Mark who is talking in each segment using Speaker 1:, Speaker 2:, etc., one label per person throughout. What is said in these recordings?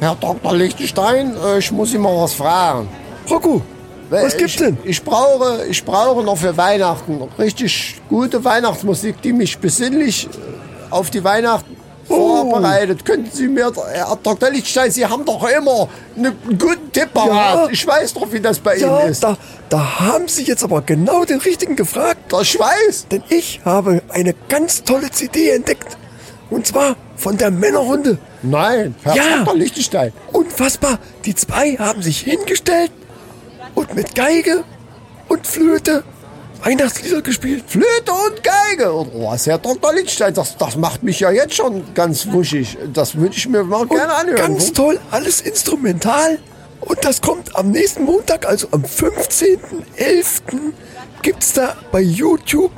Speaker 1: Herr Dr. Lichtenstein, äh, ich muss Sie mal was fragen.
Speaker 2: Rocco, was
Speaker 1: Äh,
Speaker 2: gibt's
Speaker 1: ich,
Speaker 2: denn?
Speaker 1: Ich brauche, ich brauche noch für Weihnachten richtig gute Weihnachtsmusik, die mich besinnlich äh, auf die Weihnachten Oh. vorbereitet. Könnten Sie mir, äh, Herr Dr. Lichtstein, Sie haben doch immer einen guten Tipp parat. Ich weiß doch, wie das bei
Speaker 2: Ja,
Speaker 1: Ihnen ist.
Speaker 2: da, da haben Sie jetzt aber genau den richtigen gefragt.
Speaker 1: Das ich weiß.
Speaker 2: Denn ich habe eine ganz tolle CD entdeckt. Und zwar von der Männerrunde.
Speaker 1: Nein, Herr
Speaker 2: Ja.
Speaker 1: Dr. Lichtenstein.
Speaker 2: Unfassbar. Die zwei haben sich hingestellt und mit Geige und Flöte Weihnachtslieder gespielt.
Speaker 1: Flöte und Geige. Und was, Herr Dr. Lichtenstein, das, das macht mich ja jetzt schon ganz wuschig. Das würde ich mir mal
Speaker 2: Und
Speaker 1: gerne anhören.
Speaker 2: ganz toll, alles instrumental. Und das kommt am nächsten Montag, also am 15.11. gibt's da bei YouTube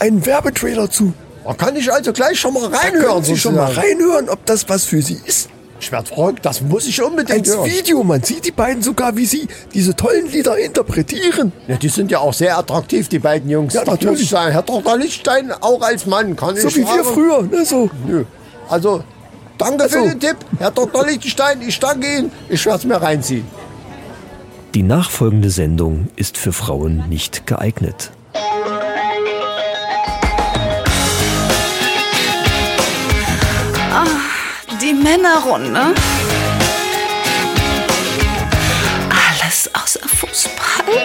Speaker 2: einen Werbetrailer zu.
Speaker 1: Da kann ich also gleich schon mal
Speaker 2: Da
Speaker 1: reinhören.
Speaker 2: können Sie schon mal
Speaker 1: sozusagen.
Speaker 2: reinhören, ob das was für Sie ist.
Speaker 1: Ich werd verrückt, das muss ich unbedingt
Speaker 2: Als
Speaker 1: hören.
Speaker 2: Video, man sieht die beiden sogar, wie sie diese tollen Lieder interpretieren.
Speaker 1: Ja, die sind ja auch sehr attraktiv, die beiden Jungs.
Speaker 2: Ja,
Speaker 1: Das muss ich
Speaker 2: natürlich.
Speaker 1: Sagen. Herr Dr. Lichtstein auch als Mann kann
Speaker 2: So
Speaker 1: ich
Speaker 2: wie wir
Speaker 1: sagen.
Speaker 2: früher, ne, so.
Speaker 1: Nö. Also, danke
Speaker 2: Also.
Speaker 1: für den Tipp, Herr Dr. Lichtstein. Ich danke Ihnen. Ich werd's mir reinziehen.
Speaker 3: Die nachfolgende Sendung ist für Frauen nicht geeignet.
Speaker 4: Die Männerrunde. Alles außer Fußball.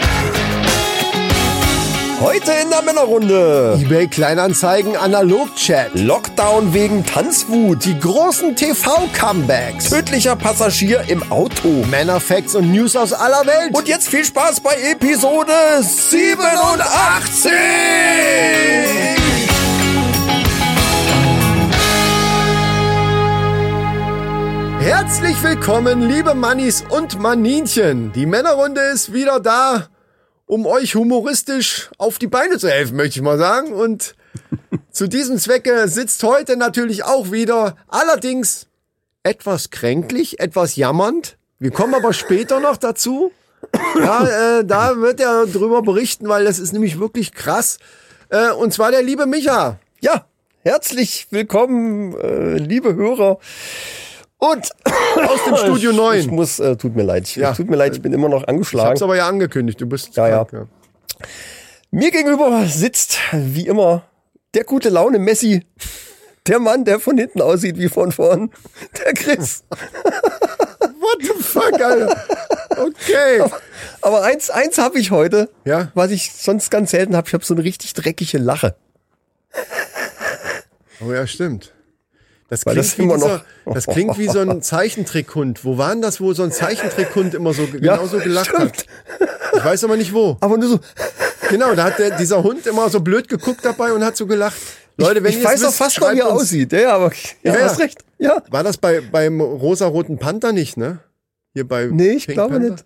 Speaker 2: Heute in der Männerrunde.
Speaker 1: eBay Kleinanzeigen Analog-Chat.
Speaker 2: Äh. Lockdown wegen Tanzwut.
Speaker 1: Die großen TV-Comebacks.
Speaker 2: Tödlicher Passagier im Auto.
Speaker 1: Männerfacts und News aus aller Welt.
Speaker 2: Und jetzt viel Spaß bei Episode 87!
Speaker 1: Herzlich willkommen, liebe Mannis und Maninchen. Die Männerrunde ist wieder da, um euch humoristisch auf die Beine zu helfen, möchte ich mal sagen. Und zu diesem Zwecke sitzt heute natürlich auch wieder, allerdings etwas kränklich, etwas jammernd. Wir kommen aber später noch dazu. Ja, äh, da wird er drüber berichten, weil das ist nämlich wirklich krass. Äh, und zwar der liebe Micha.
Speaker 2: Ja, herzlich willkommen, äh, liebe Hörer. Und aus
Speaker 1: dem Studio
Speaker 2: Ich,
Speaker 1: 9.
Speaker 2: ich muss, äh, tut mir leid.
Speaker 1: Ja.
Speaker 2: Tut mir leid, ich bin immer noch
Speaker 1: Ich hab's
Speaker 2: angeschlagen.
Speaker 1: aber ja angekündigt, du bist
Speaker 2: Ja, ja.
Speaker 1: krank,
Speaker 2: Mir gegenüber sitzt, wie immer, der gute Laune Messi. Der Mann, der von hinten aussieht wie von vorn. Der Chris.
Speaker 1: What the fuck, Alter? Okay.
Speaker 2: Aber eins, eins habe ich heute,
Speaker 1: Ja?
Speaker 2: was ich sonst ganz selten habe. Ich habe so eine richtig dreckige Lache.
Speaker 1: Oh ja, stimmt. Das
Speaker 2: Weil
Speaker 1: klingt,
Speaker 2: das
Speaker 1: wie
Speaker 2: immer
Speaker 1: dieser,
Speaker 2: noch-
Speaker 1: das klingt wie so ein Zeichentrickhund. Wo waren das, wo so ein Zeichentrickhund immer Genau so ge- genauso gelacht
Speaker 2: stimmt.
Speaker 1: hat? Ich weiß aber nicht wo.
Speaker 2: Aber nur so.
Speaker 1: Genau, da hat der, dieser Hund immer so blöd geguckt dabei und hat so gelacht. Leute, wenn
Speaker 2: ich
Speaker 1: ihr
Speaker 2: weiß
Speaker 1: wisst,
Speaker 2: doch fast noch, wie er
Speaker 1: schreibt uns.
Speaker 2: aussieht. Ja, Ja, aber ja,
Speaker 1: Ja, ja.
Speaker 2: hast recht. Ja.
Speaker 1: War das bei beim rosaroten Panther nicht, ne? Hier bei
Speaker 2: Nee, ich
Speaker 1: Pink
Speaker 2: glaube
Speaker 1: Panther?
Speaker 2: nicht.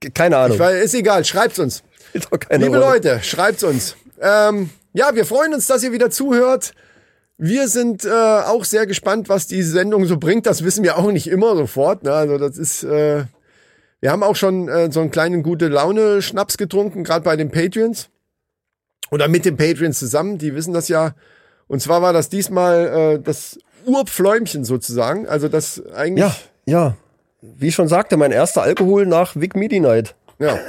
Speaker 2: Ke- Keine Ahnung.
Speaker 1: Ich weiß, ist egal, schreibt's uns.
Speaker 2: Spielt doch keine
Speaker 1: Liebe
Speaker 2: Rolle.
Speaker 1: Leute, schreibt's uns. Ähm, ja, wir freuen uns, dass ihr wieder zuhört. Wir sind äh, auch sehr gespannt, was die Sendung so bringt. Das wissen wir auch nicht immer sofort. Ne? Also das ist, äh, wir haben auch schon äh, so einen kleinen gute Laune Schnaps getrunken, gerade bei den Patreons oder mit den Patreons zusammen. Die wissen das ja. Und zwar war das diesmal äh, das Urpfläumchen sozusagen. Also das eigentlich.
Speaker 2: Ja, ja. Wie ich schon sagte, mein erster Alkohol nach Vic Midi Night.
Speaker 1: Ja.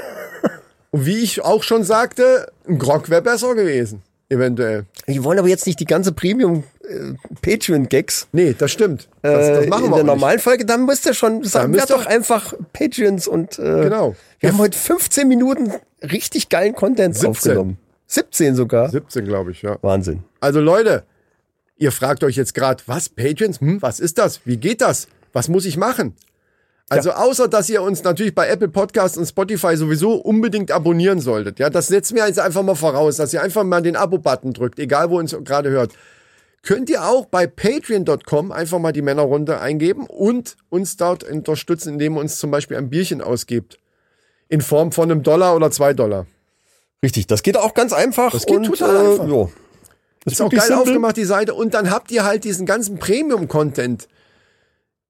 Speaker 1: Und wie ich auch schon sagte, ein Grog wäre besser gewesen, eventuell.
Speaker 2: Wir wollen aber jetzt nicht die ganze Premium äh, Patreon Gags.
Speaker 1: Nee, das stimmt. Das,
Speaker 2: äh,
Speaker 1: das machen
Speaker 2: in
Speaker 1: wir
Speaker 2: der
Speaker 1: auch nicht.
Speaker 2: normalen Folge, dann müsst ihr schon sagen,
Speaker 1: müsst
Speaker 2: wärt
Speaker 1: ihr-
Speaker 2: doch einfach Patreons und äh,
Speaker 1: Genau.
Speaker 2: wir
Speaker 1: Ja.
Speaker 2: haben heute 15 Minuten richtig geilen Content
Speaker 1: 17.
Speaker 2: aufgenommen. 17 sogar.
Speaker 1: 17, glaube ich, ja.
Speaker 2: Wahnsinn.
Speaker 1: Also Leute, ihr fragt euch jetzt gerade, was, Patreons? Hm, was ist das? Wie geht das? Was muss ich machen? Also außer, dass ihr uns natürlich bei Apple Podcasts und Spotify sowieso unbedingt abonnieren solltet. Ja, das setzen wir jetzt einfach mal voraus, dass ihr einfach mal den Abo-Button drückt, egal wo ihr uns gerade hört. Könnt ihr auch bei patreon.com einfach mal die Männerrunde eingeben und uns dort unterstützen, indem ihr uns zum Beispiel ein Bierchen ausgibt. In Form von einem Dollar oder zwei Dollar.
Speaker 2: Richtig, das geht auch ganz einfach.
Speaker 1: Das geht
Speaker 2: und,
Speaker 1: total
Speaker 2: äh,
Speaker 1: einfach.
Speaker 2: Ja.
Speaker 1: Ist auch
Speaker 2: wirklich
Speaker 1: geil
Speaker 2: simpel.
Speaker 1: aufgemacht, die Seite. Und dann habt ihr halt diesen ganzen Premium-Content,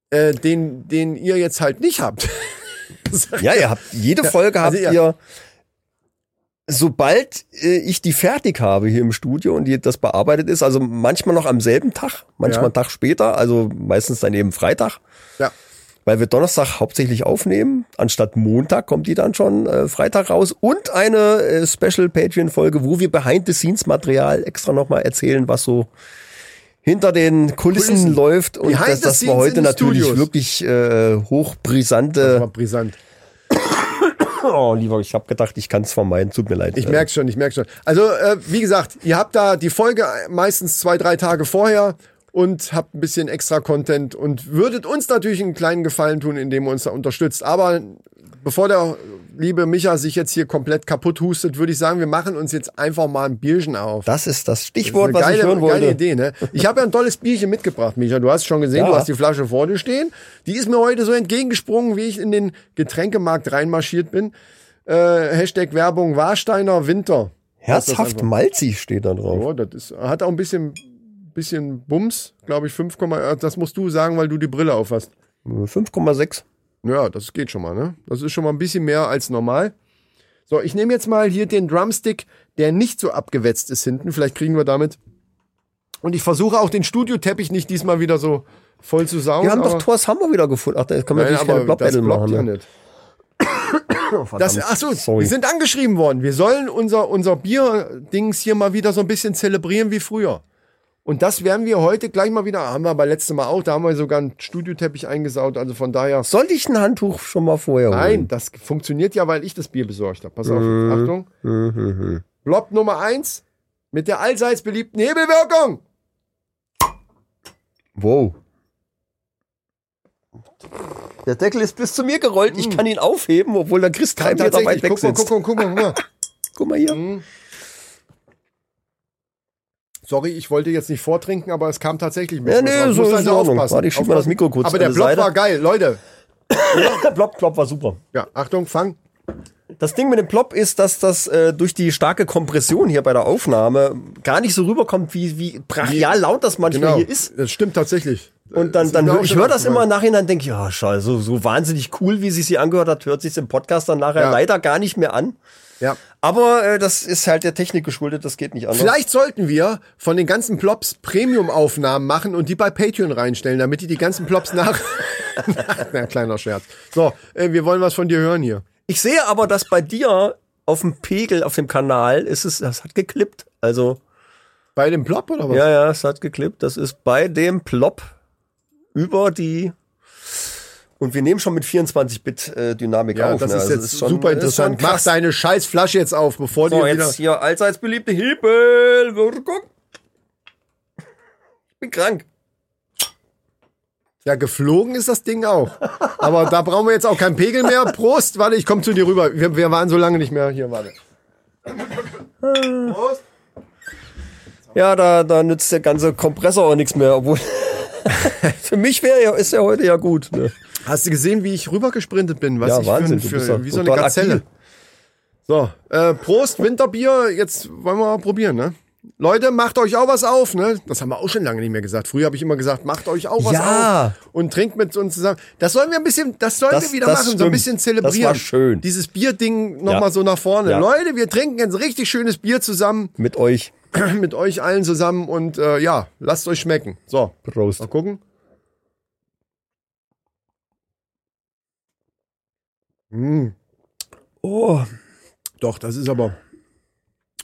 Speaker 1: äh, den, den ihr jetzt halt nicht habt.
Speaker 2: Ja, ihr habt jede Folge
Speaker 1: also ihr-
Speaker 2: habt ihr. Sobald äh, ich die fertig habe hier im Studio und die, das bearbeitet ist, also manchmal noch am selben Tag, manchmal
Speaker 1: Ja.
Speaker 2: einen Tag später, also meistens dann eben Freitag,
Speaker 1: Ja.
Speaker 2: weil wir Donnerstag hauptsächlich aufnehmen. Anstatt Montag kommt die dann schon äh, Freitag raus. Und eine äh, Special Patreon-Folge, wo wir Behind-the-Scenes-Material extra nochmal erzählen, was so hinter den Kulissen,
Speaker 1: Kulissen.
Speaker 2: läuft. Und
Speaker 1: Behind
Speaker 2: das,
Speaker 1: the
Speaker 2: das
Speaker 1: scenes
Speaker 2: war
Speaker 1: in the
Speaker 2: heute natürlich
Speaker 1: studios.
Speaker 2: wirklich äh,
Speaker 1: Das
Speaker 2: hochbrisante.
Speaker 1: war brisant.
Speaker 2: Oh, lieber, ich habe gedacht, ich kann es vermeiden. Tut mir leid. äh,
Speaker 1: Ich merke schon, ich merke schon. Also, äh, wie gesagt, ihr habt da die Folge meistens zwei, drei Tage vorher und habt ein bisschen extra Content und würdet uns natürlich einen kleinen Gefallen tun, indem ihr uns da unterstützt. Aber bevor der liebe Micha sich jetzt hier komplett kaputt hustet, würde ich sagen, wir machen uns jetzt einfach mal ein Bierchen auf.
Speaker 2: Das ist das
Speaker 1: Das ist
Speaker 2: Stichwort,
Speaker 1: eine
Speaker 2: was
Speaker 1: geile,
Speaker 2: ich hören
Speaker 1: geile
Speaker 2: wollte.
Speaker 1: Idee, ne? Ich habe ja ein tolles Bierchen mitgebracht, Micha. Du hast schon gesehen,
Speaker 2: Ja.
Speaker 1: du hast die Flasche vor dir stehen. Die ist mir heute so entgegengesprungen, wie ich in den Getränkemarkt reinmarschiert bin. Äh, Hashtag Werbung Warsteiner Winter.
Speaker 2: Herzhaft malzig steht da drauf.
Speaker 1: Ja, das ist, hat auch ein bisschen, bisschen Bums, glaube ich, 5, äh, das musst du sagen, weil du die Brille auf hast.
Speaker 2: 5,6.
Speaker 1: Ja, das geht schon mal, ne? Das ist schon mal ein bisschen mehr als normal. So, ich nehme jetzt mal hier den Drumstick, der nicht so abgewetzt ist hinten. Vielleicht kriegen wir damit. Und ich versuche auch den Studioteppich nicht diesmal wieder so voll zu saugen.
Speaker 2: Wir haben doch
Speaker 1: aber-
Speaker 2: Thors Hammer wieder gefunden. Ach, da kann man
Speaker 1: Nein,
Speaker 2: natürlich keine
Speaker 1: aber das
Speaker 2: Blockbattle
Speaker 1: blockt
Speaker 2: machen.
Speaker 1: ja
Speaker 2: ne? Oh,
Speaker 1: nicht. Das, ach so,
Speaker 2: sorry.
Speaker 1: wir sind angeschrieben worden. Wir sollen unser, unser Bier-Dings hier mal wieder so ein bisschen zelebrieren wie früher. Und das werden wir heute gleich mal wieder, haben wir aber letztes Mal auch, da haben wir sogar einen Studioteppich eingesaut, also von daher.
Speaker 2: Sollte ich ein Handtuch schon mal vorher
Speaker 1: Nein,
Speaker 2: holen?
Speaker 1: das funktioniert ja, weil ich das Bier besorgt habe. Pass auf,
Speaker 2: Mhm.
Speaker 1: Achtung. Blob Nummer eins mit der allseits beliebten Hebelwirkung.
Speaker 2: Wow. Der Deckel ist bis zu mir gerollt. Ich kann ihn aufheben, obwohl der Chris drei Meter weit weg
Speaker 1: Guck mal,
Speaker 2: sitzt.
Speaker 1: guck mal, guck mal, guck mal.
Speaker 2: Guck mal hier.
Speaker 1: Sorry, ich wollte jetzt nicht vortrinken, aber es kam tatsächlich ein
Speaker 2: Ja,
Speaker 1: was
Speaker 2: nee,
Speaker 1: raus.
Speaker 2: so
Speaker 1: Muss
Speaker 2: ist
Speaker 1: also
Speaker 2: in Ordnung.
Speaker 1: aufpassen.
Speaker 2: Warte, ich schieb mal das Mikro kurz
Speaker 1: Aber
Speaker 2: an
Speaker 1: der
Speaker 2: die
Speaker 1: Block
Speaker 2: Seite.
Speaker 1: war geil, Leute.
Speaker 2: Der Plop, Plop war super.
Speaker 1: Ja, Achtung, fang.
Speaker 2: Das Ding mit dem Plop ist, dass das äh, durch die starke Kompression hier bei der Aufnahme gar nicht so rüberkommt, wie, wie brachial laut das manchmal
Speaker 1: Genau.
Speaker 2: hier ist.
Speaker 1: Das stimmt tatsächlich.
Speaker 2: Und dann,
Speaker 1: Ist
Speaker 2: dann
Speaker 1: mir
Speaker 2: hör-
Speaker 1: auch
Speaker 2: ich
Speaker 1: schon
Speaker 2: höre das immer
Speaker 1: aufgefallen.
Speaker 2: im Nachhinein, denke ich, ja, scheiße, so, so wahnsinnig cool, wie sie sie angehört hat, hört sich im Podcast dann nachher
Speaker 1: Ja.
Speaker 2: leider gar nicht mehr an.
Speaker 1: Ja.
Speaker 2: Aber äh, das ist halt der Technik geschuldet, das geht nicht anders.
Speaker 1: Vielleicht sollten wir von den ganzen Plops Premium-Aufnahmen machen und die bei Patreon reinstellen, damit die die ganzen Plops nach... Na, kleiner Scherz. So, äh, wir wollen was von dir hören hier.
Speaker 2: Ich sehe aber, dass bei dir auf dem Pegel, auf dem Kanal, ist es, das hat geklippt. Also,
Speaker 1: Bei dem Plop oder was?
Speaker 2: ja, ja, es hat geklippt. Das ist bei dem Plop über die. Und wir nehmen schon mit 24-Bit-Dynamik
Speaker 1: Ja,
Speaker 2: auf.
Speaker 1: das
Speaker 2: ne?
Speaker 1: ist
Speaker 2: Also,
Speaker 1: jetzt
Speaker 2: es schon-
Speaker 1: super
Speaker 2: es ist schon
Speaker 1: interessant. Mach
Speaker 2: krass.
Speaker 1: deine scheiß Flasche jetzt auf, bevor
Speaker 2: So,
Speaker 1: die wieder...
Speaker 2: jetzt hier allseits beliebte Hebelwirkung. Ich bin krank.
Speaker 1: Ja, geflogen ist das Ding auch. Aber da brauchen wir jetzt auch keinen Pegel mehr. Prost, warte, ich komme zu dir rüber. Wir, wir waren so lange nicht mehr hier, warte. Prost.
Speaker 2: Ja, da, da nützt der ganze Kompressor auch nichts mehr, obwohl. Für mich wäre ja, ist ja heute ja gut. Ne?
Speaker 1: Hast du gesehen, wie ich rübergesprintet bin? Was
Speaker 2: Ja,
Speaker 1: ich
Speaker 2: Wahnsinn, du
Speaker 1: Für,
Speaker 2: bist
Speaker 1: für,
Speaker 2: doch
Speaker 1: wie so eine
Speaker 2: total
Speaker 1: Gazelle.
Speaker 2: agil.
Speaker 1: So, äh, Prost, Winterbier. Jetzt wollen wir mal probieren, ne? Leute, macht euch auch was auf, ne? Das haben wir auch schon lange nicht mehr gesagt. Früher habe ich immer gesagt, macht euch auch was
Speaker 2: Ja.
Speaker 1: auf und trinkt mit uns zusammen. Das sollen wir ein bisschen, das sollen
Speaker 2: Das-
Speaker 1: wir wieder
Speaker 2: das
Speaker 1: machen, so ein
Speaker 2: stimmt.
Speaker 1: bisschen zelebrieren.
Speaker 2: Das war schön.
Speaker 1: Dieses Bierding nochmal
Speaker 2: Ja.
Speaker 1: mal so nach vorne.
Speaker 2: Ja.
Speaker 1: Leute, wir trinken jetzt richtig schönes Bier zusammen
Speaker 2: Mit euch.
Speaker 1: mit euch allen zusammen und äh, ja, lasst euch schmecken. So,
Speaker 2: Prost.
Speaker 1: mal gucken.
Speaker 2: Oh,
Speaker 1: Doch, das ist aber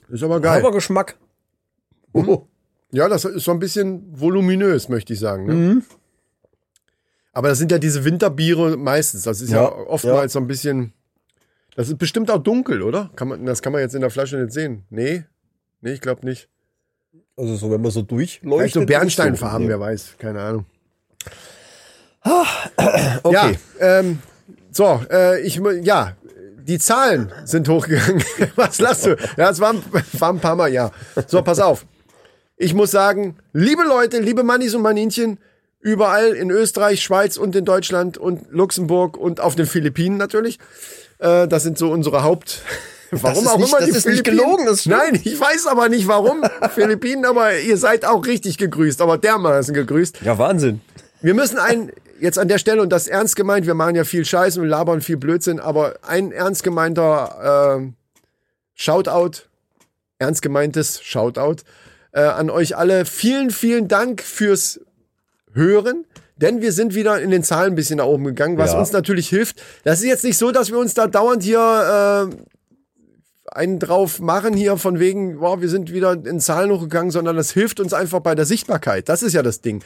Speaker 1: ist aber geil.
Speaker 2: aber Geschmack. Oh.
Speaker 1: Ja, das ist so ein bisschen voluminös, möchte ich sagen. Ne? Aber das sind ja diese Winterbiere meistens. Das ist ja,
Speaker 2: Ja,
Speaker 1: oftmals so ein bisschen. Das ist bestimmt auch dunkel, oder? Kann man, das kann man jetzt in der Flasche nicht sehen. Nee? Nee, ich glaube nicht.
Speaker 2: Also so, wenn man so durchleuchtet.
Speaker 1: Vielleicht so Bernsteinfarben,
Speaker 2: Ja.
Speaker 1: wer weiß. Keine Ahnung.
Speaker 2: Okay.
Speaker 1: Ja, ähm, so, äh, ich, mu- ja, die Zahlen sind hochgegangen. Was lachst du? Ja, es war, ein- war ein paar Mal, ja. So, pass auf. Ich muss sagen, liebe Leute, liebe Mannis und Maninchen, überall in Österreich, Schweiz und in Deutschland und Luxemburg und auf den Philippinen natürlich. Äh, das sind so unsere Haupt... Warum
Speaker 2: ist
Speaker 1: auch
Speaker 2: nicht-
Speaker 1: immer
Speaker 2: das
Speaker 1: die
Speaker 2: ist nicht
Speaker 1: Philippinen.
Speaker 2: gelogen, das stimmt.
Speaker 1: Nein, ich weiß aber nicht warum Philippinen, aber ihr seid auch richtig gegrüßt, aber dermaßen gegrüßt.
Speaker 2: ja, Wahnsinn.
Speaker 1: Wir müssen ein, jetzt an der Stelle, und das ist ernst gemeint, wir machen ja viel Scheiß und labern viel Blödsinn, aber ein ernst gemeinter äh, Shoutout, ernst gemeintes Shoutout äh, an euch alle. Vielen, vielen Dank fürs Hören. Denn wir sind wieder in den Zahlen ein bisschen nach oben gegangen, was
Speaker 2: Ja.
Speaker 1: uns natürlich hilft. Das ist jetzt nicht so, dass wir uns da dauernd hier äh, einen drauf machen, hier von wegen, wow, wir sind wieder in Zahlen hochgegangen, sondern das hilft uns einfach bei der Sichtbarkeit. Das ist ja das Ding.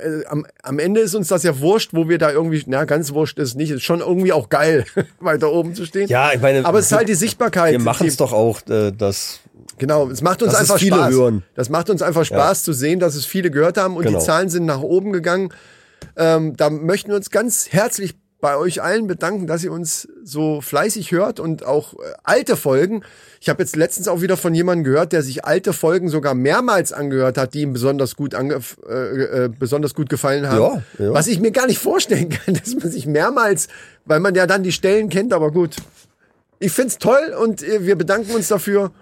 Speaker 1: Äh, am, am Ende ist uns das ja wurscht, wo wir da irgendwie, na, ganz wurscht ist nicht, ist schon irgendwie auch geil, weiter oben zu stehen.
Speaker 2: Ja, ich meine,
Speaker 1: Aber es ist halt die Sichtbarkeit.
Speaker 2: Wir machen es
Speaker 1: die-
Speaker 2: doch auch, äh, das
Speaker 1: Genau, es macht uns
Speaker 2: Dass es
Speaker 1: einfach
Speaker 2: viele
Speaker 1: Spaß.
Speaker 2: hören.
Speaker 1: Das macht uns einfach Spaß zu sehen, dass es viele gehört haben und
Speaker 2: Genau.
Speaker 1: die Zahlen sind nach oben gegangen. Ähm, da möchten wir uns ganz herzlich bei euch allen bedanken, dass ihr uns so fleißig hört und auch äh, alte Folgen. Ich habe jetzt letztens auch wieder von jemandem gehört, der sich alte Folgen sogar mehrmals angehört hat, die ihm besonders gut ange äh, äh, besonders gut gefallen haben.
Speaker 2: Ja, ja.
Speaker 1: Was ich mir gar nicht vorstellen kann, dass man sich mehrmals, weil man ja dann die Stellen kennt, aber gut. Ich find's toll und äh, wir bedanken uns dafür.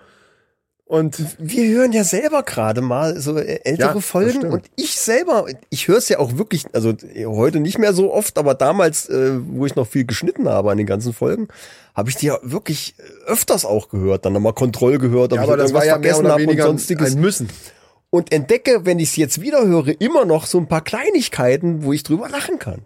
Speaker 1: Und
Speaker 2: wir hören ja selber gerade mal so äh,
Speaker 1: Ja,
Speaker 2: ältere
Speaker 1: das
Speaker 2: Folgen
Speaker 1: stimmt.
Speaker 2: und ich selber, ich höre es ja auch wirklich, also heute nicht mehr so oft, aber damals, äh, wo ich noch viel geschnitten habe an den ganzen Folgen, habe ich die ja wirklich äh, öfters auch gehört, dann nochmal Kontroll gehört, ob
Speaker 1: Ja,
Speaker 2: ich
Speaker 1: aber das war
Speaker 2: irgendwas
Speaker 1: ja mehr
Speaker 2: vergessen
Speaker 1: oder
Speaker 2: habe und
Speaker 1: weniger
Speaker 2: sonstiges.
Speaker 1: ein Müssen.
Speaker 2: Und entdecke, wenn ich es jetzt wieder höre, immer noch so ein paar Kleinigkeiten, wo ich drüber lachen kann.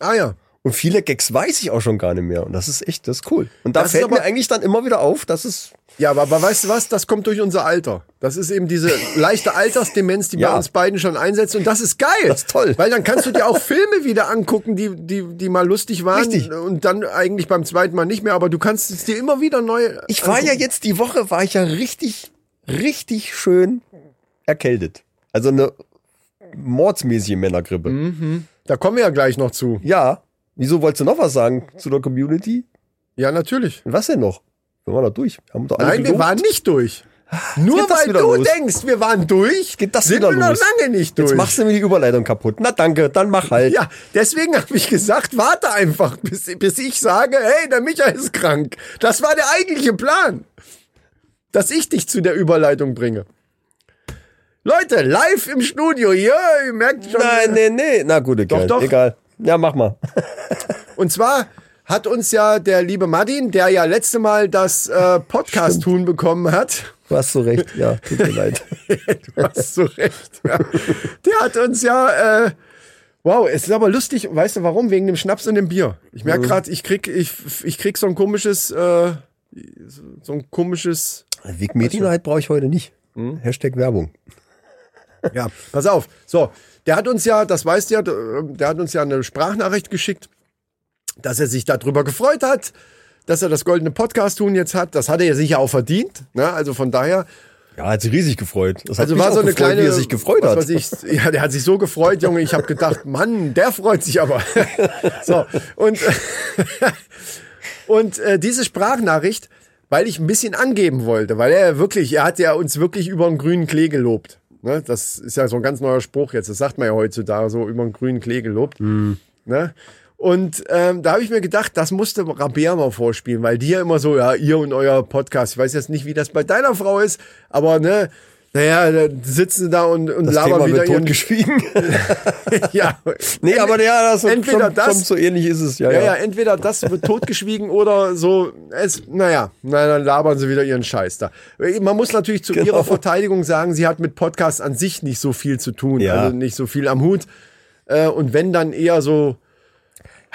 Speaker 1: Ah ja.
Speaker 2: Und viele Gags weiß ich auch schon gar nicht mehr. Und das ist echt, das ist cool. Und da
Speaker 1: Das ist
Speaker 2: fällt mir
Speaker 1: aber-
Speaker 2: eigentlich dann immer wieder auf, dass es
Speaker 1: Ja, aber, aber weißt du was? Das kommt durch unser Alter. Das ist eben diese leichte Altersdemenz, die
Speaker 2: Ja.
Speaker 1: bei uns beiden schon einsetzt. Und das ist geil.
Speaker 2: Das ist toll.
Speaker 1: Weil dann kannst du dir auch Filme wieder angucken, die, die, die mal lustig waren.
Speaker 2: Richtig.
Speaker 1: Und dann eigentlich beim zweiten Mal nicht mehr. Aber du kannst es dir immer wieder neu.
Speaker 2: Ich war ja jetzt die Woche, war ich ja richtig, richtig schön erkältet. Also eine mordsmäßige Männergrippe.
Speaker 1: Da kommen wir ja gleich noch zu.
Speaker 2: Ja. Wieso wolltest du noch was sagen zu der Community?
Speaker 1: Ja, natürlich.
Speaker 2: Was denn noch? Wir waren da durch. Wir haben doch alle
Speaker 1: Nein, wir
Speaker 2: gelobt.
Speaker 1: waren nicht durch. Nur
Speaker 2: geht das
Speaker 1: weil du
Speaker 2: wieder los.
Speaker 1: denkst, wir waren durch,
Speaker 2: Geht das
Speaker 1: sind
Speaker 2: wieder
Speaker 1: wir noch
Speaker 2: los.
Speaker 1: lange nicht durch.
Speaker 2: Jetzt machst du mir die Überleitung kaputt. Na danke, dann mach halt.
Speaker 1: Ja, deswegen habe ich gesagt, warte einfach, bis, bis ich sage, hey, der Michael ist krank. Das war der eigentliche Plan, dass ich dich zu der Überleitung bringe. Leute, live im Studio hier, ihr merkt schon.
Speaker 2: Nein, nee, nee. Na gut, egal.
Speaker 1: doch.
Speaker 2: Egal. Ja, mach mal.
Speaker 1: Und zwar hat uns ja der liebe Martin, der ja letzte Mal das äh, Podcast-Tun bekommen hat,
Speaker 2: Du hast so recht. Ja, tut mir leid.
Speaker 1: du hast so recht. Ja. Der hat uns ja. Äh, wow, es ist aber lustig. Weißt du warum? Wegen dem Schnaps und dem Bier. Ich merke gerade, ich krieg, ich, ich krieg so ein komisches, äh, so ein komisches.
Speaker 2: Weg Medienheit brauche ich heute nicht. Hashtag Werbung.
Speaker 1: Ja, pass auf. So, der hat uns ja, das weißt du ja, der hat uns ja eine Sprachnachricht geschickt, dass er sich darüber gefreut hat, dass er das goldene Podcast-Tun jetzt hat. Das hat er ja sicher auch verdient. Ne? Also von daher.
Speaker 2: Ja, hat sich riesig gefreut. Das hat
Speaker 1: Also
Speaker 2: mich
Speaker 1: war
Speaker 2: auch
Speaker 1: so eine
Speaker 2: gefreut,
Speaker 1: kleine,
Speaker 2: wie er sich gefreut
Speaker 1: was
Speaker 2: hat.
Speaker 1: Weiß ich, ja, der hat sich so gefreut, Junge. Ich habe gedacht, Mann, der freut sich aber. so und und äh, diese Sprachnachricht, weil ich ein bisschen angeben wollte, weil er wirklich, er hat ja uns wirklich über den grünen Klee gelobt. Ne? Das ist ja so ein ganz neuer Spruch jetzt. Das sagt man ja heutzutage so über den grünen Klee gelobt.
Speaker 2: Mhm.
Speaker 1: Ne? Und ähm, da habe ich mir gedacht, das musste Rabea mal vorspielen, weil die ja immer so, ja, ihr und euer Podcast, ich weiß jetzt nicht, wie das bei deiner Frau ist, aber ne, naja, da sitzen sie da und, und
Speaker 2: das
Speaker 1: labern
Speaker 2: Thema
Speaker 1: wieder
Speaker 2: wird
Speaker 1: ihren
Speaker 2: totgeschwiegen.
Speaker 1: ja.
Speaker 2: Nee, aber ja, das
Speaker 1: entweder
Speaker 2: schon,
Speaker 1: das-
Speaker 2: schon so ähnlich ist es, ja.
Speaker 1: Ja,
Speaker 2: ja.
Speaker 1: ja, entweder das wird totgeschwiegen oder so, es, naja, na, dann labern sie wieder ihren Scheiß da. Äh, Man muss natürlich zu
Speaker 2: Genau.
Speaker 1: ihrer Verteidigung sagen, sie hat mit Podcasts an sich nicht so viel zu tun,
Speaker 2: Ja.
Speaker 1: also nicht so viel am Hut. Äh, und wenn dann eher so,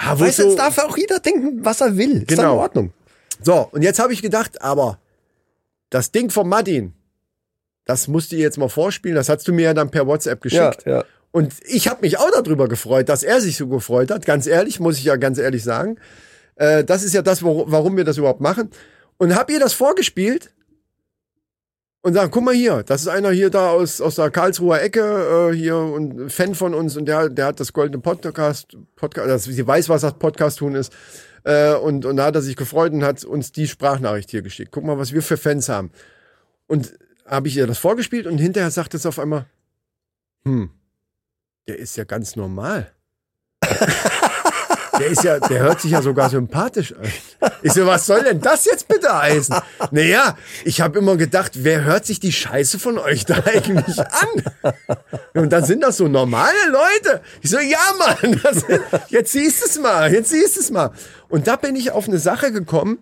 Speaker 1: Ah, ja, wo
Speaker 2: Weißt du,
Speaker 1: so-
Speaker 2: jetzt darf auch jeder denken, was er will. Ist
Speaker 1: Genau.
Speaker 2: doch in Ordnung.
Speaker 1: So, und jetzt habe ich gedacht, aber das Ding von Martin, das musst du ihr jetzt mal vorspielen, das hast du mir ja dann per WhatsApp geschickt.
Speaker 2: ja.
Speaker 1: Und ich habe mich auch darüber gefreut, dass er sich so gefreut hat. Ganz ehrlich, muss ich ja ganz ehrlich sagen. Äh, das ist ja das, wor- warum wir das überhaupt machen. Und hab ihr das vorgespielt und sagen, guck mal hier, das ist einer hier da aus, aus der Karlsruher Ecke, äh, hier und Fan von uns und der, der hat das goldene Podcast, Podcast, das, sie weiß, was das Podcast tun ist. Äh, und, und da hat er sich gefreut und hat uns die Sprachnachricht hier geschickt. Guck mal, was wir für Fans haben. Und habe ich ihr das vorgespielt und hinterher sagt es auf einmal, hm, der ist ja ganz normal. Der ist ja, der hört sich ja sogar sympathisch an. Ich so, was soll denn das jetzt bitte heißen? Naja, ich habe immer gedacht, wer hört sich die Scheiße von euch da eigentlich an? Und dann sind das so normale Leute. Ich so, ja, Mann, das, jetzt siehst du es mal, jetzt siehst du es mal. Und da bin ich auf eine Sache gekommen,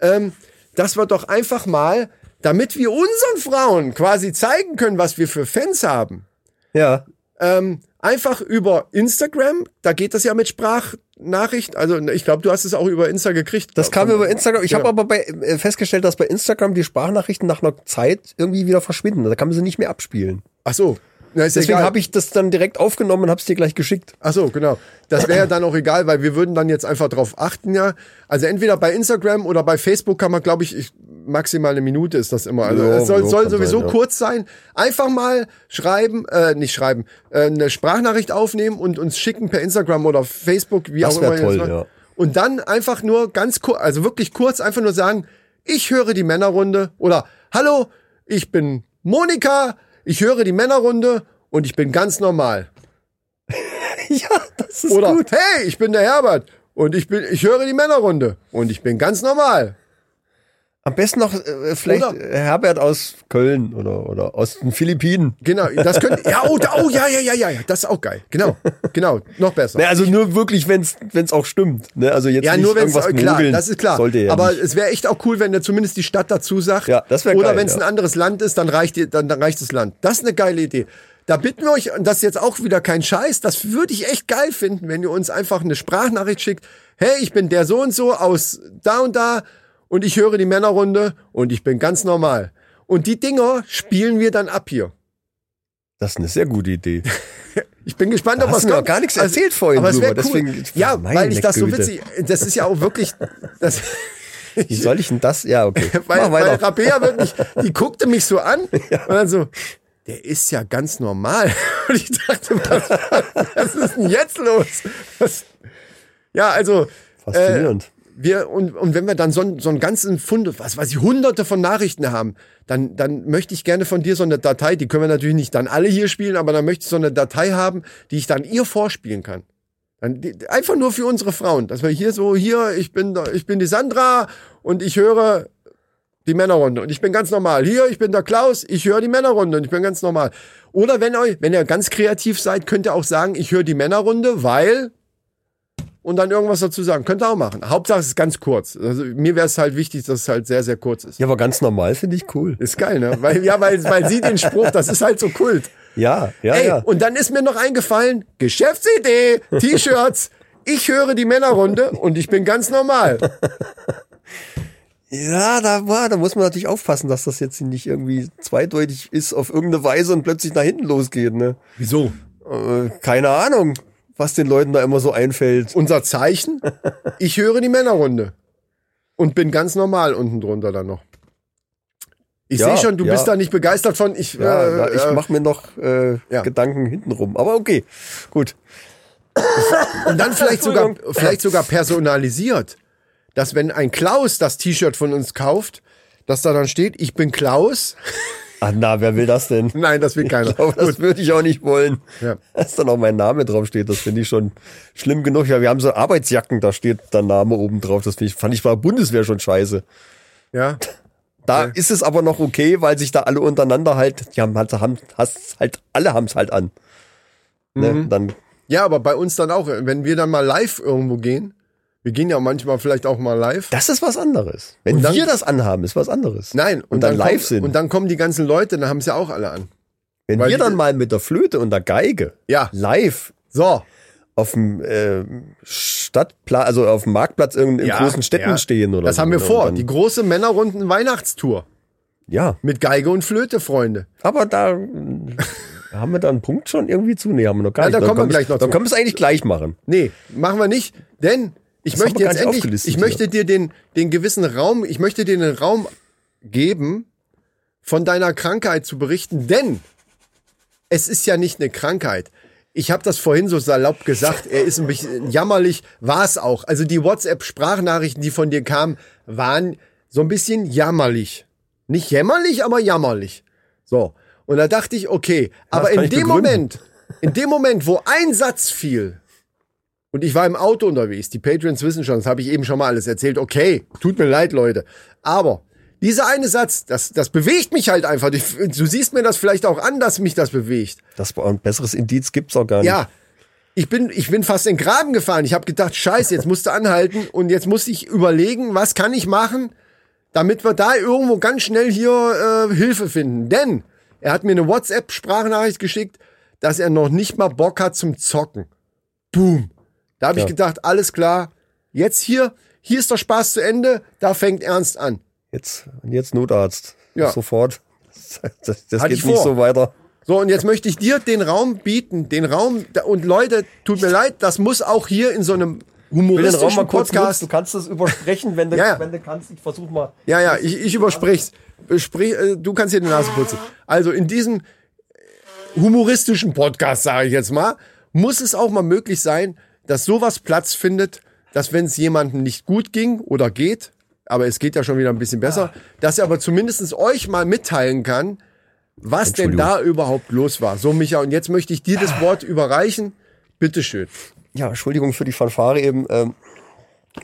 Speaker 1: ähm, dass wir doch einfach mal, damit wir unseren Frauen quasi zeigen können, was wir für Fans haben,
Speaker 2: Ja.
Speaker 1: ähm, einfach über Instagram. Da geht das ja mit Sprachnachrichten. Also ich glaube, du hast es auch über Insta gekriegt. Genau.
Speaker 2: Das kam über Instagram. Ich habe aber bei, äh, festgestellt, dass bei Instagram die Sprachnachrichten nach einer Zeit irgendwie wieder verschwinden. Da kann man sie nicht mehr abspielen.
Speaker 1: Ach so. Na, ist
Speaker 2: Deswegen
Speaker 1: egal.
Speaker 2: habe ich das dann direkt aufgenommen und habe es dir gleich geschickt.
Speaker 1: Ach so, genau. Das wäre ja dann auch egal, weil wir würden dann jetzt einfach drauf achten, ja. Also entweder bei Instagram oder bei Facebook kann man, glaube ich, ich, maximal eine Minute ist das immer. Also
Speaker 2: Ja,
Speaker 1: es soll,
Speaker 2: ja,
Speaker 1: soll
Speaker 2: kann
Speaker 1: sowieso
Speaker 2: sein, ja.
Speaker 1: kurz sein. Einfach mal schreiben, äh, nicht schreiben, äh, eine Sprachnachricht aufnehmen und uns schicken per Instagram oder Facebook, wie
Speaker 2: Das
Speaker 1: auch
Speaker 2: wär
Speaker 1: immer. ihr
Speaker 2: toll,
Speaker 1: macht.
Speaker 2: ja.
Speaker 1: Und dann einfach nur ganz kurz, also wirklich kurz, einfach nur sagen, ich höre die Männerrunde oder Hallo, ich bin Monika, ich höre die Männerrunde und ich bin ganz normal.
Speaker 2: Ja, das ist
Speaker 1: Oder hey, ich bin der Herbert und ich bin, ich höre die Männerrunde und ich bin ganz normal.
Speaker 2: Am besten noch äh, vielleicht
Speaker 1: Oder-
Speaker 2: äh, Herbert aus Köln oder, oder aus den Philippinen.
Speaker 1: Genau, das könnte, ja, oh, da- oh, ja, ja, ja, ja, ja, das ist auch geil. Genau, genau, noch besser.
Speaker 2: Ne, also nur wirklich, wenn es auch stimmt. Ne, also jetzt
Speaker 1: ja,
Speaker 2: nicht
Speaker 1: nur wenn es
Speaker 2: irgendwas
Speaker 1: klar,
Speaker 2: mogeln.
Speaker 1: das ist klar.
Speaker 2: Sollte ja
Speaker 1: Aber
Speaker 2: nicht.
Speaker 1: es wäre echt auch cool, wenn der zumindest die Stadt dazu sagt.
Speaker 2: Ja, das wär
Speaker 1: Oder
Speaker 2: geil,
Speaker 1: wenn es
Speaker 2: ja.
Speaker 1: ein anderes Land ist, dann reicht die- dann, dann reicht das Land. Das ist eine geile Idee. Da bitten wir euch, und das ist jetzt auch wieder kein Scheiß, das würde ich echt geil finden, wenn ihr uns einfach eine Sprachnachricht schickt. Hey, ich bin der so und so aus da und da und ich höre die Männerrunde und ich bin ganz normal. Und die Dinger spielen wir dann ab hier.
Speaker 2: das ist eine sehr gute Idee.
Speaker 1: Ich bin gespannt,
Speaker 2: Da
Speaker 1: ob
Speaker 2: hast
Speaker 1: was
Speaker 2: du noch
Speaker 1: kommt. Also,
Speaker 2: gar nichts erzählt vorhin
Speaker 1: aber es wär
Speaker 2: drüber,
Speaker 1: cool.
Speaker 2: deswegen-
Speaker 1: ja,
Speaker 2: Meine
Speaker 1: weil ich das so
Speaker 2: Güte.
Speaker 1: witzig, das ist ja auch wirklich, das,
Speaker 2: Wie soll ich denn das? Ja, okay.
Speaker 1: weil,
Speaker 2: Mach
Speaker 1: weil
Speaker 2: weiter.
Speaker 1: Rabea wirklich, die guckte mich so an und dann so, der ist ja ganz normal. Und ich dachte, was, was ist denn jetzt los? Das, ja, also.
Speaker 2: Faszinierend.
Speaker 1: Äh, wir, und, und wenn wir dann so, einen- so einen ganzen Fund, was weiß ich, hunderte von Nachrichten haben, dann, dann möchte ich gerne von dir so eine Datei, die können wir natürlich nicht dann alle hier spielen, aber dann möchte ich so eine Datei haben, die ich dann ihr vorspielen kann. Dann, die, einfach nur für unsere Frauen, dass wir hier so, hier, ich bin, da- ich bin die Sandra und ich höre die Männerrunde und ich bin ganz normal. Hier, ich bin der Klaus, ich höre die Männerrunde und ich bin ganz normal. Oder wenn euch, wenn ihr ganz kreativ seid, könnt ihr auch sagen, ich höre die Männerrunde, weil und dann irgendwas dazu sagen. Könnt ihr auch machen. Hauptsache es ist ganz kurz. Also mir wäre es halt wichtig, dass es halt sehr, sehr kurz ist.
Speaker 2: ja, aber ganz normal finde ich cool.
Speaker 1: Ist geil, ne? Weil, ja, weil, weil sie den Spruch, das ist halt so Kult.
Speaker 2: Ja, ja,
Speaker 1: Ey,
Speaker 2: ja.
Speaker 1: und dann ist mir noch eingefallen, Geschäftsidee, T-Shirts, ich höre die Männerrunde und ich bin ganz normal.
Speaker 2: Ja, da, boah, da muss man natürlich aufpassen, dass das jetzt nicht irgendwie zweideutig ist auf irgendeine Weise und plötzlich nach hinten losgeht. Ne?
Speaker 1: Wieso?
Speaker 2: Äh, keine Ahnung, was den Leuten da immer so einfällt.
Speaker 1: unser Zeichen. Ich höre die Männerrunde. Und bin ganz normal unten drunter dann noch. Ich
Speaker 2: Ja,
Speaker 1: sehe schon, du
Speaker 2: ja.
Speaker 1: bist da nicht begeistert von. Ich,
Speaker 2: Ja,
Speaker 1: äh,
Speaker 2: na, ich
Speaker 1: äh,
Speaker 2: mache mir noch äh,
Speaker 1: ja.
Speaker 2: Gedanken hintenrum. Aber okay, gut.
Speaker 1: und dann vielleicht sogar,
Speaker 2: Entschuldigung.
Speaker 1: vielleicht sogar personalisiert. Dass wenn ein Klaus das T-Shirt von uns kauft, dass da dann steht, ich bin Klaus.
Speaker 2: Ah, na, wer will das denn?
Speaker 1: Nein, das will keiner.
Speaker 2: Aber das würde ich auch nicht wollen.
Speaker 1: Genau, Ja.
Speaker 2: Dass dann auch mein Name draufsteht, das finde ich schon schlimm genug. Ja, wir haben so Arbeitsjacken, da steht der Name oben drauf. Das find ich, fand ich bei der Bundeswehr schon scheiße.
Speaker 1: Ja.
Speaker 2: Da ist es aber noch okay, weil sich da alle untereinander halt, die haben halt, haben, hast halt alle haben es halt an. Ne?
Speaker 1: Mhm.
Speaker 2: Dann,
Speaker 1: ja, aber bei uns dann auch. Wenn wir dann mal live irgendwo gehen, wir gehen ja manchmal vielleicht auch mal live.
Speaker 2: das ist was anderes. Wenn
Speaker 1: Und dann-
Speaker 2: wir das anhaben, ist was anderes.
Speaker 1: Nein,
Speaker 2: und, dann, live
Speaker 1: kommt,
Speaker 2: sind.
Speaker 1: Und dann kommen die ganzen Leute, dann haben es ja auch alle an.
Speaker 2: Wenn
Speaker 1: weil
Speaker 2: wir
Speaker 1: die-
Speaker 2: dann mal mit der Flöte und der Geige
Speaker 1: Ja.
Speaker 2: live
Speaker 1: So,
Speaker 2: auf dem äh, Stadtplatz, also auf dem Marktplatz in, in
Speaker 1: Ja,
Speaker 2: großen Städten
Speaker 1: ja.
Speaker 2: stehen oder
Speaker 1: Das
Speaker 2: so,
Speaker 1: haben wir
Speaker 2: ne? Und
Speaker 1: vor.
Speaker 2: dann-
Speaker 1: die große Männerrunden Weihnachtstour.
Speaker 2: ja.
Speaker 1: Mit Geige und Flöte, Freunde.
Speaker 2: Aber da äh, haben wir da einen Punkt schon irgendwie zu? Nee, haben wir noch gar
Speaker 1: Ja,
Speaker 2: nicht.
Speaker 1: da
Speaker 2: Dann
Speaker 1: kommen wir
Speaker 2: können
Speaker 1: gleich
Speaker 2: es-
Speaker 1: noch
Speaker 2: Dann
Speaker 1: zu.
Speaker 2: können wir es eigentlich gleich machen.
Speaker 1: Nee, machen wir nicht. Denn ich
Speaker 2: Das haben
Speaker 1: möchte
Speaker 2: wir gar
Speaker 1: jetzt
Speaker 2: nicht
Speaker 1: endlich,
Speaker 2: aufgelistet
Speaker 1: ich möchte dir den, den gewissen Raum, ich möchte dir den Raum geben, von deiner Krankheit zu berichten, denn es ist ja nicht eine Krankheit. Ich habe das vorhin so salopp gesagt, er ist ein bisschen jammerlich, war es auch. Also die WhatsApp-Sprachnachrichten, die von dir kamen, waren so ein bisschen jammerlich. Nicht jämmerlich, aber jammerlich. So. Und da dachte ich, okay, aber
Speaker 2: das kann
Speaker 1: in
Speaker 2: ich
Speaker 1: dem
Speaker 2: begründen.
Speaker 1: Moment, in dem Moment, wo ein Satz fiel, und ich war im Auto unterwegs. Die Patrons wissen schon, das habe ich eben schon mal alles erzählt. Okay, tut mir leid, Leute. Aber dieser eine Satz, das, das bewegt mich halt einfach. Ich- Du siehst mir das vielleicht auch an, dass mich das bewegt.
Speaker 2: Das war ein besseres Indiz gibt's auch gar nicht.
Speaker 1: Ja, ich bin, ich bin fast in den Graben gefahren. Ich habe gedacht, scheiße, jetzt musst du anhalten und jetzt muss ich überlegen, was kann ich machen, damit wir da irgendwo ganz schnell hier äh, Hilfe finden. Denn er hat mir eine WhatsApp-Sprachnachricht geschickt, dass er noch nicht mal Bock hat zum Zocken. Boom. Da habe ich
Speaker 2: Ja.
Speaker 1: gedacht, alles klar, jetzt hier, hier ist der Spaß zu Ende, da fängt Ernst an.
Speaker 2: Jetzt, und jetzt Notarzt.
Speaker 1: Ja.
Speaker 2: Sofort. Das, das
Speaker 1: Hatte
Speaker 2: geht
Speaker 1: ich
Speaker 2: nicht
Speaker 1: vor.
Speaker 2: so weiter.
Speaker 1: So, und jetzt möchte ich dir den Raum bieten, den Raum, und Leute, tut mir leid, das muss auch hier in so einem
Speaker 2: Ich will den Raum
Speaker 1: humoristischen
Speaker 2: mal kurz nutzen.
Speaker 1: Podcast.
Speaker 2: Du kannst das übersprechen, wenn du,
Speaker 1: Ja, ja.
Speaker 2: Wenn du kannst. Ich versuch mal.
Speaker 1: Ja, ja, ich, ich übersprich's. Sprich, äh, du kannst hier die Nase putzen. Also in diesem humoristischen Podcast, sage ich jetzt mal, muss es auch mal möglich sein, dass sowas Platz findet, dass wenn es jemandem nicht gut ging oder geht, aber es geht ja schon wieder ein bisschen besser, dass er aber zumindestens euch mal mitteilen kann, was denn da überhaupt los war. So, Micha, und jetzt möchte ich dir das Wort überreichen. Bitteschön.
Speaker 2: Ja, Entschuldigung für die Fanfare eben. Ähm,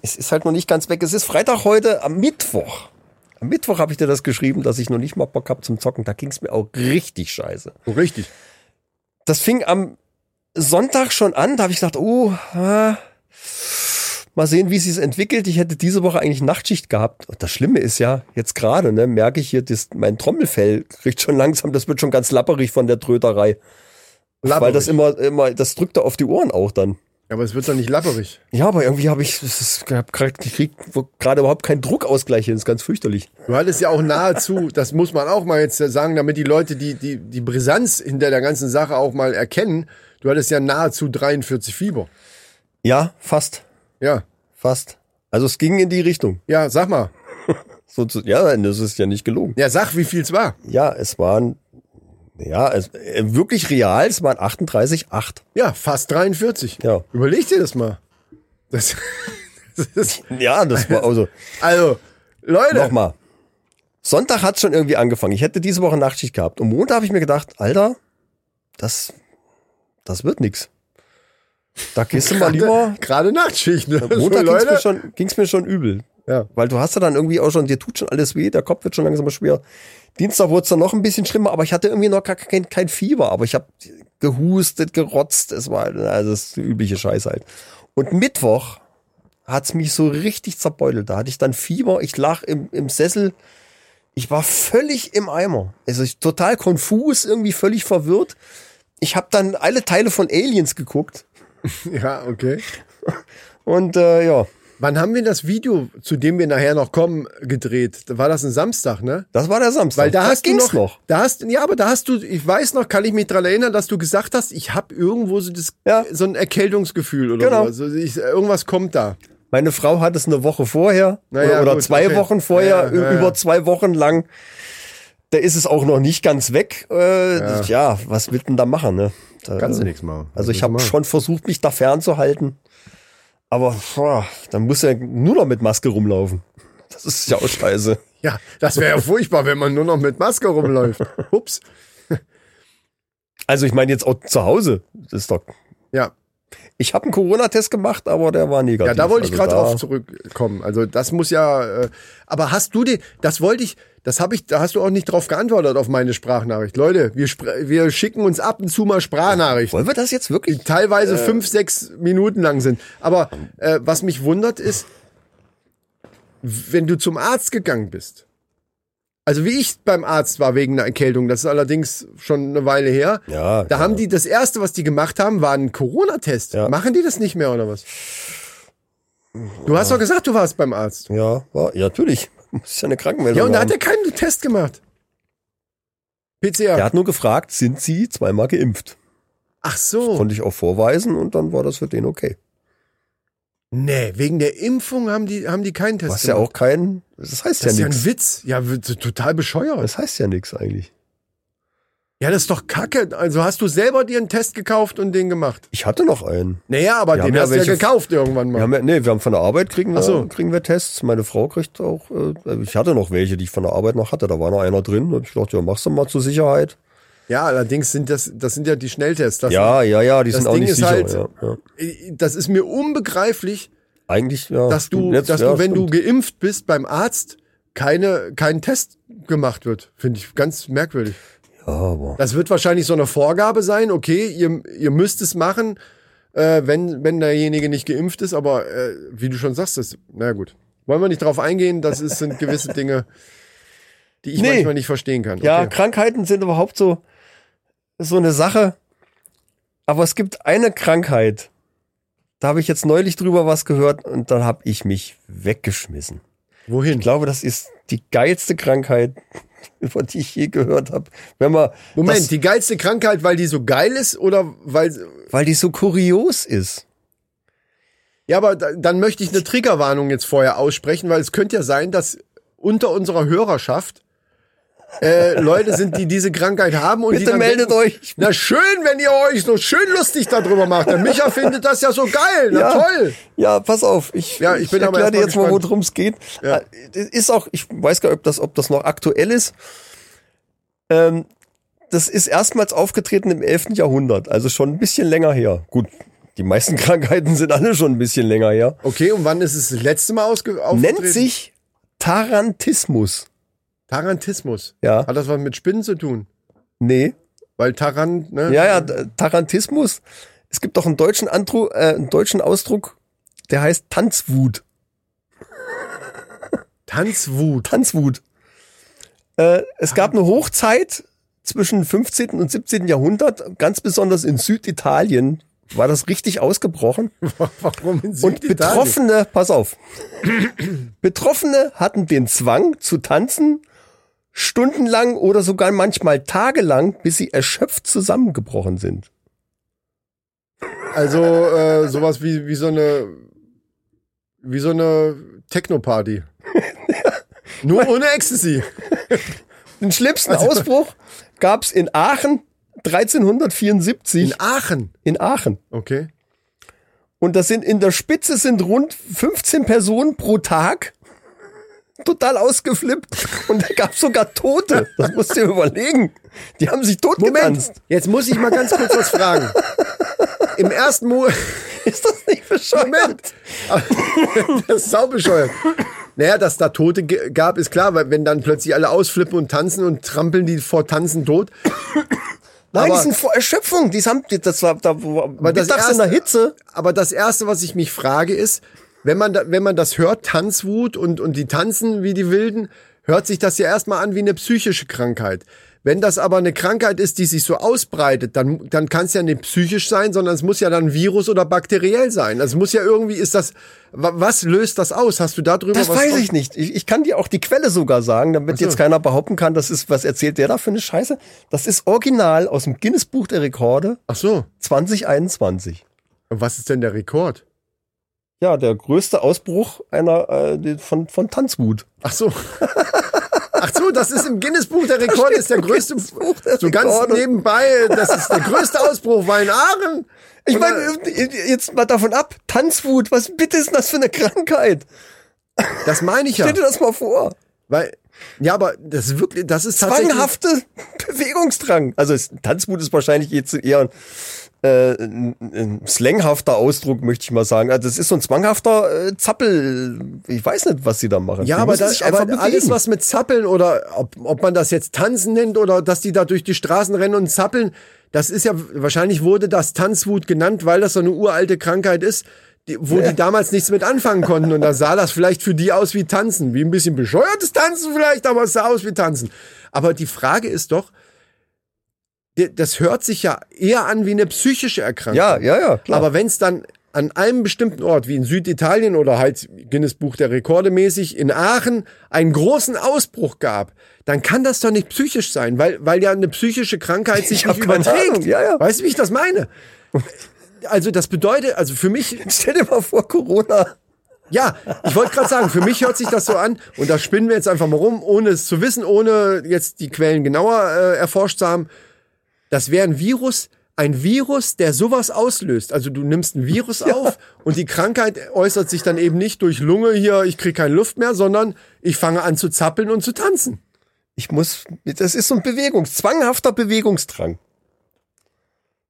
Speaker 2: es ist halt noch nicht ganz weg. Es ist Freitag heute am Mittwoch. Am Mittwoch habe ich dir das geschrieben, dass ich noch nicht mal Bock habe zum Zocken. Da ging es mir auch richtig scheiße.
Speaker 1: Richtig.
Speaker 2: das fing am Sonntag schon an. Da habe ich gedacht, oh, ah, mal sehen, wie sich's entwickelt. Ich hätte diese Woche eigentlich Nachtschicht gehabt. Und das Schlimme ist ja, jetzt gerade, ne, merke ich hier, das, mein Trommelfell kriegt schon langsam, das wird schon ganz lapperig von der Tröterei. Weil das immer, immer, das drückt da auf die Ohren auch dann.
Speaker 1: Aber es wird doch nicht lapperig.
Speaker 2: Ja, aber irgendwie habe ich, es ist- ich hab grad- ich krieg gerade überhaupt keinen Druckausgleich hin. Das ist ganz fürchterlich.
Speaker 1: Du hattest ja auch nahezu, das muss man auch mal jetzt sagen, damit die Leute die, die, die Brisanz hinter der ganzen Sache auch mal erkennen, du hattest ja nahezu 43 Fieber.
Speaker 2: Ja, fast,
Speaker 1: Ja,
Speaker 2: fast. Also es ging in die Richtung.
Speaker 1: ja, sag mal.
Speaker 2: So zu, ja, nein, das ist ja nicht gelogen.
Speaker 1: Ja, sag, wie viel's war.
Speaker 2: Ja, es waren, ja, es, äh, wirklich real, es waren 38,8.
Speaker 1: Ja, fast 43.
Speaker 2: Ja.
Speaker 1: Überleg dir das mal. Das, das ist,
Speaker 2: Ja, das war also,
Speaker 1: also, Leute,
Speaker 2: nochmal. Sonntag hat's schon irgendwie angefangen. Ich hätte diese Woche Nachtschicht gehabt. Und Montag habe ich mir gedacht, Alter, das, das wird nix. Da gehst du mal lieber.
Speaker 1: gerade, gerade Nachtschicht. Ne?
Speaker 2: Montag
Speaker 1: So,
Speaker 2: ging's mir, schon, ging's mir schon übel.
Speaker 1: Ja.
Speaker 2: Weil du hast ja dann irgendwie auch schon, dir tut schon alles weh, der Kopf wird schon langsam schwer. Dienstag wurde es dann noch ein bisschen schlimmer, aber ich hatte irgendwie noch gar kein, kein Fieber, aber ich habe gehustet, gerotzt, es war also das ist die übliche Scheiße halt. Und Mittwoch hat's mich so richtig zerbeutelt. Da hatte ich dann Fieber, ich lag im, im Sessel, ich war völlig im Eimer. Also ich, total konfus, irgendwie völlig verwirrt. Ich habe dann alle Teile von Aliens geguckt
Speaker 1: Ja, okay.
Speaker 2: und äh, ja,
Speaker 1: Wann haben wir das Video, zu dem wir nachher noch kommen, gedreht? War das ein Samstag, ne?
Speaker 2: das war der Samstag.
Speaker 1: Weil da hast
Speaker 2: ging's
Speaker 1: du noch, Da hast, ja, aber da hast du, ich weiß noch, kann ich mich dran erinnern, dass du gesagt hast, ich habe irgendwo so, das,
Speaker 2: Ja.
Speaker 1: so ein Erkältungsgefühl oder
Speaker 2: Genau.
Speaker 1: so. Also ich, irgendwas kommt da.
Speaker 2: Meine Frau hat es eine Woche vorher
Speaker 1: Na ja,
Speaker 2: oder, oder
Speaker 1: gut,
Speaker 2: zwei
Speaker 1: okay.
Speaker 2: Wochen vorher,
Speaker 1: Ja, ja,
Speaker 2: ü- über
Speaker 1: ja.
Speaker 2: zwei Wochen lang. Da ist es auch noch nicht ganz weg. Äh, ja. was willst du denn da machen? Ne? Da,
Speaker 1: Kannst du nichts machen.
Speaker 2: Also ich
Speaker 1: Was willst
Speaker 2: habe
Speaker 1: du
Speaker 2: schon versucht, mich da fernzuhalten. Aber boah, dann muss er nur noch mit Maske rumlaufen. Das ist ja auch scheiße.
Speaker 1: Ja, das wäre ja furchtbar, wenn man nur noch mit Maske rumläuft. Ups.
Speaker 2: Also ich meine jetzt auch zu Hause. Das ist doch.
Speaker 1: Ja,
Speaker 2: Ich habe einen Corona-Test gemacht, aber der war negativ.
Speaker 1: ja, da wollte ich
Speaker 2: Also
Speaker 1: gerade
Speaker 2: da-
Speaker 1: drauf zurückkommen. Also das muss ja, äh, aber hast du den, das wollte ich, das habe ich, da hast du auch nicht drauf geantwortet auf meine Sprachnachricht. Leute, wir, spr- wir schicken uns ab und zu mal Sprachnachrichten.
Speaker 2: Wollen wir das jetzt
Speaker 1: die
Speaker 2: wirklich? Äh.
Speaker 1: teilweise fünf, sechs Minuten lang sind. Aber äh, was mich wundert ist, wenn du zum Arzt gegangen bist. Also wie ich beim Arzt war wegen einer Erkältung, das ist allerdings schon eine Weile her.
Speaker 2: Ja,
Speaker 1: da
Speaker 2: klar.
Speaker 1: haben die das erste, was die gemacht haben, war ein Corona-Test.
Speaker 2: Ja.
Speaker 1: Machen die das nicht mehr oder was? Du hast doch gesagt, du warst beim Arzt.
Speaker 2: Ja, war, ja, natürlich. Muss ja eine Krankenmeldung
Speaker 1: Ja, und da
Speaker 2: haben.
Speaker 1: hat er keinen Test gemacht. PCR.
Speaker 2: Der hat nur gefragt, sind Sie zweimal geimpft?
Speaker 1: Ach so.
Speaker 2: Konnte ich auch vorweisen und dann war das für den okay.
Speaker 1: Nee, wegen der Impfung haben die, haben die keinen Test
Speaker 2: Was ja auch kein, das heißt
Speaker 1: Das ist
Speaker 2: ja
Speaker 1: ja ein
Speaker 2: nichts.
Speaker 1: Witz. Ja, w- t- total bescheuert.
Speaker 2: Das heißt ja nichts eigentlich.
Speaker 1: Ja, das ist doch kacke. Also hast du selber dir einen Test gekauft und den gemacht?
Speaker 2: Ich hatte noch einen.
Speaker 1: Naja, aber
Speaker 2: Wir
Speaker 1: den
Speaker 2: haben ja
Speaker 1: hast du ja
Speaker 2: welche-
Speaker 1: gekauft irgendwann mal.
Speaker 2: Wir haben, ja- nee, wir haben von der Arbeit kriegen wir,
Speaker 1: Ach so.
Speaker 2: kriegen wir Tests. Meine Frau kriegt auch, äh, ich hatte noch welche, die ich von der Arbeit noch hatte. Da war noch einer drin und ich dachte, ja, machst du mal zur Sicherheit.
Speaker 1: ja, allerdings sind das, das sind ja die Schnelltests. Das,
Speaker 2: ja, ja, ja, die
Speaker 1: das
Speaker 2: sind auch
Speaker 1: Ding
Speaker 2: nicht
Speaker 1: ist
Speaker 2: sicher.
Speaker 1: halt-
Speaker 2: ja, ja.
Speaker 1: das ist mir unbegreiflich,
Speaker 2: Eigentlich, ja.
Speaker 1: dass du,
Speaker 2: stimmt. Jetzt-
Speaker 1: dass
Speaker 2: ja,
Speaker 1: du, wenn
Speaker 2: stimmt.
Speaker 1: du geimpft bist beim Arzt, keine, kein Test gemacht wird. Finde ich ganz merkwürdig.
Speaker 2: Ja, aber.
Speaker 1: Das wird wahrscheinlich so eine Vorgabe sein, okay, ihr, ihr müsst es machen, äh, wenn, wenn derjenige nicht geimpft ist, aber äh, wie du schon sagst, das, na gut. Wollen wir nicht drauf eingehen, das ist, sind gewisse Dinge, die ich
Speaker 2: Nee.
Speaker 1: manchmal nicht verstehen kann.
Speaker 2: Ja,
Speaker 1: Okay.
Speaker 2: Krankheiten sind überhaupt so, so eine Sache. Aber es gibt eine Krankheit. Da habe ich jetzt neulich drüber was gehört und dann habe ich mich weggeschmissen.
Speaker 1: Wohin?
Speaker 2: Ich glaube, das ist die geilste Krankheit, über die ich je gehört habe. Wenn man
Speaker 1: Moment,
Speaker 2: das,
Speaker 1: die geilste Krankheit, weil die so geil ist oder weil.
Speaker 2: weil die so kurios ist.
Speaker 1: Ja, aber da, dann möchte ich eine Triggerwarnung jetzt vorher aussprechen, weil es könnte ja sein, dass unter unserer Hörerschaft äh, Leute sind, die diese Krankheit haben und die
Speaker 2: Bitte
Speaker 1: dann
Speaker 2: meldet
Speaker 1: denken,
Speaker 2: euch.
Speaker 1: Na schön, wenn ihr euch so schön lustig darüber macht. Der Micha findet das ja so geil. Na
Speaker 2: ja,
Speaker 1: toll.
Speaker 2: Ja, pass auf. Ich,
Speaker 1: Ja, ich bin aber
Speaker 2: erkläre dir jetzt
Speaker 1: erst mal
Speaker 2: mal,
Speaker 1: gespannt.
Speaker 2: worum es geht.
Speaker 1: Ja.
Speaker 2: Äh, Ist auch, ich weiß gar nicht, ob das, ob das noch aktuell ist. Ähm, das ist erstmals aufgetreten im 11. Jahrhundert, also schon ein bisschen länger her. Gut, die meisten Krankheiten sind alle schon ein bisschen länger her.
Speaker 1: Okay, und wann ist es das letzte Mal ausge aufgetreten?
Speaker 2: Nennt sich Tarantismus.
Speaker 1: Tarantismus.
Speaker 2: Ja.
Speaker 1: Hat das was mit Spinnen zu tun?
Speaker 2: Nee.
Speaker 1: Weil Tarant, ne?
Speaker 2: Ja, ja, äh, Tarantismus. Es gibt auch einen deutschen, Andru äh, einen deutschen Ausdruck, der heißt Tanzwut.
Speaker 1: Tanzwut.
Speaker 2: Tanzwut. Äh, es gab eine Hochzeit zwischen 15. und 17. Jahrhundert, ganz besonders in Süditalien war das richtig ausgebrochen.
Speaker 1: Warum in
Speaker 2: Und
Speaker 1: Süditalien?
Speaker 2: Betroffene, pass auf, Betroffene hatten den Zwang zu tanzen, stundenlang oder sogar manchmal tagelang, bis sie erschöpft zusammengebrochen sind.
Speaker 1: Also äh, sowas wie, wie so eine wie so eine Techno-Party. Nur ohne Ecstasy.
Speaker 2: Den schlimmsten
Speaker 1: Also-
Speaker 2: Ausbruch gab es in Aachen 1374
Speaker 1: In Aachen.
Speaker 2: in Aachen.
Speaker 1: Okay.
Speaker 2: Und das sind in der Spitze sind rund 15 Personen pro Tag. Total ausgeflippt. Und da gab sogar Tote. Das musst du dir überlegen. Die haben sich totgetanzt.
Speaker 1: jetzt muss ich mal ganz kurz was fragen. Im ersten Mo
Speaker 2: Ist das nicht bescheuert?
Speaker 1: Moment. Das ist saubescheuert. Naja, dass da Tote ge- gab, ist klar, weil wenn dann plötzlich alle ausflippen und tanzen und trampeln die vor Tanzen tot.
Speaker 2: Nein,
Speaker 1: Aber-
Speaker 2: die sind vor Erschöpfung. Die haben, die- das war, da war
Speaker 1: das
Speaker 2: mittags in der
Speaker 1: erste-
Speaker 2: Hitze.
Speaker 1: Aber das erste, was ich mich frage, ist, wenn man, da, wenn man das hört, Tanzwut und, und die tanzen wie die Wilden, hört sich das ja erstmal an wie eine psychische Krankheit. Wenn das aber eine Krankheit ist, die sich so ausbreitet, dann, dann kann es ja nicht psychisch sein, sondern es muss ja dann Virus oder bakteriell sein. Also es muss ja irgendwie, ist das, wa- was löst das aus? Hast du darüber
Speaker 2: Das
Speaker 1: was?
Speaker 2: weiß ich nicht. Ich, ich kann dir auch die Quelle sogar sagen, damit jetzt keiner behaupten kann, das ist, was erzählt der da für eine Scheiße. Das ist original aus dem Guinness Buch der Rekorde
Speaker 1: Ach so.
Speaker 2: 2021.
Speaker 1: Und was ist denn der Rekord?
Speaker 2: Ja, der größte Ausbruch einer äh, die- von, von Tanzwut.
Speaker 1: Ach so. Ach so, das ist im Guinness Buch der Rekord, ist der größte,
Speaker 2: Buch der
Speaker 1: so ganz
Speaker 2: Rekorde.
Speaker 1: nebenbei, das ist der größte Ausbruch, war in Aachen.
Speaker 2: Ich
Speaker 1: Und, äh,
Speaker 2: meine, jetzt mal davon ab, Tanzwut, was bitte ist denn das für eine Krankheit?
Speaker 1: Das meine ich ja.
Speaker 2: Stell dir das mal vor.
Speaker 1: Weil, ja, aber das ist wirklich, das ist tatsächlich.
Speaker 2: Zwanghafte Bewegungsdrang. Also es- Tanzwut ist wahrscheinlich jetzt eher ein, äh, ein, ein slanghafter Ausdruck, möchte ich mal sagen. Also das ist so ein zwanghafter äh, Zappel. Ich weiß nicht, was sie da machen.
Speaker 1: Ja,
Speaker 2: die
Speaker 1: aber,
Speaker 2: müssen
Speaker 1: das,
Speaker 2: sich einfach
Speaker 1: aber alles,
Speaker 2: bewegen.
Speaker 1: was mit Zappeln oder ob, ob man das jetzt Tanzen nennt oder dass die da durch die Straßen rennen und zappeln, das ist ja, wahrscheinlich wurde das Tanzwut genannt, weil das so eine uralte Krankheit ist, die, wo die damals nichts mit anfangen konnten. Und da sah das vielleicht für die aus wie Tanzen, wie ein bisschen bescheuertes Tanzen vielleicht, aber es sah aus wie Tanzen. Aber die Frage ist doch, die- das hört sich ja eher an wie eine psychische Erkrankung.
Speaker 2: Ja, ja, ja. Klar.
Speaker 1: Aber wenn es dann an einem bestimmten Ort, wie in Süditalien oder halt Guinness Buch der Rekorde mäßig in Aachen, einen großen Ausbruch gab, dann kann das doch nicht psychisch sein, weil, weil ja eine psychische Krankheit sich
Speaker 2: Ich hab
Speaker 1: nicht
Speaker 2: keine Ahnung,
Speaker 1: überträgt.
Speaker 2: ja, ja.
Speaker 1: Weißt du, wie ich das meine? Also das bedeutet, also für mich,
Speaker 2: Stell dir mal vor, Corona.
Speaker 1: ja, ich wollte gerade sagen, für mich hört sich das so an und da spinnen wir jetzt einfach mal rum, ohne es zu wissen, ohne jetzt die Quellen genauer äh, erforscht zu haben. Das wäre ein Virus, ein Virus, der sowas auslöst. Also du nimmst ein Virus auf und die Krankheit äußert sich dann eben nicht durch Lunge hier, ich kriege keine Luft mehr, sondern ich fange an zu zappeln und zu tanzen.
Speaker 2: Ich muss, das ist so ein Bewegungs, zwanghafter Bewegungsdrang.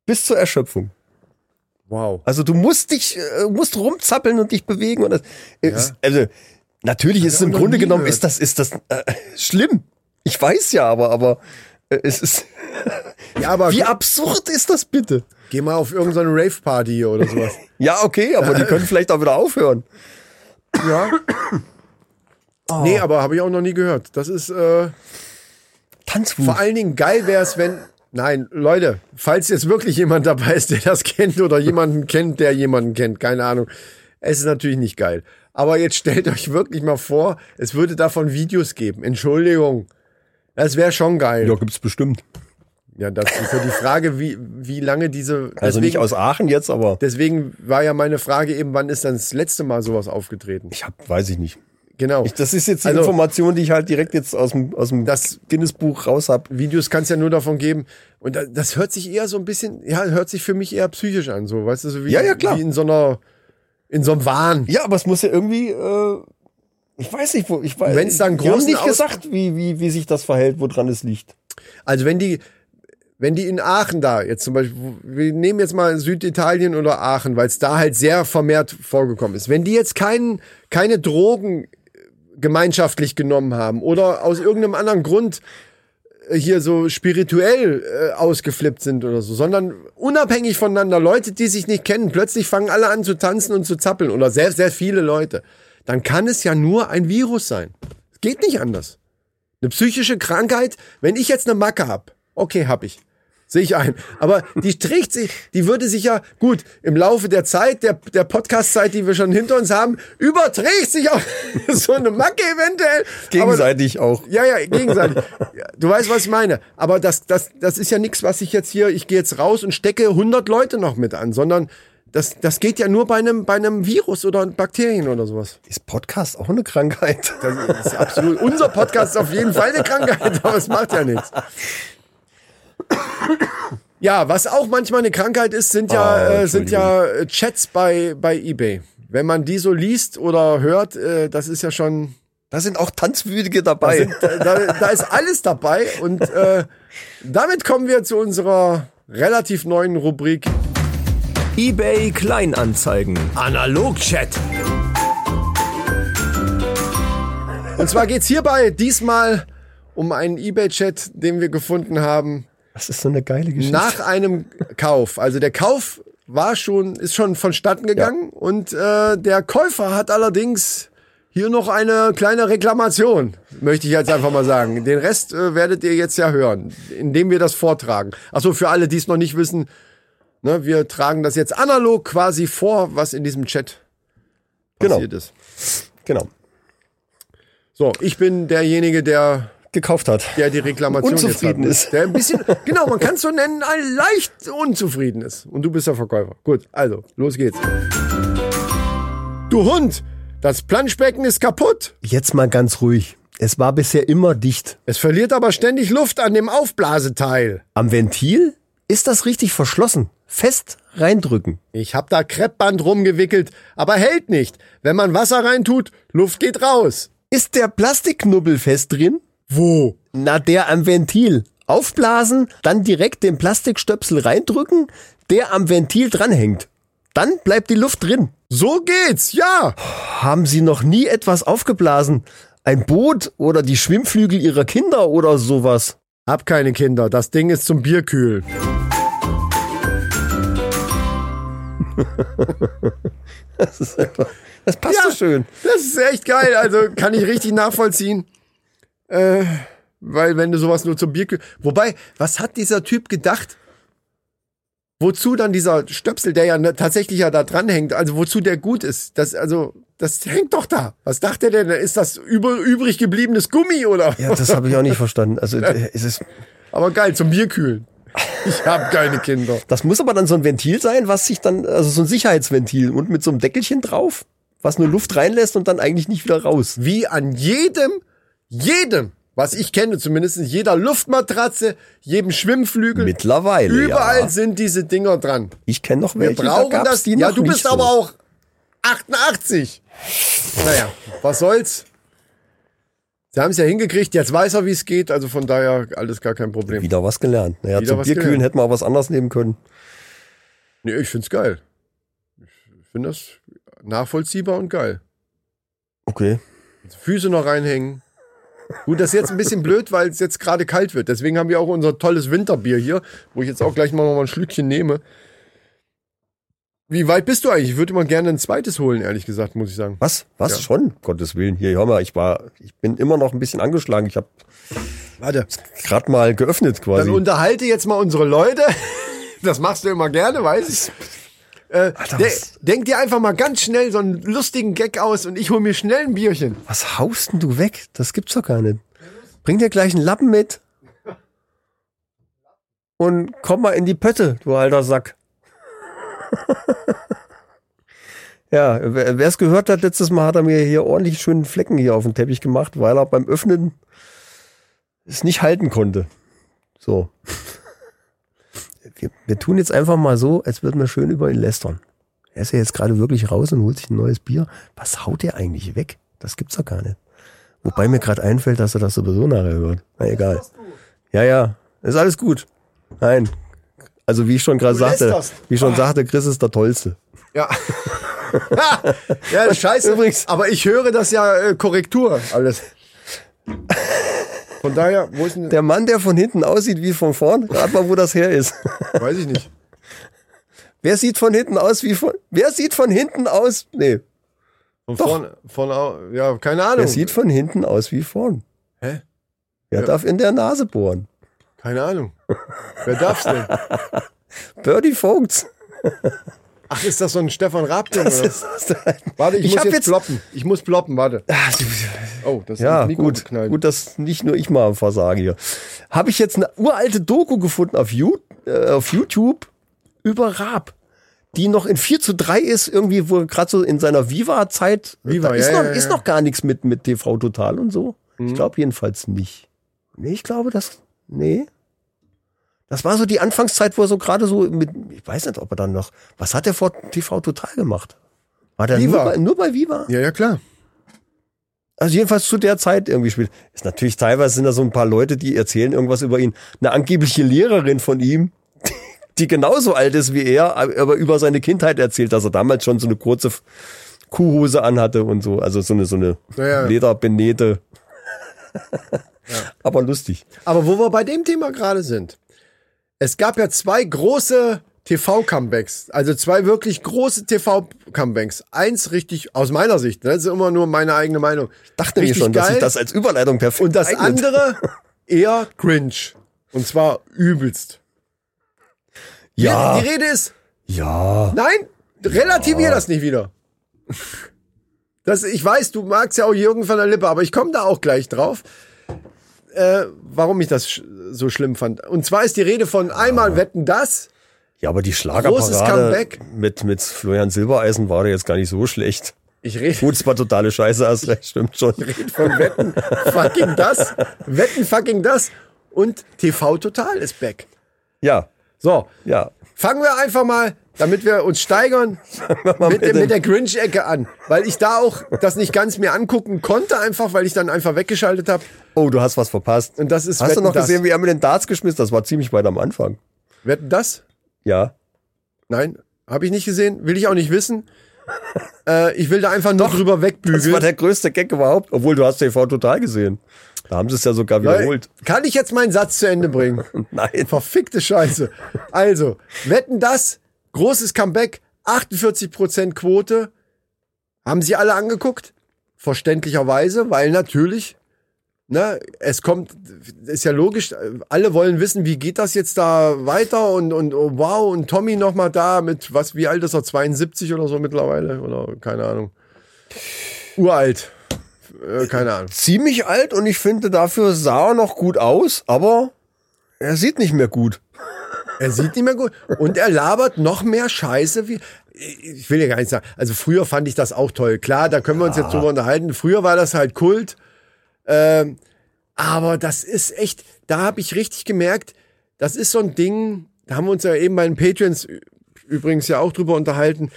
Speaker 2: Bis zur Erschöpfung.
Speaker 1: Wow.
Speaker 2: Also du musst dich, äh, musst rumzappeln und dich bewegen und das, ist, also natürlich ist es im
Speaker 1: noch
Speaker 2: Grunde
Speaker 1: nie
Speaker 2: genommen,
Speaker 1: gehört.
Speaker 2: ist das, ist das äh, schlimm. Ich weiß ja, aber, aber äh, es ist,
Speaker 1: Ja, aber
Speaker 2: wie absurd ist das bitte?
Speaker 1: geh mal auf irgendeine Rave-Party oder sowas.
Speaker 2: Ja, okay, aber die können vielleicht auch wieder aufhören.
Speaker 1: ja. Nee, aber habe ich auch noch nie gehört. Das ist äh,
Speaker 2: Tanzwut.
Speaker 1: vor allen Dingen geil wäre es, wenn Nein, Leute, falls jetzt wirklich jemand dabei ist, der das kennt oder jemanden kennt, der jemanden kennt, keine Ahnung. Es ist natürlich nicht geil. Aber jetzt stellt euch wirklich mal vor, es würde davon Videos geben. Entschuldigung. Das wäre schon geil.
Speaker 2: Ja, gibt's bestimmt.
Speaker 1: Ja, das ist ja die Frage, wie, wie lange diese.
Speaker 2: Also nicht aus Aachen jetzt, aber
Speaker 1: deswegen war ja meine Frage eben, wann ist dann das letzte Mal sowas aufgetreten?
Speaker 2: ich hab, weiß ich nicht.
Speaker 1: Genau.
Speaker 2: Ich, das ist jetzt die
Speaker 1: Also-
Speaker 2: Information, die ich halt direkt jetzt aus dem, aus dem
Speaker 1: Das-
Speaker 2: Guinness-Buch raus hab.
Speaker 1: Videos kann es ja nur davon geben. Und da- das hört sich eher so ein bisschen, ja, hört sich für mich eher psychisch an, so, weißt du, so wie,
Speaker 2: Ja, ja, klar.
Speaker 1: wie in so einer, in so einem Wahn.
Speaker 2: Ja, aber es muss ja irgendwie, äh, ich weiß nicht, wo, ich weiß.
Speaker 1: Wenn's da einen
Speaker 2: die haben
Speaker 1: großen
Speaker 2: nicht
Speaker 1: Aus-
Speaker 2: gesagt, wie, wie, wie sich das verhält, woran es liegt.
Speaker 1: Also wenn die, wenn die in Aachen da, jetzt zum Beispiel, wir nehmen jetzt mal Süditalien oder Aachen, weil es da halt sehr vermehrt vorgekommen ist. Wenn die jetzt keinen, keine Drogen gemeinschaftlich genommen haben oder aus irgendeinem anderen Grund äh, hier so spirituell äh, ausgeflippt sind oder so, sondern unabhängig voneinander, Leute, die sich nicht kennen, plötzlich fangen alle an zu tanzen und zu zappeln oder sehr, sehr viele Leute, dann kann es ja nur ein Virus sein. Es geht nicht anders. Eine psychische Krankheit, wenn ich jetzt eine Macke hab, okay, hab ich. Sehe ich ein. Aber die trägt sich, die würde sich ja, gut, im Laufe der Zeit, der, der Podcast-Zeit, die wir schon hinter uns haben, überträgt sich auch so eine Macke eventuell. Aber-
Speaker 2: Gegenseitig auch.
Speaker 1: ja, ja, gegenseitig. Ja, Du weißt, was ich meine. Aber das, das, das ist ja nichts, was ich jetzt hier, ich gehe jetzt raus und stecke 100 Leute noch mit an, sondern das, das geht ja nur bei einem, bei einem Virus oder Bakterien oder sowas.
Speaker 2: Ist Podcast auch eine Krankheit?
Speaker 1: Das ist absolut, unser Podcast ist auf jeden Fall eine Krankheit, aber es macht ja nichts. Ja, was auch manchmal eine Krankheit ist, sind ja,
Speaker 2: Ah,
Speaker 1: äh, sind ja äh, Chats bei, bei eBay. Wenn man die so liest oder hört, äh, das ist ja schon,
Speaker 2: Da sind auch Tanzwürdige dabei.
Speaker 1: äh, da, da ist alles dabei und äh, damit kommen wir zu unserer relativ neuen Rubrik
Speaker 3: eBay Kleinanzeigen.
Speaker 1: Analog-Chat. Und zwar geht's hierbei diesmal um einen eBay-Chat, den wir gefunden haben
Speaker 2: Das ist so eine geile Geschichte.
Speaker 1: nach einem Kauf. Also der Kauf war schon, ist schon vonstatten gegangen und äh, der Käufer hat allerdings hier noch eine kleine Reklamation, möchte ich jetzt einfach mal sagen. Den Rest äh, werdet ihr jetzt ja hören, indem wir das vortragen. Achso, für alle, die es noch nicht wissen, ne, wir tragen das jetzt analog quasi vor, was in diesem Chat
Speaker 2: Genau.
Speaker 1: passiert ist.
Speaker 2: genau.
Speaker 1: So, ich bin derjenige, der
Speaker 2: Gekauft hat.
Speaker 1: der die Reklamation
Speaker 2: Unzufrieden
Speaker 1: jetzt hat,
Speaker 2: ist.
Speaker 1: Der ein bisschen, genau, man kann es so nennen, ein leicht unzufrieden ist. Und du bist der Verkäufer. Gut, also, los geht's. Du Hund, das Planschbecken ist kaputt.
Speaker 2: Jetzt mal ganz ruhig. Es war bisher immer dicht.
Speaker 1: Es verliert aber ständig Luft an dem Aufblaseteil.
Speaker 2: Am Ventil ist das richtig verschlossen. Fest reindrücken.
Speaker 1: Ich hab da Kreppband rumgewickelt, aber hält nicht. Wenn man Wasser reintut, Luft geht raus.
Speaker 2: Ist der Plastikknubbel fest drin?
Speaker 1: Wo?
Speaker 2: Na, der am Ventil. Aufblasen, dann direkt den Plastikstöpsel reindrücken, der am Ventil dranhängt. Dann bleibt die Luft drin.
Speaker 1: So geht's, ja.
Speaker 2: Haben Sie noch nie etwas aufgeblasen? Ein Boot oder die Schwimmflügel Ihrer Kinder oder sowas?
Speaker 1: Hab keine Kinder, das Ding ist zum Bierkühlen.
Speaker 2: Das ist einfach, das passt so schön.
Speaker 1: Das ist echt geil. Also kann ich richtig nachvollziehen. Äh, weil wenn du sowas nur zum Bier. kü- Wobei, was hat dieser Typ gedacht? Wozu dann dieser Stöpsel, der ja ne, tatsächlich ja da dranhängt, also wozu der gut ist? Das, also, das hängt doch da. Was dachte der denn? Ist das über, übrig gebliebenes Gummi oder?
Speaker 2: Ja, das habe ich auch nicht verstanden. Also, äh, es ist,
Speaker 1: Aber geil, zum Bier kühlen. Ich habe keine Kinder.
Speaker 2: das muss aber dann so ein Ventil sein, was sich dann, also so ein Sicherheitsventil und mit so einem Deckelchen drauf, was nur Luft reinlässt und dann eigentlich nicht wieder raus.
Speaker 1: wie an jedem, jedem, was ich kenne, zumindest jeder Luftmatratze, jedem Schwimmflügel.
Speaker 2: Mittlerweile,
Speaker 1: Überall
Speaker 2: ja.
Speaker 1: sind diese Dinger dran.
Speaker 2: Ich kenne noch
Speaker 1: Wir
Speaker 2: welche. da
Speaker 1: brauchen
Speaker 2: gab's
Speaker 1: das.
Speaker 2: die
Speaker 1: ja,
Speaker 2: noch
Speaker 1: du
Speaker 2: nicht
Speaker 1: bist
Speaker 2: so.
Speaker 1: aber auch 88. Naja, was soll's? Sie haben es ja hingekriegt, jetzt weiß er, wie es geht, also von daher alles gar kein Problem.
Speaker 2: Wieder was gelernt. Naja,
Speaker 1: Wieder
Speaker 2: zum
Speaker 1: was
Speaker 2: Bierkühlen
Speaker 1: gelernt.
Speaker 2: hätten wir auch was anderes nehmen können.
Speaker 1: Nee, ich find's geil. Ich find das nachvollziehbar und geil.
Speaker 2: Okay.
Speaker 1: Füße noch reinhängen. Gut, das ist jetzt ein bisschen blöd, weil es jetzt gerade kalt wird. Deswegen haben wir auch unser tolles Winterbier hier, wo ich jetzt auch gleich mal noch mal ein Schlückchen nehme. Wie weit bist du eigentlich? Ich würde mal gerne ein zweites holen, ehrlich gesagt, muss ich sagen.
Speaker 2: Was? Was
Speaker 1: Ja.
Speaker 2: schon? Gottes Willen. Hier, hör mal, ich war, ich bin immer noch ein bisschen angeschlagen. Ich habe
Speaker 1: Warte,
Speaker 2: Gerade mal geöffnet
Speaker 1: dann
Speaker 2: quasi.
Speaker 1: unterhalte jetzt mal unsere Leute. Das machst du immer gerne, weiß ich. Äh,
Speaker 2: Alter,
Speaker 1: de
Speaker 2: was-
Speaker 1: denk dir einfach mal ganz schnell so einen lustigen Gag aus und ich hol mir schnell ein Bierchen.
Speaker 2: Was haust denn du weg? Das gibt's doch gar nicht. Bring dir gleich einen Lappen mit. Und komm mal in die Pötte, du alter Sack. ja, wer es gehört hat, letztes Mal hat er mir hier ordentlich schönen Flecken hier auf den Teppich gemacht, weil er beim Öffnen es nicht halten konnte. So. Wir, wir tun jetzt einfach mal so, als würden wir schön über ihn lästern. Er ist ja jetzt gerade wirklich raus und holt sich ein neues Bier. Was haut der eigentlich weg? Das gibt's doch gar nicht. Wobei mir gerade einfällt, dass er das sowieso nachher hört. Na egal. Ja, ja. Ist alles gut. Nein. Also wie ich schon gerade
Speaker 1: Du
Speaker 2: sagte,
Speaker 1: lästerst. Ah.
Speaker 2: wie ich schon sagte, Chris ist der Tollste.
Speaker 1: Ja. ja, das ist scheiße.
Speaker 2: Übrigens.
Speaker 1: Aber ich höre das ja äh, Korrektur alles. Von daher, wo ist denn,
Speaker 2: Der Mann, der von hinten aussieht wie von vorn, rat mal, wo das her ist.
Speaker 1: weiß ich nicht.
Speaker 2: Wer sieht von hinten aus wie von, wer sieht von hinten aus? Nee.
Speaker 1: Von
Speaker 2: Doch.
Speaker 1: vorne, von, au- ja, keine Ahnung.
Speaker 2: Wer sieht von hinten aus wie vorn?
Speaker 1: Hä?
Speaker 2: Wer
Speaker 1: Ja.
Speaker 2: darf in der Nase bohren?
Speaker 1: Keine Ahnung. Wer darf's denn?
Speaker 2: Birdie Vogts.
Speaker 1: Ach, ist das so ein Stefan Raab Ding?
Speaker 2: Das
Speaker 1: Oder?
Speaker 2: ist das da-
Speaker 1: Warte, ich,
Speaker 2: Ich
Speaker 1: muss
Speaker 2: hab
Speaker 1: jetzt,
Speaker 2: jetzt-
Speaker 1: ploppen. Ich muss ploppen, warte.
Speaker 2: Ah, du-
Speaker 1: Oh, das
Speaker 2: Ja,
Speaker 1: ist Mikro
Speaker 2: gut.
Speaker 1: geknallt.
Speaker 2: Gut, dass nicht nur ich mal am Versage hier. Habe ich jetzt eine uralte Doku gefunden auf, You- äh, auf YouTube über Raab, die noch in 4 zu 3 ist, irgendwie, wo gerade so in seiner Viva-Zeit.
Speaker 1: Viva,
Speaker 2: da ist,
Speaker 1: ja,
Speaker 2: noch,
Speaker 1: ja, Mhm. ja.
Speaker 2: ist noch gar nichts mit, mit TV Total und so. Ich glaube jedenfalls nicht. Nee, ich glaube, das. Nee. Das war so die Anfangszeit, wo er so gerade so mit, ich weiß nicht, ob er dann noch, was hat er vor TV Total gemacht? War der nur
Speaker 1: Viva.
Speaker 2: bei, nur bei Viva?
Speaker 1: Ja, ja, klar.
Speaker 2: Also jedenfalls zu der Zeit irgendwie spielt. Ist natürlich teilweise sind da so ein paar Leute, die erzählen irgendwas über ihn. Eine angebliche Lehrerin von ihm, die genauso alt ist wie er, aber über seine Kindheit erzählt, dass er damals schon so eine kurze Kuhhose anhatte und so, also so eine so eine
Speaker 1: Naja.
Speaker 2: Lederbenähte. Aber lustig.
Speaker 1: Aber wo wir bei dem Thema gerade sind. Es gab ja zwei große TV-Comebacks. Also zwei wirklich große TV-Comebacks. Eins richtig, aus meiner Sicht, ne, das ist immer nur meine eigene Meinung.
Speaker 2: Dachte
Speaker 1: richtig
Speaker 2: mir schon, dass
Speaker 1: geil.
Speaker 2: ich das als Überleitung perfekt
Speaker 1: Und das
Speaker 2: eignet.
Speaker 1: andere eher cringe. Und zwar übelst.
Speaker 2: Ja,
Speaker 1: Die Rede ist,
Speaker 2: ja.
Speaker 1: nein, relativier das nicht wieder. Das, ich weiß, du magst ja auch Jürgen von der Lippe, aber ich komme da auch gleich drauf, äh, warum ich das sch so schlimm fand. Und zwar ist die Rede von
Speaker 2: Ah.
Speaker 1: einmal wetten das.
Speaker 2: Ja, aber die
Speaker 1: Großes
Speaker 2: Schlagerparade
Speaker 1: Comeback.
Speaker 2: mit mit Florian Silbereisen war da jetzt gar nicht so schlecht.
Speaker 1: Ich rede
Speaker 2: Gut, es war totale Scheiße, hast recht, stimmt schon.
Speaker 1: von Wetten fucking das, Wetten fucking das und TV Total ist back.
Speaker 2: Ja,
Speaker 1: So,
Speaker 2: ja.
Speaker 1: fangen wir einfach mal, damit wir uns steigern,
Speaker 2: Mal
Speaker 1: mit,
Speaker 2: mit
Speaker 1: der- mit
Speaker 2: den-
Speaker 1: der Grinch-Ecke an, weil ich da auch das nicht ganz mir angucken konnte, einfach weil ich dann einfach weggeschaltet habe.
Speaker 2: oh, du hast was verpasst.
Speaker 1: Und das ist
Speaker 2: hast du
Speaker 1: Wetten,
Speaker 2: noch
Speaker 1: dass.
Speaker 2: gesehen, wie er mit den Darts geschmissen? Das war ziemlich weit am Anfang.
Speaker 1: Wetten das?
Speaker 2: Ja.
Speaker 1: Nein, habe ich nicht gesehen, will ich auch nicht wissen. äh, ich will da einfach nur drüber
Speaker 2: Das war
Speaker 1: wegbügeln.
Speaker 2: der größte Gag überhaupt, obwohl du hast TV total gesehen. Da haben sie es ja sogar
Speaker 1: Weil-
Speaker 2: wiederholt.
Speaker 1: Kann ich jetzt meinen Satz zu Ende bringen?
Speaker 2: Nein.
Speaker 1: Verfickte Scheiße. Also, wetten das, großes Comeback, 48% Quote. Haben sie alle angeguckt? Verständlicherweise, weil natürlich, ne, es kommt, ist ja logisch, alle wollen wissen, wie geht das jetzt da weiter und, und oh, wow, und Tommy nochmal da mit, was, wie alt ist er, 72 oder so mittlerweile? Oder keine Ahnung. Uralt. Äh, keine Ahnung.
Speaker 2: Ziemlich alt und ich finde, dafür sah er noch gut aus, aber er sieht nicht mehr gut.
Speaker 1: Er sieht nicht mehr gut. Und er labert noch mehr Scheiße wie. Ich will ja gar nicht sagen. Also früher fand ich das auch toll. Klar, da können wir uns jetzt drüber unterhalten. Früher war das halt Kult. Ähm, aber das ist echt, da habe ich richtig gemerkt, das ist so ein Ding, da haben wir uns ja eben bei den Patreons ü- übrigens ja auch drüber unterhalten.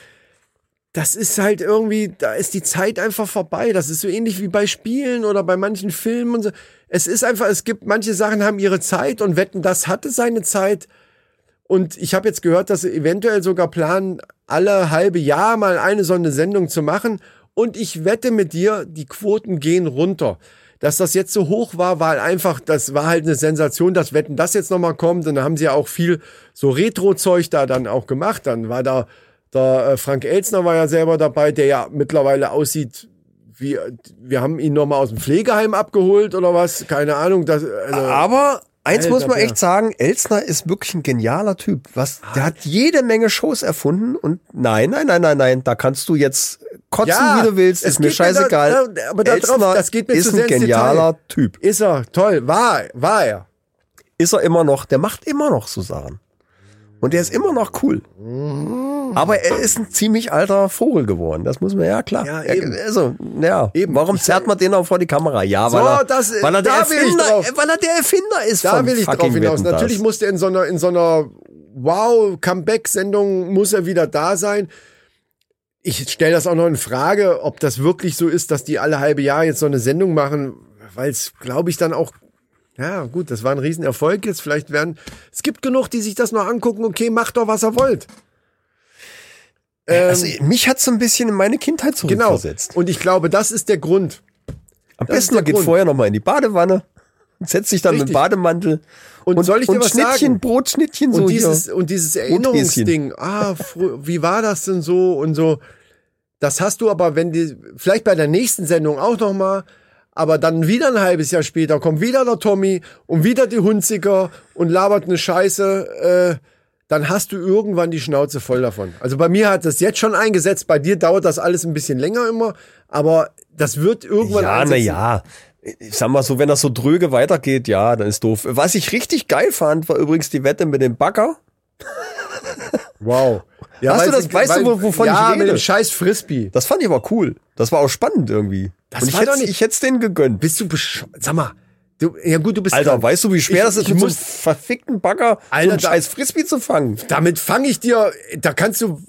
Speaker 1: Das ist halt irgendwie, da ist die Zeit einfach vorbei. Das ist so ähnlich wie bei Spielen oder bei manchen Filmen und so. Es ist einfach, es gibt, manche Sachen haben ihre Zeit und Wetten, das hatte seine Zeit. Und ich habe jetzt gehört, dass sie eventuell sogar planen, alle halbe Jahr mal eine so eine Sendung zu machen. Und ich wette mit dir, die Quoten gehen runter. Dass das jetzt so hoch war, war einfach, das war halt eine Sensation, dass Wetten das jetzt nochmal kommt. Und da haben sie ja auch viel so Retro-Zeug da dann auch gemacht. Dann war da, da äh, Frank Elzner war ja selber dabei, der ja mittlerweile aussieht wie, wir haben ihn nochmal aus dem Pflegeheim abgeholt oder was? Keine Ahnung. Das, also,
Speaker 2: Aber eins
Speaker 1: Alter,
Speaker 2: muss man
Speaker 1: ja.
Speaker 2: echt sagen, Elsner ist wirklich ein genialer Typ. Was,
Speaker 1: Ah.
Speaker 2: der hat jede Menge Shows erfunden und nein, nein, nein, nein, nein, da kannst du jetzt kotzen,
Speaker 1: Ja,
Speaker 2: wie du willst,
Speaker 1: es
Speaker 2: ist mir
Speaker 1: geht mir da-
Speaker 2: scheißegal.
Speaker 1: da- aber da drauf, das geht mir
Speaker 2: ist
Speaker 1: zu sehr
Speaker 2: ein
Speaker 1: ins
Speaker 2: genialer Typ.
Speaker 1: ist er, toll, war, war er.
Speaker 2: Ist er immer noch, der macht immer noch so Sachen. Und der ist immer noch cool.
Speaker 1: Mhm.
Speaker 2: Aber er ist ein ziemlich alter Vogel geworden, das muss man ja klar.
Speaker 1: Ja,
Speaker 2: Er-
Speaker 1: eben.
Speaker 2: Also, ja.
Speaker 1: Eben.
Speaker 2: Warum zerrt man den auch vor die Kamera? Ja,
Speaker 1: So,
Speaker 2: weil, er,
Speaker 1: das-
Speaker 2: weil, er, der
Speaker 1: da will ich
Speaker 2: Erfinder,
Speaker 1: drauf.
Speaker 2: weil er der Erfinder ist.
Speaker 1: Da
Speaker 2: von
Speaker 1: will ich drauf
Speaker 2: fucking
Speaker 1: hinaus.
Speaker 2: Wetten, dass.
Speaker 1: Natürlich musste er in so einer, in so einer Wow-Comeback-Sendung muss er wieder da sein. Ich stelle das auch noch in Frage, ob das wirklich so ist, dass die alle halbe Jahr jetzt so eine Sendung machen, weil es, glaube ich, dann auch, ja gut, das war ein Riesenerfolg jetzt. Vielleicht werden, es gibt genug, die sich das noch angucken, okay, macht doch, was ihr wollt.
Speaker 2: also, mich hat so ein bisschen in meine Kindheit
Speaker 1: ähm, Genau.
Speaker 2: zurückversetzt.
Speaker 1: Und ich glaube, das ist der Grund.
Speaker 2: Am
Speaker 1: Das ist der
Speaker 2: besten man geht
Speaker 1: Grund.
Speaker 2: vorher nochmal in die Badewanne, setzt sich dann mit
Speaker 1: Richtig.
Speaker 2: dem Bademantel
Speaker 1: Und soll ich dir
Speaker 2: und
Speaker 1: was
Speaker 2: Schnittchen,
Speaker 1: sagen?
Speaker 2: Brotschnittchen so
Speaker 1: und
Speaker 2: hier.
Speaker 1: dieses und dieses Erinnerungsding, ah, frü- wie war das denn so und so. Das hast du aber, wenn die vielleicht bei der nächsten Sendung auch noch mal, aber dann wieder ein halbes Jahr später kommt wieder der Tommy und wieder die Hunziker und labert eine Scheiße. Äh, dann hast du irgendwann die Schnauze voll davon. Also bei mir hat das jetzt schon eingesetzt. Bei dir dauert das alles ein bisschen länger immer, aber das wird irgendwann
Speaker 2: Ja, na
Speaker 1: einsetzen.
Speaker 2: ja. Ich sag mal so, wenn das so dröge weitergeht, ja, dann ist doof. Was ich richtig geil fand, war übrigens die Wette mit dem Bagger.
Speaker 1: Wow. Ja,
Speaker 2: Hast du
Speaker 1: weil
Speaker 2: das-
Speaker 1: sie-
Speaker 2: weißt du, wo- wovon
Speaker 1: ja,
Speaker 2: ich
Speaker 1: mit
Speaker 2: rede?
Speaker 1: dem Scheiß Frisbee.
Speaker 2: Das fand ich aber cool. Das war auch spannend irgendwie.
Speaker 1: Das
Speaker 2: und ich
Speaker 1: war doch
Speaker 2: hätte
Speaker 1: nicht-
Speaker 2: ich hätt's denen gegönnt.
Speaker 1: Bist du besch Sag mal. Du, ja gut, du bist
Speaker 2: Alter,
Speaker 1: dran.
Speaker 2: weißt du, wie schwer
Speaker 1: Ich-
Speaker 2: das ist,
Speaker 1: ich
Speaker 2: mit
Speaker 1: muss-
Speaker 2: so einem verfickten Bagger
Speaker 1: Alter,
Speaker 2: so einen
Speaker 1: da-
Speaker 2: scheiß Frisbee zu fangen?
Speaker 1: Damit fange ich dir, da kannst du,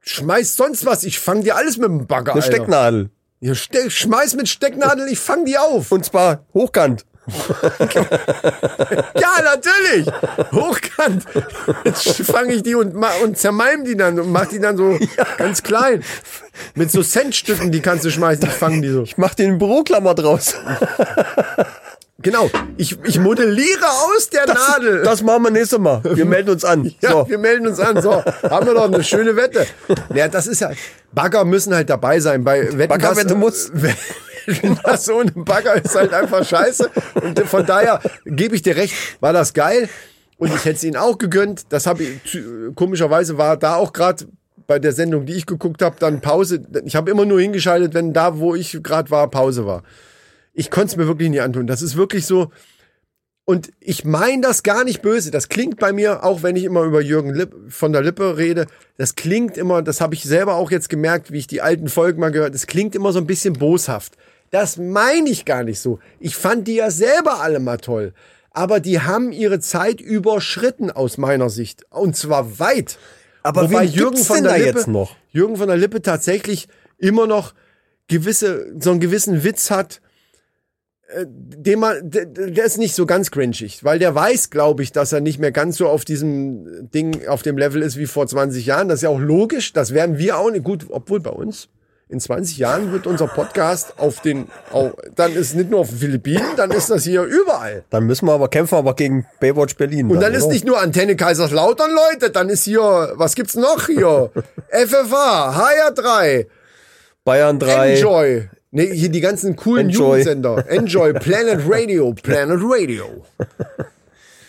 Speaker 1: schmeiß sonst was, ich fange dir alles mit dem Bagger,
Speaker 2: Eine
Speaker 1: Alter.
Speaker 2: Stecknadel.
Speaker 1: Ja, ste schmeiß mit Stecknadeln, ich fange die auf.
Speaker 2: Und zwar hochkant.
Speaker 1: ja, natürlich, hochkant. Jetzt fange ich die und, ma- und zermalm die dann und mach die dann so ganz klein. Mit so Centstücken, die kannst du schmeißen, ich fange die so.
Speaker 2: Ich mach den Büroklammer draus.
Speaker 1: Genau, ich, ich modelliere aus der Nadel.
Speaker 2: Das machen wir nächstes Mal. Wir melden uns an.
Speaker 1: Ja,
Speaker 2: so.
Speaker 1: wir melden uns an. So, haben wir doch eine schöne Wette. Ja, das ist ja. Bagger müssen halt dabei sein. Bei Wetten,
Speaker 2: Bagger,
Speaker 1: dass-
Speaker 2: Wette muss.
Speaker 1: Wetten, dass ohne Bagger ist halt einfach scheiße. Und von daher gebe ich dir recht, war das geil. Und ich hätte es ihnen auch gegönnt. Das habe ich zu- komischerweise war da auch gerade bei der Sendung, die ich geguckt habe, dann Pause. Ich habe immer nur hingeschaltet, wenn da, wo ich gerade war, Pause war. Ich konnte es mir wirklich nicht antun. Das ist wirklich so. Und ich meine das gar nicht böse. Das klingt bei mir, auch wenn ich immer über Jürgen Lipp, von der Lippe rede, das klingt immer, das habe ich selber auch jetzt gemerkt, wie ich die alten Folgen mal gehört, das klingt immer so ein bisschen boshaft. Das meine ich gar nicht so. Ich fand die ja selber alle mal toll. Aber die haben ihre Zeit überschritten aus meiner Sicht. Und zwar weit.
Speaker 2: Aber wen gibt's denn da jetzt noch?
Speaker 1: Jürgen von der Lippe tatsächlich immer noch gewisse, so einen gewissen Witz hat, den man, der, der ist nicht so ganz cringig, weil der weiß, glaube ich, dass er nicht mehr ganz so auf diesem Ding, auf dem Level ist wie vor 20 Jahren. Das ist ja auch logisch. Das werden wir auch nicht. Gut, obwohl bei uns. In 20 Jahren wird unser Podcast auf den, au- dann ist nicht nur auf den Philippinen, dann ist das hier überall.
Speaker 2: Dann müssen wir aber kämpfen, aber gegen Baywatch Berlin.
Speaker 1: Und dann ist
Speaker 2: oder?
Speaker 1: nicht nur Antenne Kaiserslautern, Leute, dann ist hier, was gibt's noch hier? FFH, HR3,
Speaker 2: Bayern 3.
Speaker 1: Enjoy. Nee, hier die ganzen coolen
Speaker 2: Enjoy.
Speaker 1: Jugendsender. Enjoy, Planet Radio, Planet Radio.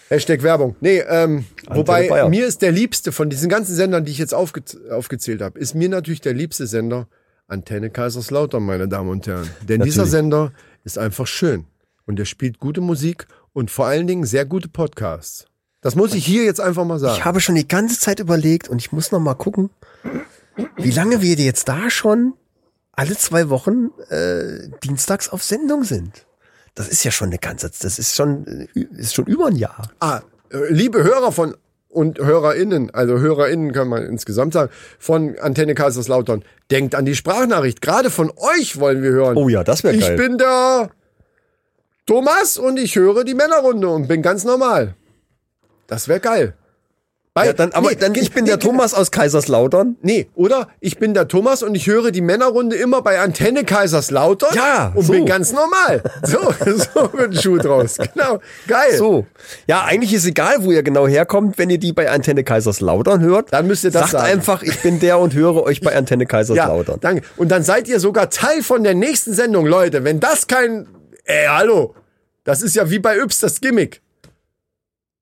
Speaker 1: Hashtag Werbung. Nee, ähm, wobei
Speaker 2: Bayern.
Speaker 1: mir ist der liebste von diesen ganzen Sendern, die ich jetzt aufge aufgezählt habe, ist mir natürlich der liebste Sender Antenne Kaiserslautern, meine Damen und Herren. Denn dieser Sender ist einfach schön. Und er spielt gute Musik und vor allen Dingen sehr gute Podcasts. Das muss ich hier jetzt einfach mal sagen.
Speaker 2: Ich habe schon die ganze Zeit überlegt und ich muss noch mal gucken, wie lange wir jetzt da schon alle zwei Wochen äh, dienstags auf Sendung sind. Das ist ja schon eine ganze, das ist schon, äh, ü- ist schon über ein Jahr.
Speaker 1: Ah, äh, liebe Hörer von und HörerInnen, also HörerInnen kann man insgesamt sagen, von Antenne Kaiserslautern, denkt an die Sprachnachricht. Gerade von euch wollen wir hören.
Speaker 2: Oh ja, das wär geil.
Speaker 1: Ich bin der Thomas und ich höre die Männerrunde und bin ganz normal. Das wäre geil. Weil-
Speaker 2: Ja, dann, aber
Speaker 1: nee,
Speaker 2: dann, ich bin
Speaker 1: nee,
Speaker 2: der
Speaker 1: nee,
Speaker 2: Thomas aus Kaiserslautern.
Speaker 1: Nee, oder ich bin der Thomas und ich höre die Männerrunde immer bei Antenne Kaiserslautern
Speaker 2: Ja,
Speaker 1: und
Speaker 2: so.
Speaker 1: bin ganz normal. So, so wird ein Schuh draus. Genau, geil.
Speaker 2: So. Ja, eigentlich ist egal, wo ihr genau herkommt, wenn ihr die bei Antenne Kaiserslautern hört.
Speaker 1: Dann müsst ihr das
Speaker 2: sagt
Speaker 1: sagen.
Speaker 2: einfach, ich bin der und höre euch bei Antenne
Speaker 1: ja,
Speaker 2: Kaiserslautern.
Speaker 1: danke. Und dann seid ihr sogar Teil von der nächsten Sendung, Leute. Wenn das kein, ey, hallo, das ist ja wie bei Yps das Gimmick.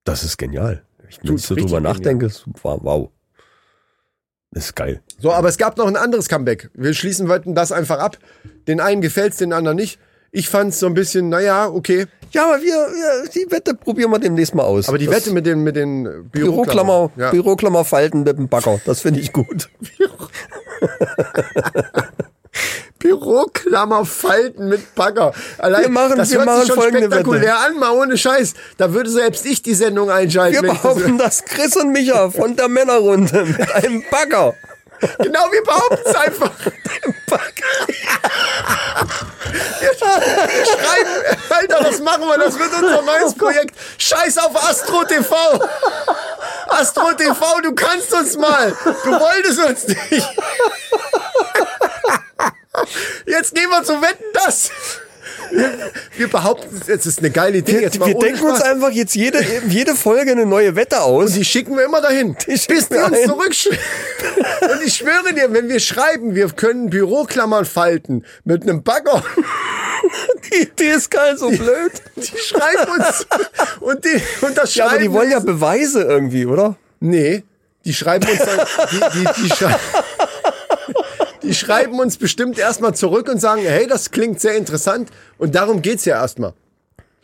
Speaker 2: das ist genial. Ich
Speaker 1: Tut's
Speaker 2: wenn ich so
Speaker 1: richtig
Speaker 2: drüber nachdenke, ist, wow, wow. Ist geil.
Speaker 1: So, aber es gab noch ein anderes Comeback. Wir schließen wollten das einfach ab. Den einen gefällt's, den anderen nicht. Ich fand's so ein bisschen, naja, okay.
Speaker 2: Ja, aber wir, wir die Wette probieren wir demnächst mal aus.
Speaker 1: Aber die
Speaker 2: Das-
Speaker 1: Wette mit den, mit den Büroklammer.
Speaker 2: Büroklammer,
Speaker 1: Ja.
Speaker 2: Büroklammer falten mit dem Bagger. Das finde ich gut.
Speaker 1: Büroklammer falten mit Bagger. Allein,
Speaker 2: Wir machen-
Speaker 1: das
Speaker 2: wir
Speaker 1: hört
Speaker 2: machen
Speaker 1: sich schon
Speaker 2: folgende
Speaker 1: spektakulär an, mal ohne Scheiß. Da würde selbst ich die Sendung einschalten.
Speaker 2: Wir
Speaker 1: wenn ich das-
Speaker 2: behaupten, dass Chris und Micha von der Männerrunde mit einem Bagger.
Speaker 1: genau, wir behaupten es einfach. wir schreiben, Alter, was machen wir? Das wird unser neues Projekt. Scheiß auf Astro TV. Astro TV, du kannst uns mal. Du wolltest uns nicht. Jetzt gehen wir zu Wetten, das. Wir, wir behaupten, es ist eine geile Idee.
Speaker 2: Wir,
Speaker 1: Jetzt mal
Speaker 2: wir
Speaker 1: ohne
Speaker 2: denken uns
Speaker 1: Spaß.
Speaker 2: einfach jetzt jede, jede Folge eine neue Wette aus.
Speaker 1: Die schicken wir immer dahin,
Speaker 2: schicken
Speaker 1: bis die
Speaker 2: wir
Speaker 1: uns
Speaker 2: dahin.
Speaker 1: zurückschicken. Und ich schwöre dir, wenn wir schreiben, wir können Büroklammern falten mit einem Bagger.
Speaker 2: Die, die ist geil so blöd.
Speaker 1: Die schreiben uns und, die, und das
Speaker 2: Ja, aber
Speaker 1: schreiben
Speaker 2: die wollen ja Beweise irgendwie, oder?
Speaker 1: Nee, die schreiben uns dann, die, die, die, schrei die schreiben uns bestimmt erstmal zurück und sagen, hey, das klingt sehr interessant und darum geht's ja erstmal.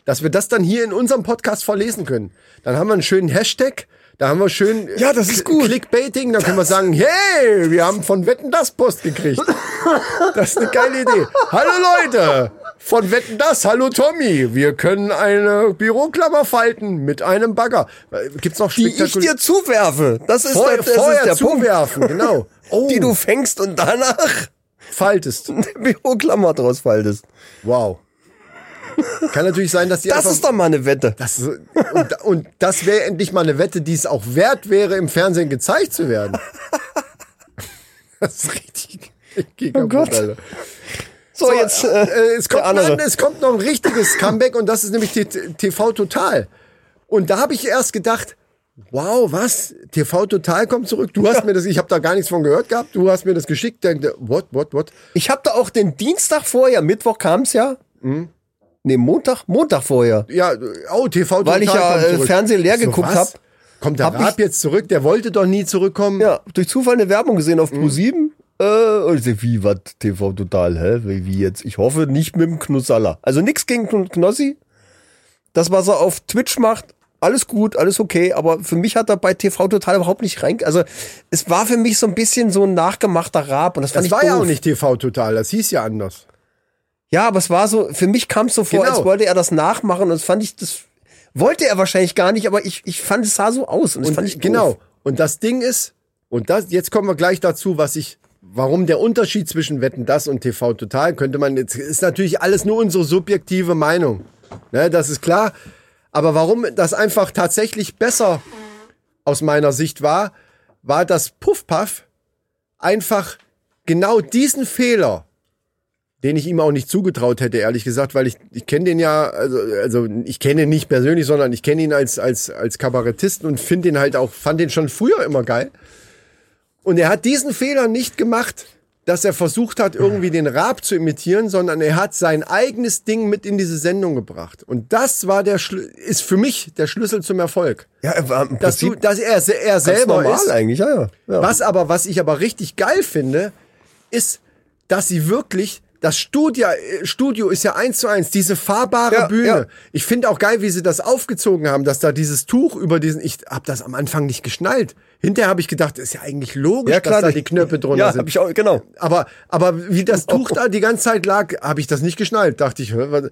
Speaker 1: Dass wir das dann hier in unserem Podcast verlesen können. Dann haben wir einen schönen Hashtag, da haben wir schön
Speaker 2: Ja, das ist
Speaker 1: Kl-
Speaker 2: gut.
Speaker 1: Clickbaiting, dann können wir sagen, hey, wir haben von Wetten das Post gekriegt. Das ist eine geile Idee. Hallo Leute, von Wetten das, hallo Tommy, wir können eine Büroklammer falten mit einem Bagger. Äh, Gibt's noch
Speaker 2: Die ich
Speaker 1: spektakulä-
Speaker 2: dir zuwerfe. Das ist,
Speaker 1: Feuer,
Speaker 2: der, das
Speaker 1: Feuer
Speaker 2: ist der Punkt.
Speaker 1: zuwerfen, genau. Oh,
Speaker 2: Die du fängst und danach
Speaker 1: faltest.
Speaker 2: eine Büroklammer draus faltest.
Speaker 1: Wow. Kann natürlich sein, dass die
Speaker 2: Das
Speaker 1: einfach...
Speaker 2: ist doch mal eine Wette.
Speaker 1: das ist, und, und das wäre endlich mal eine Wette, die es auch wert wäre, im Fernsehen gezeigt zu werden. Das ist richtig... Oh
Speaker 2: Gott. So, jetzt
Speaker 1: äh,
Speaker 2: äh,
Speaker 1: es, kommt
Speaker 2: der andere.
Speaker 1: Mann, es kommt noch ein richtiges Comeback und das ist nämlich T- TV Total. Und da habe ich erst gedacht, wow, was? TV Total kommt zurück. Du hast mir das, ich habe da gar nichts von gehört gehabt. Du hast mir das geschickt. Denke, what, what, what?
Speaker 2: Ich habe da auch den Dienstag vorher, Mittwoch kam's ja.
Speaker 1: Mhm.
Speaker 2: Nee, Montag, Montag vorher.
Speaker 1: Ja, oh, TV Total.
Speaker 2: Weil ich ja,
Speaker 1: kommt
Speaker 2: äh,
Speaker 1: zurück.
Speaker 2: Fernsehen leer geguckt
Speaker 1: was?
Speaker 2: hab.
Speaker 1: Kommt der
Speaker 2: Hab
Speaker 1: Raab jetzt zurück? Der wollte doch nie zurückkommen.
Speaker 2: Ja, durch Zufall eine Werbung gesehen auf
Speaker 1: Mhm.
Speaker 2: Pro7. Äh, und ich seh, wie, was, TV total, hä? Wie, wie jetzt? Ich hoffe nicht mit dem Knussaller. Also nix gegen Kn- Knossi. Das, was er auf Twitch macht, alles gut, alles okay, aber für mich hat er bei TV total überhaupt nicht rein. Also, es war für mich so ein bisschen so ein nachgemachter Rab und das fand
Speaker 1: Das
Speaker 2: ich
Speaker 1: war
Speaker 2: doof.
Speaker 1: ja auch nicht TV Total, das hieß ja anders.
Speaker 2: Ja, aber es war so, für mich kam es so vor,
Speaker 1: Genau.
Speaker 2: als wollte er das nachmachen und das fand ich, das wollte er wahrscheinlich gar nicht, aber ich, ich fand, es sah so aus und das
Speaker 1: Und
Speaker 2: fand ich doof.
Speaker 1: genau. Und das Ding ist, und das, jetzt kommen wir gleich dazu, was ich, warum der Unterschied zwischen Wetten das und TV Total könnte man jetzt, ist natürlich alles nur unsere subjektive Meinung. Ne, das ist klar. Aber warum das einfach tatsächlich besser aus meiner Sicht war, war, dass Puffpuff einfach genau diesen Fehler, den ich ihm auch nicht zugetraut hätte, ehrlich gesagt, weil ich, ich kenne den ja, also, also ich kenne ihn nicht persönlich, sondern ich kenne ihn als, als, als Kabarettisten und finde ihn halt auch, fand den schon früher immer geil. Und er hat diesen Fehler nicht gemacht, dass er versucht hat, irgendwie den Raab zu imitieren, sondern er hat sein eigenes Ding mit in diese Sendung gebracht. Und das war der, Schlü- ist für mich der Schlüssel zum Erfolg.
Speaker 2: Ja, er war im
Speaker 1: Dass, du,
Speaker 2: Prinzip
Speaker 1: dass er, se- er
Speaker 2: ganz
Speaker 1: selber
Speaker 2: normal
Speaker 1: ist.
Speaker 2: eigentlich, ja, ja. ja.
Speaker 1: Was aber, was ich aber richtig geil finde, ist, dass sie wirklich das Studio, äh, Studio ist ja eins zu eins, diese fahrbare
Speaker 2: Ja,
Speaker 1: Bühne.
Speaker 2: ja.
Speaker 1: Ich finde auch geil, wie sie das aufgezogen haben, dass da dieses Tuch über diesen, ich habe das am Anfang nicht geschnallt. Hinterher habe ich gedacht, ist ja eigentlich logisch,
Speaker 2: Ja, klar,
Speaker 1: dass da
Speaker 2: die-
Speaker 1: die Knöpfe drunter
Speaker 2: Ja,
Speaker 1: sind.
Speaker 2: hab ich auch, genau.
Speaker 1: Aber, aber wie das Tuch da die ganze Zeit lag, habe ich das nicht geschnallt. Dachte ich, hä, was-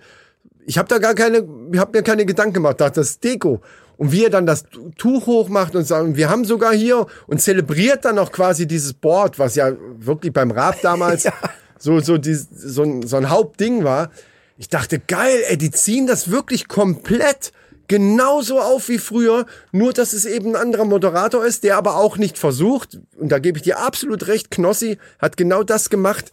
Speaker 1: ich habe da gar keine, ich habe mir keine Gedanken gemacht. Dachte, das ist Deko. Und wie er dann das Tuch hochmacht und sagt, wir haben sogar hier und zelebriert dann auch quasi dieses Board, was ja wirklich beim Rab damals so, so, dies- so, ein, so ein Hauptding war. Ich dachte, geil, ey, die ziehen das wirklich komplett genauso auf wie früher, nur dass es eben ein anderer Moderator ist, der aber auch nicht versucht, und da gebe ich dir absolut recht, Knossi hat genau das gemacht,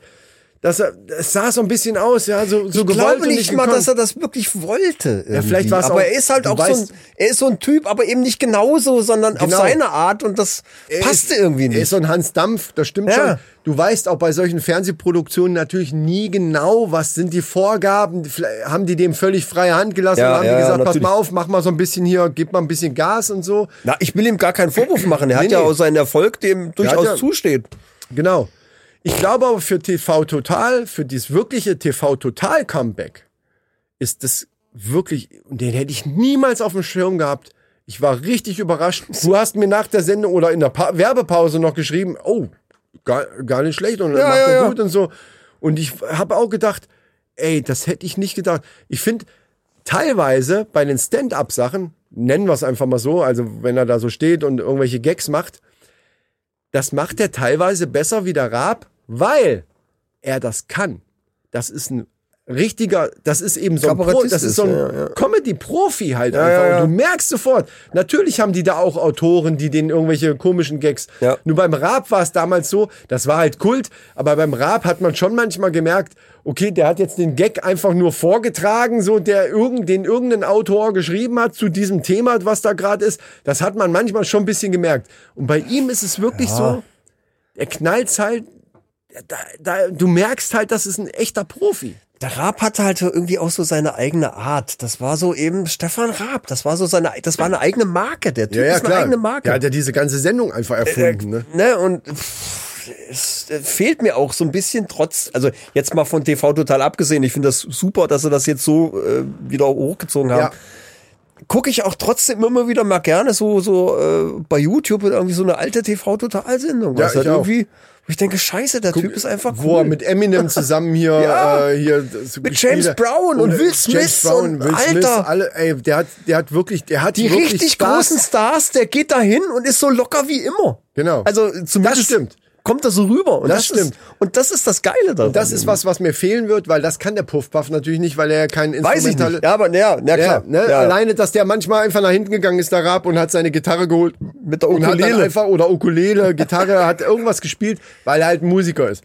Speaker 1: dass er, es sah so ein bisschen aus, ja, so, so
Speaker 2: ich glaube
Speaker 1: und
Speaker 2: nicht mal,
Speaker 1: gekonnt.
Speaker 2: dass er das wirklich wollte. Ja,
Speaker 1: vielleicht war's auch-
Speaker 2: aber er ist halt
Speaker 1: du
Speaker 2: auch so ein,
Speaker 1: weißt-
Speaker 2: er ist so ein Typ, aber eben nicht genauso, sondern
Speaker 1: Genau.
Speaker 2: auf seine Art und das passte
Speaker 1: ist-
Speaker 2: irgendwie
Speaker 1: Er ist
Speaker 2: nicht.
Speaker 1: so ein Hans Dampf, das stimmt
Speaker 2: Ja.
Speaker 1: schon. Du weißt auch bei solchen Fernsehproduktionen natürlich nie genau, was sind die Vorgaben. Vielleicht Haben die dem völlig freie Hand gelassen
Speaker 2: Ja,
Speaker 1: und haben
Speaker 2: ja,
Speaker 1: die gesagt, pass
Speaker 2: natürlich.
Speaker 1: mal auf, mach mal so ein bisschen hier, gib mal ein bisschen Gas und so.
Speaker 2: Na, ich will ihm gar keinen Vorwurf machen. Er hat
Speaker 1: Nee,
Speaker 2: ja
Speaker 1: nee.
Speaker 2: auch seinen Erfolg, dem durchaus
Speaker 1: ja-
Speaker 2: zusteht.
Speaker 1: Genau. Ich glaube aber für TV Total, für dieses wirkliche TV Total Comeback ist das wirklich, und den hätte ich niemals auf dem Schirm gehabt. Ich war richtig überrascht. Du hast mir nach der Sendung oder in der pa Werbepause noch geschrieben, oh, gar, gar nicht schlecht und macht
Speaker 2: ja,
Speaker 1: er
Speaker 2: ja.
Speaker 1: gut und so. Und ich habe auch gedacht, ey, das hätte ich nicht gedacht. Ich finde teilweise bei den Stand-up-Sachen, nennen wir es einfach mal so, also wenn er da so steht und irgendwelche Gags macht, das macht er teilweise besser wie der Raab, weil er das kann. Das ist ein richtiger, das ist eben so ein, Pro,
Speaker 2: Kabarettist
Speaker 1: das ist
Speaker 2: ist,
Speaker 1: so ein
Speaker 2: ja, ja.
Speaker 1: Comedy-Profi halt einfach.
Speaker 2: ja, ja.
Speaker 1: Und du merkst sofort, natürlich haben die da auch Autoren, die denen irgendwelche komischen Gags.
Speaker 2: Ja.
Speaker 1: Nur beim Raab war es damals so, das war halt Kult, aber beim Raab hat man schon manchmal gemerkt, okay, der hat jetzt den Gag einfach nur vorgetragen, so der irgend, den irgendein Autor geschrieben hat zu diesem Thema, was da gerade ist. Das hat man manchmal schon ein bisschen gemerkt. Und bei ihm ist es wirklich so, er knallt halt, da, da, du merkst halt, das ist ein echter Profi.
Speaker 2: Der Raab hatte halt irgendwie auch so seine eigene Art. Das war so eben Stefan Raab. Das war so seine, das war eine eigene Marke. Der Typ ist eine eigene Marke.
Speaker 1: Der hat ja diese ganze Sendung einfach erfunden. Ne?
Speaker 2: ne, und pff, es äh, fehlt mir auch so ein bisschen trotz, also jetzt mal von TV total abgesehen, ich finde das super, dass sie das jetzt so äh, wieder hochgezogen haben.
Speaker 1: Ja.
Speaker 2: Gucke ich auch trotzdem immer wieder mal gerne so, so äh, bei YouTube irgendwie so eine alte TV Total-Sendung.
Speaker 1: Ja,
Speaker 2: was
Speaker 1: ich
Speaker 2: halt
Speaker 1: auch.
Speaker 2: irgendwie, wo ich denke, scheiße, der Typ ist einfach
Speaker 1: Wo er
Speaker 2: cool.
Speaker 1: mit Eminem zusammen hier,
Speaker 2: Ja.
Speaker 1: äh, hier so
Speaker 2: Mit
Speaker 1: gespielt
Speaker 2: James
Speaker 1: hat.
Speaker 2: Brown und Will
Speaker 1: James
Speaker 2: Smith
Speaker 1: Brown,
Speaker 2: und-
Speaker 1: Will Smith,
Speaker 2: Alter.
Speaker 1: alle, ey, der hat, der hat wirklich, der hat
Speaker 2: die
Speaker 1: wirklich
Speaker 2: richtig
Speaker 1: Spaß.
Speaker 2: großen Stars, der geht da hin und ist so locker wie immer.
Speaker 1: Genau.
Speaker 2: Also zumindest
Speaker 1: Das stimmt.
Speaker 2: kommt er so rüber. Und
Speaker 1: Das
Speaker 2: das,
Speaker 1: stimmt.
Speaker 2: Ist, und das ist das Geile daran.
Speaker 1: Das ist was, was mir fehlen wird, weil das kann der Puffpuff natürlich nicht, weil er ja kein
Speaker 2: Weiß ich
Speaker 1: Instrumental
Speaker 2: nicht. Ja, aber ja,
Speaker 1: Ja,
Speaker 2: na klar.
Speaker 1: ne?
Speaker 2: ja.
Speaker 1: Alleine, dass der manchmal einfach nach hinten gegangen ist, der Raab, und hat seine Gitarre geholt.
Speaker 2: Mit der
Speaker 1: Und hat dann
Speaker 2: Ukulele.
Speaker 1: einfach, oder Ukulele, Gitarre, hat irgendwas gespielt, weil er halt ein Musiker ist.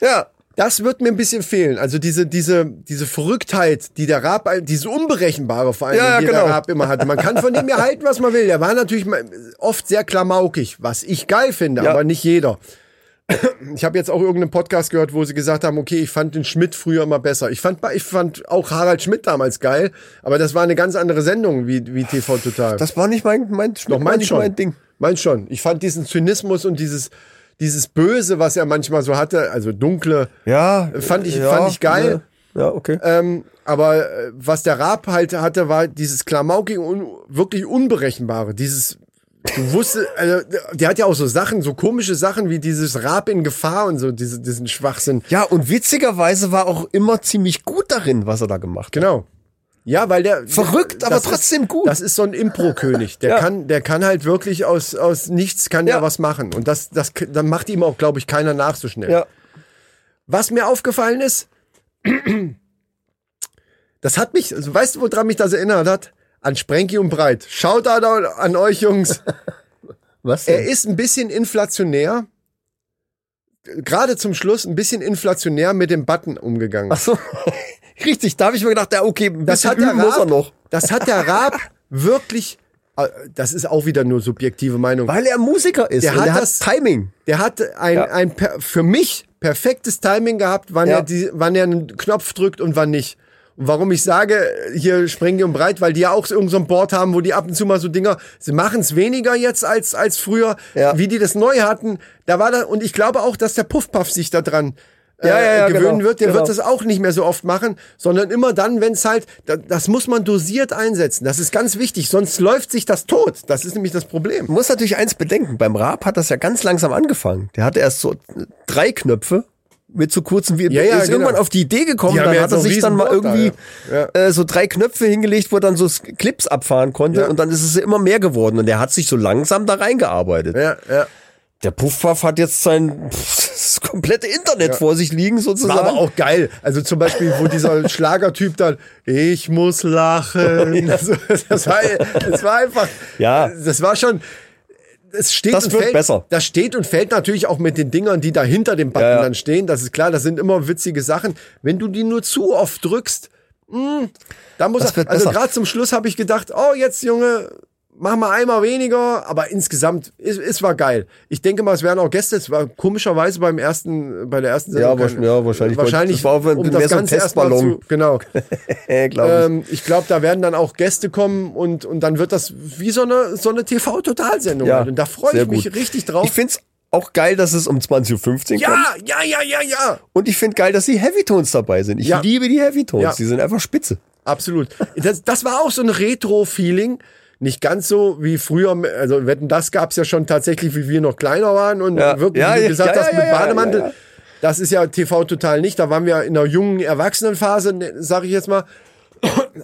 Speaker 2: ja.
Speaker 1: Das wird mir ein bisschen fehlen. Also diese, diese, diese Verrücktheit, die der Raab, diese unberechenbare vor allem,
Speaker 2: Ja, ja,
Speaker 1: die
Speaker 2: genau.
Speaker 1: der Raab immer hatte. Man kann von dem ja halten, was man will. Der war natürlich mal- oft sehr klamaukig, was ich geil finde,
Speaker 2: Ja.
Speaker 1: aber nicht jeder. Ich habe jetzt auch irgendeinen Podcast gehört, wo sie gesagt haben, okay, ich fand den Schmidt früher immer besser. Ich fand, ich fand auch Harald Schmidt damals geil, aber das war eine ganz andere Sendung wie, wie TV Total.
Speaker 2: Das war nicht mein, mein,
Speaker 1: Doch,
Speaker 2: mein,
Speaker 1: mein
Speaker 2: nicht
Speaker 1: schon.
Speaker 2: mein Ding.
Speaker 1: Mein schon. Ich fand diesen Zynismus und dieses, dieses Böse, was er manchmal so hatte, also dunkle,
Speaker 2: Ja.
Speaker 1: Fand ich-
Speaker 2: Äh, ja,
Speaker 1: fand ich geil.
Speaker 2: Ja, ja okay.
Speaker 1: ähm, aber äh, was der Raab halt hatte, war dieses Klamaukige und wirklich Unberechenbare. Dieses, du wusstest, also, der hat ja auch so Sachen, so komische Sachen wie dieses Raab in Gefahr und so, diese, diesen Schwachsinn.
Speaker 2: ja, und witzigerweise war auch immer ziemlich gut darin, was er da gemacht hat.
Speaker 1: Genau. Ja, weil der.
Speaker 2: Verrückt, aber
Speaker 1: das
Speaker 2: trotzdem
Speaker 1: ist,
Speaker 2: gut.
Speaker 1: Das ist so ein Impro-König. Der,
Speaker 2: Ja.
Speaker 1: kann, der kann halt wirklich aus, aus nichts kann
Speaker 2: Ja.
Speaker 1: der was machen. Und das, das, dann macht ihm auch, glaube ich, keiner nach so schnell.
Speaker 2: Ja.
Speaker 1: Was mir aufgefallen ist, das hat mich, also weißt du, woran mich das erinnert hat? An Sprenki und Breit. Schaut da an euch, Jungs.
Speaker 2: Was?
Speaker 1: Er ist ein bisschen inflationär. Gerade zum Schluss ein bisschen inflationär mit dem Button umgegangen.
Speaker 2: Ach so. Richtig, da habe ich mir gedacht, ja, okay, ein
Speaker 1: das
Speaker 2: bisschen
Speaker 1: hat der
Speaker 2: üben muss er
Speaker 1: Raab,
Speaker 2: noch.
Speaker 1: das hat der Raab wirklich, äh, das ist auch wieder nur subjektive Meinung.
Speaker 2: Weil er Musiker ist.
Speaker 1: Der
Speaker 2: und
Speaker 1: hat
Speaker 2: er
Speaker 1: das-
Speaker 2: hat Timing.
Speaker 1: Der hat ein,
Speaker 2: Ja.
Speaker 1: ein per, für mich perfektes Timing gehabt, wann,
Speaker 2: Ja.
Speaker 1: er die, wann er einen Knopf drückt und wann nicht. Und warum ich sage, hier springen die um breit, weil die ja auch irgend so ein Board haben, wo die ab und zu mal so Dinger, sie machen es weniger jetzt als, als früher,
Speaker 2: Ja.
Speaker 1: wie die das neu hatten. Da war da, und ich glaube auch, dass der Puffpuff sich da dran äh,
Speaker 2: Ja, ja, ja,
Speaker 1: gewöhnen
Speaker 2: genau,
Speaker 1: wird. Der
Speaker 2: genau.
Speaker 1: wird das auch nicht mehr so oft machen, sondern immer dann, wenn es halt, da, das muss man dosiert einsetzen. Das ist ganz wichtig, sonst läuft sich das tot. Das ist nämlich das Problem.
Speaker 2: Man muss natürlich eins bedenken, beim Raab hat das ja ganz langsam angefangen. Der hatte erst so drei Knöpfe mit so kurzen wie
Speaker 1: Ja, ja,
Speaker 2: ist
Speaker 1: genau.
Speaker 2: irgendwann auf die Idee gekommen,
Speaker 1: Die haben
Speaker 2: dann
Speaker 1: ja
Speaker 2: hat
Speaker 1: so
Speaker 2: er
Speaker 1: ein
Speaker 2: sich dann mal
Speaker 1: Riesenboard da,
Speaker 2: irgendwie
Speaker 1: ja.
Speaker 2: Äh, so drei Knöpfe hingelegt, wo er dann so S- Clips abfahren konnte
Speaker 1: Ja.
Speaker 2: und dann ist es immer mehr geworden und er hat sich so langsam da reingearbeitet.
Speaker 1: Ja, ja.
Speaker 2: Der Puffpuff hat jetzt sein pff, das komplette Internet vor sich liegen sozusagen.
Speaker 1: War aber auch geil. Also zum Beispiel, wo dieser Schlagertyp dann, ich muss lachen. Also, das, war, das war einfach,
Speaker 2: Ja.
Speaker 1: das war schon, es steht
Speaker 2: Das
Speaker 1: und
Speaker 2: wird
Speaker 1: fällt,
Speaker 2: besser.
Speaker 1: Das steht und fällt natürlich auch mit den Dingern, die da hinter dem Button
Speaker 2: Ja, ja.
Speaker 1: dann stehen. Das ist klar, das sind immer witzige Sachen. Wenn du die nur zu oft drückst, hm, da muss
Speaker 2: Das
Speaker 1: er,
Speaker 2: wird
Speaker 1: also
Speaker 2: besser.
Speaker 1: gerade zum Schluss habe ich gedacht, oh jetzt Junge, mach mal einmal weniger, aber insgesamt es, es war geil. Ich denke mal, es wären auch Gäste, es war komischerweise beim ersten bei der ersten
Speaker 2: Ja,
Speaker 1: Sendung
Speaker 2: wahrsch- ja, wahrscheinlich wollte-
Speaker 1: wahrscheinlich
Speaker 2: das war auf-
Speaker 1: um das
Speaker 2: mehr so ein
Speaker 1: ganze erstmal
Speaker 2: Testballon.
Speaker 1: zu genau.
Speaker 2: äh, glaube
Speaker 1: ähm, ich glaube, da werden dann auch Gäste kommen und und dann wird das wie so eine so eine TV Totalsendung
Speaker 2: Ja,
Speaker 1: halt. und da freue
Speaker 2: sehr
Speaker 1: ich mich
Speaker 2: gut.
Speaker 1: richtig
Speaker 2: ich.
Speaker 1: drauf.
Speaker 2: Ich finde es auch geil, dass es um 20.15 Uhr kommt.
Speaker 1: ja, ja, ja, ja, ja.
Speaker 2: Und ich finde geil, dass die Heavy Tones dabei sind. Ich
Speaker 1: Ja.
Speaker 2: liebe die Heavy Tones.
Speaker 1: Ja.
Speaker 2: Die sind einfach spitze.
Speaker 1: Absolut. Das, das war auch so ein Retro-Feeling. Nicht ganz so wie früher, also Wetten, das gab's ja schon tatsächlich, wie wir noch kleiner waren und
Speaker 2: Ja.
Speaker 1: wirklich,
Speaker 2: Ja,
Speaker 1: wie du
Speaker 2: ja,
Speaker 1: gesagt
Speaker 2: ja,
Speaker 1: hast,
Speaker 2: ja,
Speaker 1: mit
Speaker 2: ja,
Speaker 1: Bademantel.
Speaker 2: ja, ja.
Speaker 1: Das ist ja TV total nicht. Da waren wir in der jungen Erwachsenenphase, sage ich jetzt mal.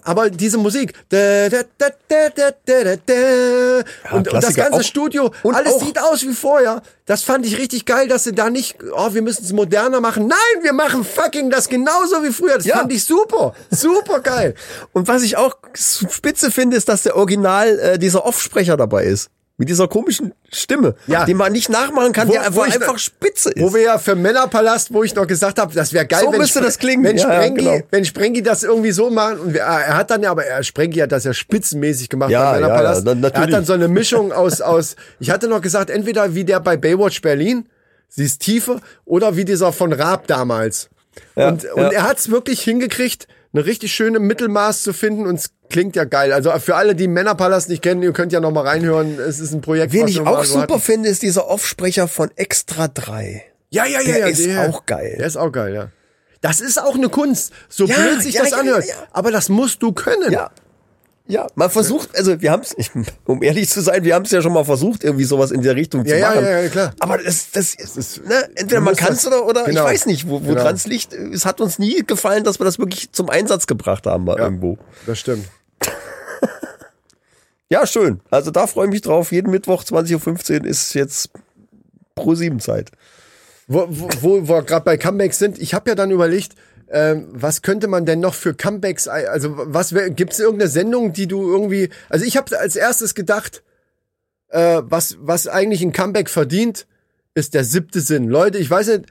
Speaker 1: Aber diese Musik. Da, da, da, da, da, da, da, da. Und, und das
Speaker 2: Klassiker.
Speaker 1: ganze
Speaker 2: Auch-
Speaker 1: Studio,
Speaker 2: und
Speaker 1: alles
Speaker 2: auch-
Speaker 1: sieht aus wie vorher. Das fand ich richtig geil, dass sie da nicht, oh, wir müssen es moderner machen. Nein, wir machen fucking das genauso wie früher. Das
Speaker 2: Ja.
Speaker 1: fand ich super. Super geil.
Speaker 2: Und was ich auch spitze finde, ist, dass der Original äh, dieser Offsprecher dabei ist. Mit dieser komischen Stimme,
Speaker 1: Ja.
Speaker 2: den man nicht nachmachen kann,
Speaker 1: Wo-
Speaker 2: der
Speaker 1: wo
Speaker 2: einfach,
Speaker 1: ich-
Speaker 2: einfach spitze ist.
Speaker 1: Wo wir ja für Männerpalast, wo ich noch gesagt habe, das wäre geil,
Speaker 2: So müsste
Speaker 1: Spre-
Speaker 2: das klingen.
Speaker 1: wenn,
Speaker 2: Ja, ja,
Speaker 1: Sprengi,
Speaker 2: genau.
Speaker 1: wenn Sprengi das irgendwie so machen. Und wir- ah, er hat dann ja, aber er, Sprengi hat das ja spitzenmäßig gemacht
Speaker 2: Ja,
Speaker 1: bei
Speaker 2: ja,
Speaker 1: Männerpalast.
Speaker 2: ja, na-
Speaker 1: er hat dann
Speaker 2: natürlich.
Speaker 1: so eine Mischung aus, aus, ich hatte noch gesagt, entweder wie der bei Baywatch Berlin, sie ist Tiefe, oder wie dieser von Raab damals. und und
Speaker 2: ja.
Speaker 1: er hat es wirklich hingekriegt, eine richtig schöne Mittelmaß zu finden und es klingt ja geil. Also für alle, die Männerpalast nicht kennen, ihr könnt ja noch mal reinhören. Es ist ein Projekt,
Speaker 2: Wen
Speaker 1: was
Speaker 2: ich
Speaker 1: wir
Speaker 2: auch
Speaker 1: mal so
Speaker 2: super
Speaker 1: hatten.
Speaker 2: finde, ist dieser Offsprecher von Extra 3.
Speaker 1: Ja, ja, ja,
Speaker 2: Der
Speaker 1: ja.
Speaker 2: ist auch geil.
Speaker 1: Der ist auch geil, ja. Das ist auch eine Kunst, so
Speaker 2: Ja,
Speaker 1: blöd sich
Speaker 2: ja,
Speaker 1: das
Speaker 2: ja,
Speaker 1: anhört.
Speaker 2: ja, ja.
Speaker 1: Aber das musst du können.
Speaker 2: Ja. Ja, man versucht, also wir haben es, um ehrlich zu sein, wir haben es ja schon mal versucht, irgendwie sowas in der Richtung zu
Speaker 1: Ja, ja,
Speaker 2: machen.
Speaker 1: ja, ja, klar.
Speaker 2: Aber das, das ist, ne, entweder man
Speaker 1: musst
Speaker 2: kann es
Speaker 1: das-
Speaker 2: oder, oder
Speaker 1: genau.
Speaker 2: ich weiß nicht, wo, wo
Speaker 1: Genau.
Speaker 2: dran es liegt. Es hat uns nie gefallen, dass wir das wirklich zum Einsatz gebracht haben mal
Speaker 1: Ja,
Speaker 2: irgendwo.
Speaker 1: Das stimmt.
Speaker 2: Ja, schön. Also da freue ich mich drauf. Jeden Mittwoch 20.15 Uhr ist jetzt pro sieben Zeit.
Speaker 1: Wo, wo, wo wir gerade bei Comebacks sind, ich habe ja dann überlegt, ähm, was könnte man denn noch für Comebacks, ei- also was gibt es irgendeine Sendung, die du irgendwie, also ich habe als erstes gedacht, äh, was, was eigentlich ein Comeback verdient, ist der siebte Sinn. Leute, ich weiß nicht,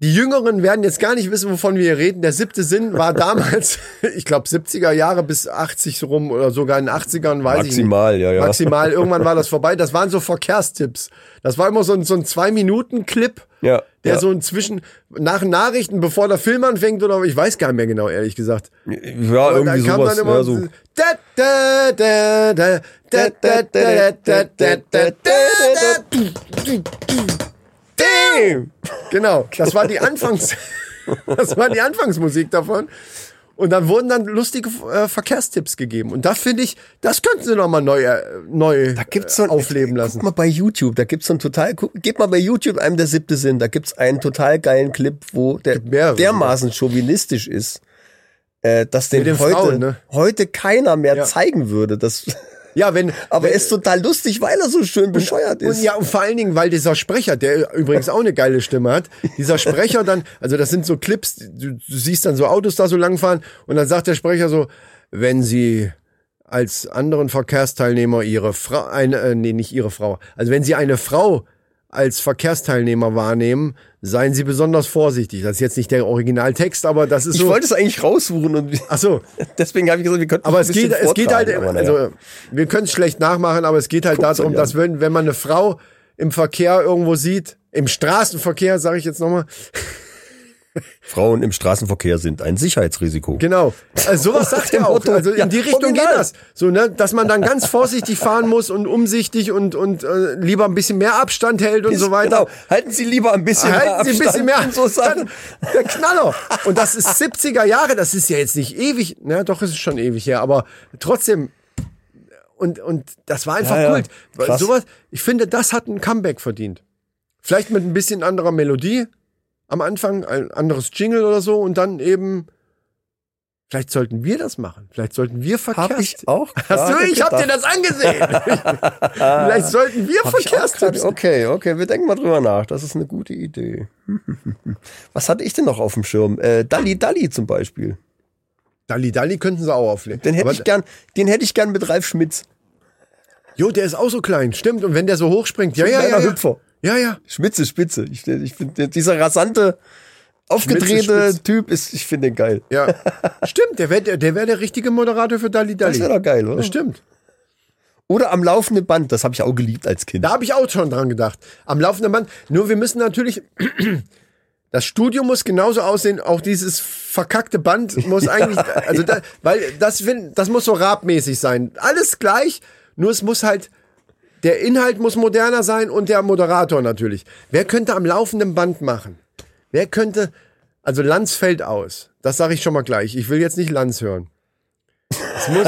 Speaker 1: die Jüngeren werden jetzt gar nicht wissen, wovon wir hier reden. Der siebte Sinn war damals, ich glaube 70er Jahre bis 80 rum oder sogar in den 80ern, weiß ich nicht.
Speaker 2: Maximal, ja, ja.
Speaker 1: Maximal, irgendwann war das vorbei. Das waren so Verkehrstipps. Das war immer so ein, so ein Zwei-Minuten-Clip,
Speaker 2: Ja,
Speaker 1: der
Speaker 2: ja.
Speaker 1: so inzwischen nach Nachrichten, bevor der Film anfängt oder ich weiß gar nicht mehr genau, ehrlich gesagt.
Speaker 2: Ja,
Speaker 1: Und
Speaker 2: irgendwie sowas. Ja, so.
Speaker 1: da, da, da, da, da, da, da, da, da, da, da,
Speaker 2: Damn!
Speaker 1: Genau, das war die Anfangs, das war die Anfangsmusik davon. Und dann wurden dann lustige äh, Verkehrstipps gegeben. Und da finde ich, das könnten sie nochmal neu, äh, neu
Speaker 2: Da gibt's so
Speaker 1: äh,
Speaker 2: ein,
Speaker 1: aufleben lassen.
Speaker 2: Guck mal bei YouTube, da gibt's so einen total, guck, geht mal bei YouTube einem der siebte Sinn, da gibt's einen total geilen Clip, wo der
Speaker 1: mehrere,
Speaker 2: dermaßen chauvinistisch ist, äh, dass den,
Speaker 1: Mit den
Speaker 2: heute,
Speaker 1: Frauen, ne?
Speaker 2: heute keiner mehr
Speaker 1: Ja.
Speaker 2: zeigen würde. Das,
Speaker 1: Ja, wenn,
Speaker 2: aber
Speaker 1: wenn,
Speaker 2: er ist total lustig, weil er so schön bescheuert ist.
Speaker 1: Und ja, und vor allen Dingen, weil dieser Sprecher, der übrigens auch eine geile Stimme hat, dieser Sprecher dann, also das sind so Clips, du, du siehst dann so Autos da so langfahren und dann sagt der Sprecher so, wenn sie als anderen Verkehrsteilnehmer ihre Frau, eine, äh, nee, nicht ihre Frau, also wenn sie eine Frau als Verkehrsteilnehmer wahrnehmen, seien sie besonders vorsichtig. Das ist jetzt nicht der Originaltext, aber das ist
Speaker 2: ich
Speaker 1: so.
Speaker 2: wollte es eigentlich raussuchen und
Speaker 1: Ach so,
Speaker 2: deswegen habe ich gesagt, wir könnten
Speaker 1: aber
Speaker 2: ein
Speaker 1: es
Speaker 2: bisschen
Speaker 1: geht, es geht halt,
Speaker 2: fortfahren, aber naja.
Speaker 1: also, wir können es schlecht nachmachen, aber es geht halt
Speaker 2: Guckt's
Speaker 1: darum,
Speaker 2: euch an.
Speaker 1: dass wenn, wenn man eine Frau im Verkehr irgendwo sieht, im Straßenverkehr, sage ich jetzt nochmal,
Speaker 2: Frauen im Straßenverkehr sind ein Sicherheitsrisiko.
Speaker 1: genau, also sowas sagt
Speaker 2: dem
Speaker 1: er auch,
Speaker 2: Motto,
Speaker 1: also in
Speaker 2: ja,
Speaker 1: die Richtung
Speaker 2: original.
Speaker 1: geht das, so, ne, dass man dann ganz vorsichtig fahren muss und umsichtig und, und äh, lieber ein bisschen mehr Abstand hält und so weiter.
Speaker 2: Genau. Halten Sie lieber ein bisschen mehr
Speaker 1: Halten Sie ein bisschen
Speaker 2: Abstand
Speaker 1: mehr
Speaker 2: und so Sachen.
Speaker 1: Abstand. Der Knaller. Und das ist 70er Jahre, das ist ja jetzt nicht ewig. Na, doch, es ist schon ewig her, aber trotzdem. Und, und das war einfach
Speaker 2: Ja, ja.
Speaker 1: Kult. Weil
Speaker 2: Krass.
Speaker 1: Sowas, ich finde, das hat ein Comeback verdient. Vielleicht mit ein bisschen anderer Melodie am Anfang, ein anderes Jingle oder so und dann eben Vielleicht sollten wir das machen. Vielleicht sollten wir Verkehrs...
Speaker 2: Hab ich auch
Speaker 1: Hast du,
Speaker 2: gerade
Speaker 1: ich hab dir das
Speaker 2: gedacht.
Speaker 1: angesehen. Vielleicht sollten wir
Speaker 2: Hab ich auch
Speaker 1: Verkehrstipps.
Speaker 2: gerade- Okay, okay, wir denken mal drüber nach. Das ist eine gute Idee. Was hatte ich denn noch auf dem Schirm? Äh, Dalli Dalli zum Beispiel.
Speaker 1: Dalli Dalli könnten sie auch auflegen.
Speaker 2: Den hätte
Speaker 1: Aber-
Speaker 2: ich gern, den hätte ich gern mit Ralf Schmitz.
Speaker 1: Jo, der ist auch so klein, stimmt. Und wenn der so hochspringt, ja, ja, ja,
Speaker 2: kleiner
Speaker 1: ja.
Speaker 2: Hüpfer.
Speaker 1: Ja, ja.
Speaker 2: Spitze, Spitze. Ich, ich finde dieser rasante, aufgedrehte
Speaker 1: Spitze.
Speaker 2: Typ ist, ich finde den geil.
Speaker 1: Ja, stimmt, der wäre der, der, wär der richtige Moderator für Dalli Dalli.
Speaker 2: Das wäre doch geil, oder?
Speaker 1: Das stimmt.
Speaker 2: Oder am laufenden Band, das habe ich auch geliebt als Kind.
Speaker 1: Da habe ich auch schon dran gedacht. Am laufenden Band. Nur wir müssen natürlich. Das Studio muss genauso aussehen, auch dieses verkackte Band muss eigentlich, also da, weil das, will- das muss so rabmäßig sein. Alles gleich, nur es muss halt, der Inhalt muss moderner sein und der Moderator natürlich. Wer könnte am laufenden Band machen? Wer könnte, also Lanz fällt aus. Das sage ich schon mal gleich. Ich will jetzt nicht Lanz hören. Es muss,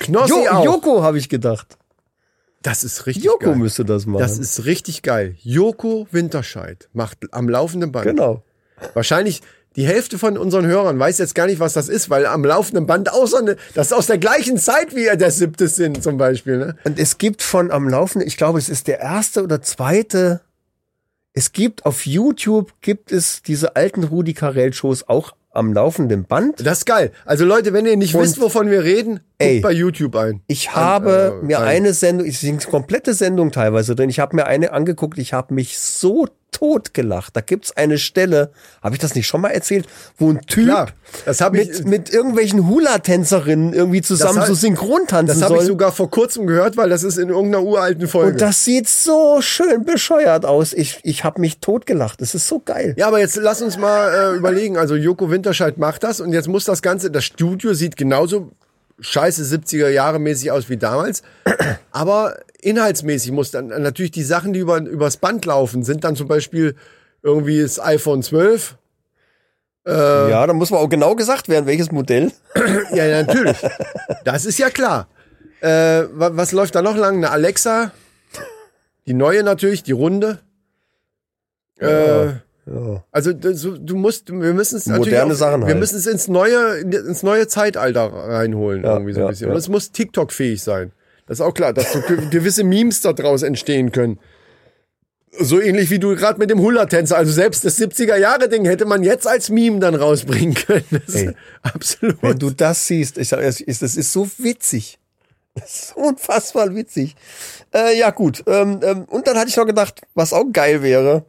Speaker 1: Knossi
Speaker 2: Jo
Speaker 1: auch.
Speaker 2: Joko habe ich gedacht.
Speaker 1: Das ist richtig
Speaker 2: Joko
Speaker 1: geil.
Speaker 2: müsste das machen.
Speaker 1: Das ist richtig geil. Joko Winterscheid macht am laufenden Band.
Speaker 2: genau.
Speaker 1: Wahrscheinlich die Hälfte von unseren Hörern weiß jetzt gar nicht, was das ist, weil am laufenden Band auch so eine, das ist aus der gleichen Zeit wie der siebte Sinn zum Beispiel. Ne?
Speaker 2: Und es gibt von am laufenden, ich glaube, es ist der erste oder zweite. Es gibt auf YouTube gibt es diese alten Rudi Carell Shows auch am laufenden Band.
Speaker 1: Das ist geil. Also Leute, wenn ihr nicht
Speaker 2: Und-
Speaker 1: wisst, wovon wir reden,
Speaker 2: Ey.
Speaker 1: guckt bei YouTube ein.
Speaker 2: Ich habe
Speaker 1: äh,
Speaker 2: mir
Speaker 1: nein.
Speaker 2: eine Sendung, ich eine komplette Sendung teilweise drin. Ich habe mir eine angeguckt, ich habe mich so tot gelacht. Da gibt's eine Stelle, habe ich das nicht schon mal erzählt, wo ein Typ
Speaker 1: Klar, das hab ich-
Speaker 2: mit, mit irgendwelchen Hula-Tänzerinnen irgendwie zusammen
Speaker 1: Das hab-
Speaker 2: so synchron tanzen
Speaker 1: Das habe ich
Speaker 2: soll.
Speaker 1: sogar vor kurzem gehört, weil das ist in irgendeiner uralten Folge.
Speaker 2: Und das sieht so schön bescheuert aus. Ich, ich habe mich totgelacht. Es ist so geil.
Speaker 1: Ja, aber jetzt lass uns mal äh, überlegen. Also Joko Winterscheid macht das und jetzt muss das Ganze, das Studio sieht genauso scheiße 70er Jahre mäßig aus wie damals. Aber inhaltsmäßig muss dann natürlich die Sachen, die über, übers Band laufen, sind dann zum Beispiel irgendwie das iPhone 12.
Speaker 2: Ja, da muss man auch genau gesagt werden, welches Modell.
Speaker 1: Ja, ja, natürlich. Das ist ja klar. Äh, wa- was läuft da noch lang? Eine Alexa. Die neue natürlich, die Runde. Äh, Also das- so, du musst, wir müssen es natürlich
Speaker 2: Moderne Sachen
Speaker 1: wir
Speaker 2: halt.
Speaker 1: müssen es ins neue ins neue Zeitalter reinholen irgendwie so ein
Speaker 2: ja,
Speaker 1: bisschen.
Speaker 2: ja.
Speaker 1: Und es muss TikTok fähig sein. Das ist auch klar, dass so gew- gewisse Memes daraus entstehen können. So ähnlich wie du gerade mit dem Hula-Tänzer. Also selbst das 70er-Jahre-Ding hätte man jetzt als Meme dann rausbringen können. Das ist
Speaker 2: Ey.
Speaker 1: absolut.
Speaker 2: Wenn du das siehst, ich sag, es ist, das ist so witzig. Das ist unfassbar witzig. Äh, ja, gut. Ähm, ähm, und dann hatte ich noch gedacht, was auch geil wäre,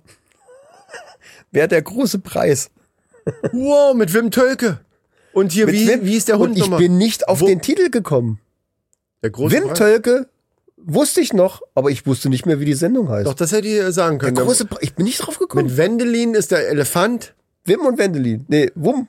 Speaker 2: wäre der große Preis.
Speaker 1: Wow, mit Wim Tölke. Und hier, wie,
Speaker 2: Wim-
Speaker 1: wie ist der
Speaker 2: Und
Speaker 1: Hund
Speaker 2: ich
Speaker 1: nochmal?
Speaker 2: bin nicht auf
Speaker 1: Wo-
Speaker 2: den Titel gekommen.
Speaker 1: der große
Speaker 2: Wim
Speaker 1: Preis?
Speaker 2: Tölke wusste ich noch, aber ich wusste nicht mehr, wie die Sendung heißt.
Speaker 1: Doch, das hätte ich äh, sagen können.
Speaker 2: der große Pre ich bin nicht drauf gekommen.
Speaker 1: mit Wendelin ist der Elefant.
Speaker 2: Wim und Wendelin. Nee, Wum.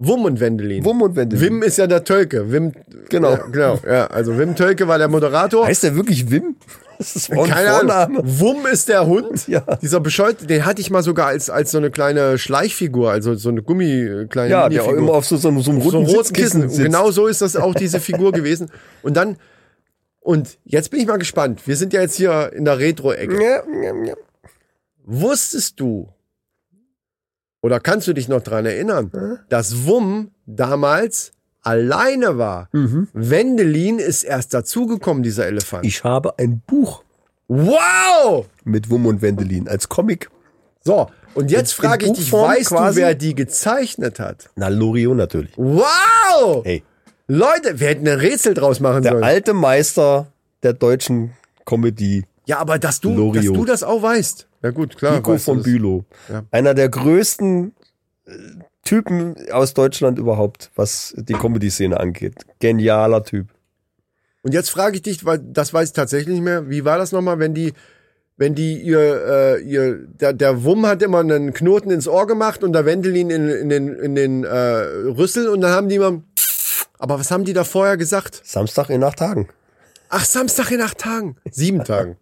Speaker 1: Wum und Wendelin.
Speaker 2: Wum und Wendelin.
Speaker 1: Wim ist ja der Tölke. Wim,
Speaker 2: Genau.
Speaker 1: Ja, genau. Ja, also Wim Tölke war der Moderator.
Speaker 2: Heißt der wirklich Wim? Das ist auch ein
Speaker 1: Keine
Speaker 2: Vorname.
Speaker 1: Ahnung. Wum ist der Hund.
Speaker 2: Ja.
Speaker 1: Dieser bescheuerte, den hatte ich mal sogar als, als so eine kleine Schleichfigur, also so eine Gummi, kleine
Speaker 2: Ja, der auch
Speaker 1: Minifigur.
Speaker 2: immer auf so, so, einem- so einem
Speaker 1: so
Speaker 2: roten,
Speaker 1: einem roten
Speaker 2: Sitzkissen
Speaker 1: Kissen.
Speaker 2: sitzt.
Speaker 1: Genau so ist das auch diese Figur gewesen. Und dann, und jetzt bin ich mal gespannt. Wir sind ja jetzt hier in der Retro-Ecke.
Speaker 2: Ja, ja, ja.
Speaker 1: Wusstest du oder kannst du dich noch dran erinnern, dass Wum damals alleine war? Wendelin ist erst dazugekommen, dieser Elefant.
Speaker 2: Mhm. Ich habe ein Buch
Speaker 1: wow!
Speaker 2: mit Wum und Wendelin als Comic.
Speaker 1: So, und jetzt
Speaker 2: In- in
Speaker 1: frage ich dich,
Speaker 2: Buchform
Speaker 1: weißt
Speaker 2: quasi?
Speaker 1: du, wer die gezeichnet hat?
Speaker 2: Na, Loriot natürlich.
Speaker 1: Wow!
Speaker 2: Hey,
Speaker 1: Leute, wir hätten ein Rätsel draus machen
Speaker 2: der
Speaker 1: sollen.
Speaker 2: alte Meister der deutschen Comedy,
Speaker 1: ja, aber dass du, dass
Speaker 2: Loriot.
Speaker 1: du das auch weißt. Ja gut, klar.
Speaker 2: Nico
Speaker 1: weißt du
Speaker 2: von
Speaker 1: das.
Speaker 2: Bülow.
Speaker 1: Ja.
Speaker 2: Einer der größten äh, Typen aus Deutschland überhaupt, was die Comedy-Szene angeht. Genialer Typ.
Speaker 1: Und jetzt frage ich dich, weil das weiß ich tatsächlich nicht mehr, wie war das nochmal, wenn die, wenn die ihr, äh, ihr, der, der Wumm hat immer einen Knoten ins Ohr gemacht und der Wendelin in, in den, in den äh, Rüssel und dann haben die immer, aber was haben die da vorher gesagt?
Speaker 2: Samstag in acht Tagen.
Speaker 1: Ach, Samstag in acht Tagen. Sieben Tagen.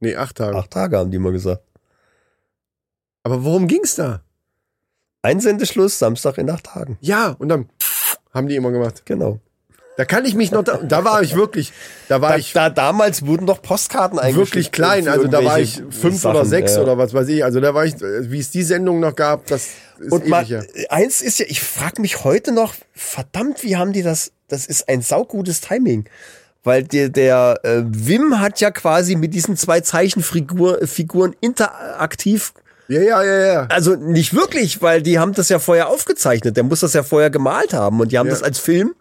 Speaker 1: Nee, acht Tagen.
Speaker 2: Acht Tage haben die mal gesagt.
Speaker 1: Aber worum ging's da?
Speaker 2: Einsendeschluss, Samstag in acht Tagen.
Speaker 1: Ja, und dann haben die immer gemacht.
Speaker 2: Genau.
Speaker 1: Da kann ich mich noch, da, da war ich wirklich, da war
Speaker 2: Da,
Speaker 1: ich
Speaker 2: da, damals wurden doch Postkarten eingeschickt.
Speaker 1: wirklich klein.
Speaker 2: für
Speaker 1: Also da war ich
Speaker 2: irgendwelche
Speaker 1: fünf
Speaker 2: Sachen,
Speaker 1: oder sechs
Speaker 2: ja.
Speaker 1: oder was weiß ich. Also da war ich, äh, wie es die Sendung noch gab, das ist
Speaker 2: Und
Speaker 1: ewig
Speaker 2: mal,
Speaker 1: her.
Speaker 2: eins ist ja, ich frage mich heute noch, verdammt, wie haben die das? Das ist ein saugutes Timing. Weil der, der äh, Wim hat ja quasi mit diesen zwei Zeichenfiguren Figuren interaktiv,
Speaker 1: Ja, ja, ja, ja.
Speaker 2: also nicht wirklich, weil die haben das ja vorher aufgezeichnet, der muss das ja vorher gemalt haben und die haben
Speaker 1: Ja.
Speaker 2: das als Film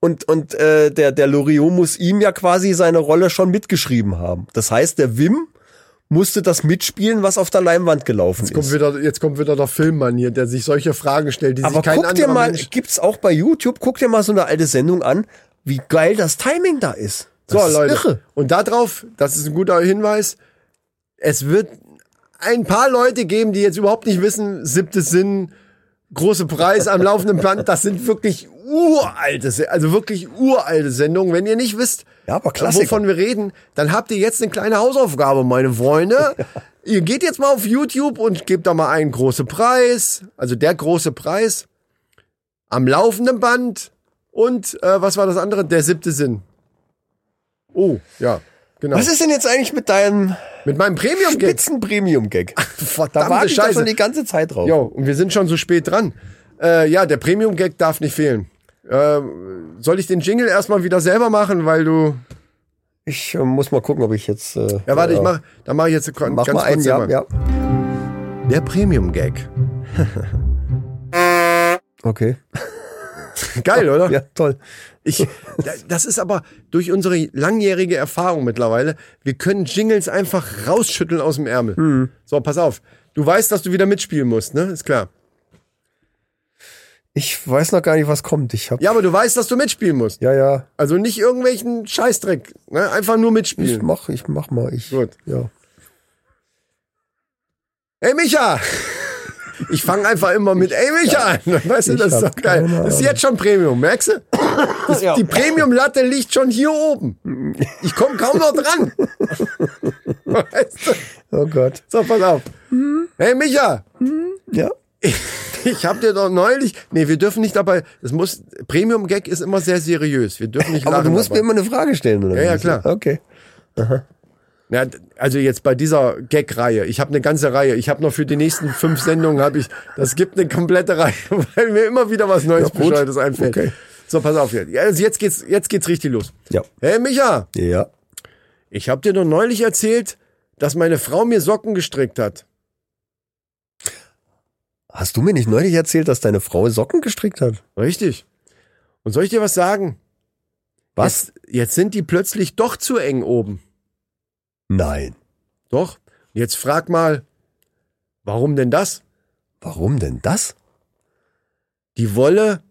Speaker 2: und, und äh, der, der Loriot muss ihm ja quasi seine Rolle schon mitgeschrieben haben. Das heißt, der Wim musste das mitspielen, was auf der Leinwand gelaufen ist.
Speaker 1: Kommt wieder, jetzt kommt wieder der Filmmann hier, der sich solche Fragen stellt, die
Speaker 2: Aber
Speaker 1: sich kein
Speaker 2: guck dir
Speaker 1: anderer
Speaker 2: mal,
Speaker 1: Mensch...
Speaker 2: gibt's auch bei YouTube, guck dir mal so eine alte Sendung an, wie geil das Timing da ist. Das
Speaker 1: So,
Speaker 2: ist
Speaker 1: Leute.
Speaker 2: irre.
Speaker 1: Und darauf, das ist ein guter Hinweis, es wird ein paar Leute geben, die jetzt überhaupt nicht wissen, siebtes Sinn, große Preis am laufenden Band, das sind wirklich uralte, Se- also wirklich uralte Sendungen. Wenn ihr nicht wisst,
Speaker 2: Ja, aber Klassiker.
Speaker 1: wovon wir reden, dann habt ihr jetzt eine kleine Hausaufgabe, meine Freunde. Ihr geht jetzt mal auf YouTube und gebt da mal einen große Preis, also der große Preis am laufenden Band und äh, was war das andere? Der siebte Sinn. Oh, ja, genau.
Speaker 2: Was ist denn jetzt eigentlich mit deinem
Speaker 1: Mit meinem Premium Gag.
Speaker 2: Spitzen-Premium-Gag? Da
Speaker 1: Verdammte
Speaker 2: warte ich doch
Speaker 1: Scheiße.
Speaker 2: schon die ganze Zeit drauf.
Speaker 1: Jo, und wir sind schon so spät dran. Äh, ja, der Premium Gag darf nicht fehlen. Ähm, soll ich den Jingle erstmal wieder selber machen, weil du
Speaker 2: Ich äh, muss mal gucken, ob ich jetzt... Äh,
Speaker 1: Ja, warte,
Speaker 2: äh,
Speaker 1: ich mach, dann mach ich jetzt ganz
Speaker 2: Mach
Speaker 1: ganz
Speaker 2: mal einen,
Speaker 1: kurz
Speaker 2: ja,
Speaker 1: selber.
Speaker 2: ja.
Speaker 1: Der Premium Gag.
Speaker 2: Okay.
Speaker 1: Geil, oder?
Speaker 2: Ja, toll.
Speaker 1: Ich, da- das ist aber durch unsere langjährige Erfahrung mittlerweile, wir können Jingles einfach rausschütteln aus dem Ärmel.
Speaker 2: Hm.
Speaker 1: So, pass auf. Du weißt, dass du wieder mitspielen musst, ne? Ist klar.
Speaker 2: Ich weiß noch gar nicht, was kommt. Ich hab...
Speaker 1: Ja, aber du weißt, dass du mitspielen musst.
Speaker 2: Ja, ja.
Speaker 1: Also nicht irgendwelchen Scheißdreck, ne? Einfach nur
Speaker 2: Ich
Speaker 1: mitspielen.
Speaker 2: mach, ich mach mal. Ich,
Speaker 1: Gut.
Speaker 2: Ja.
Speaker 1: Ey, Micha! Ich fange einfach immer mit Ey, Micha an. Weißt du,
Speaker 2: Ich
Speaker 1: das ist
Speaker 2: hab
Speaker 1: doch geil.
Speaker 2: keine
Speaker 1: Das ist
Speaker 2: Ahnung.
Speaker 1: jetzt schon Premium, merkst du? Das,
Speaker 2: Ja.
Speaker 1: Die Premium-Latte liegt schon hier oben. Ich komme kaum noch dran. Weißt du?
Speaker 2: Oh Gott.
Speaker 1: So, pass auf. Hey, Micha!
Speaker 2: Ja.
Speaker 1: Ich hab dir doch neulich. Nee, wir dürfen nicht dabei. Es muss. Premium-Gag ist immer sehr seriös. Wir dürfen nicht lachen.
Speaker 2: Aber du musst
Speaker 1: dabei.
Speaker 2: mir immer eine Frage stellen, oder?
Speaker 1: Ja, ja,
Speaker 2: wie?
Speaker 1: klar.
Speaker 2: Okay.
Speaker 1: Na, d- also jetzt bei dieser Gag-Reihe, ich habe eine ganze Reihe. Ich habe noch für die nächsten fünf Sendungen habe ich, das gibt eine komplette Reihe, weil mir immer wieder was Neues
Speaker 2: Ja, gut.
Speaker 1: Bescheuertes einfällt.
Speaker 2: Okay.
Speaker 1: So, pass auf jetzt. Ja, Also jetzt geht's, jetzt geht's richtig los.
Speaker 2: Ja.
Speaker 1: Hey Micha,
Speaker 2: Ja.
Speaker 1: ich habe dir doch neulich erzählt, dass meine Frau mir Socken gestrickt hat.
Speaker 2: Hast du mir nicht neulich erzählt, dass deine Frau Socken gestrickt hat?
Speaker 1: Richtig. Und soll ich dir was sagen?
Speaker 2: Was?
Speaker 1: Jetzt, jetzt sind die plötzlich doch zu eng oben.
Speaker 2: Nein.
Speaker 1: Doch. Jetzt frag mal, warum denn das?
Speaker 2: Warum denn das?
Speaker 1: Die Wolle,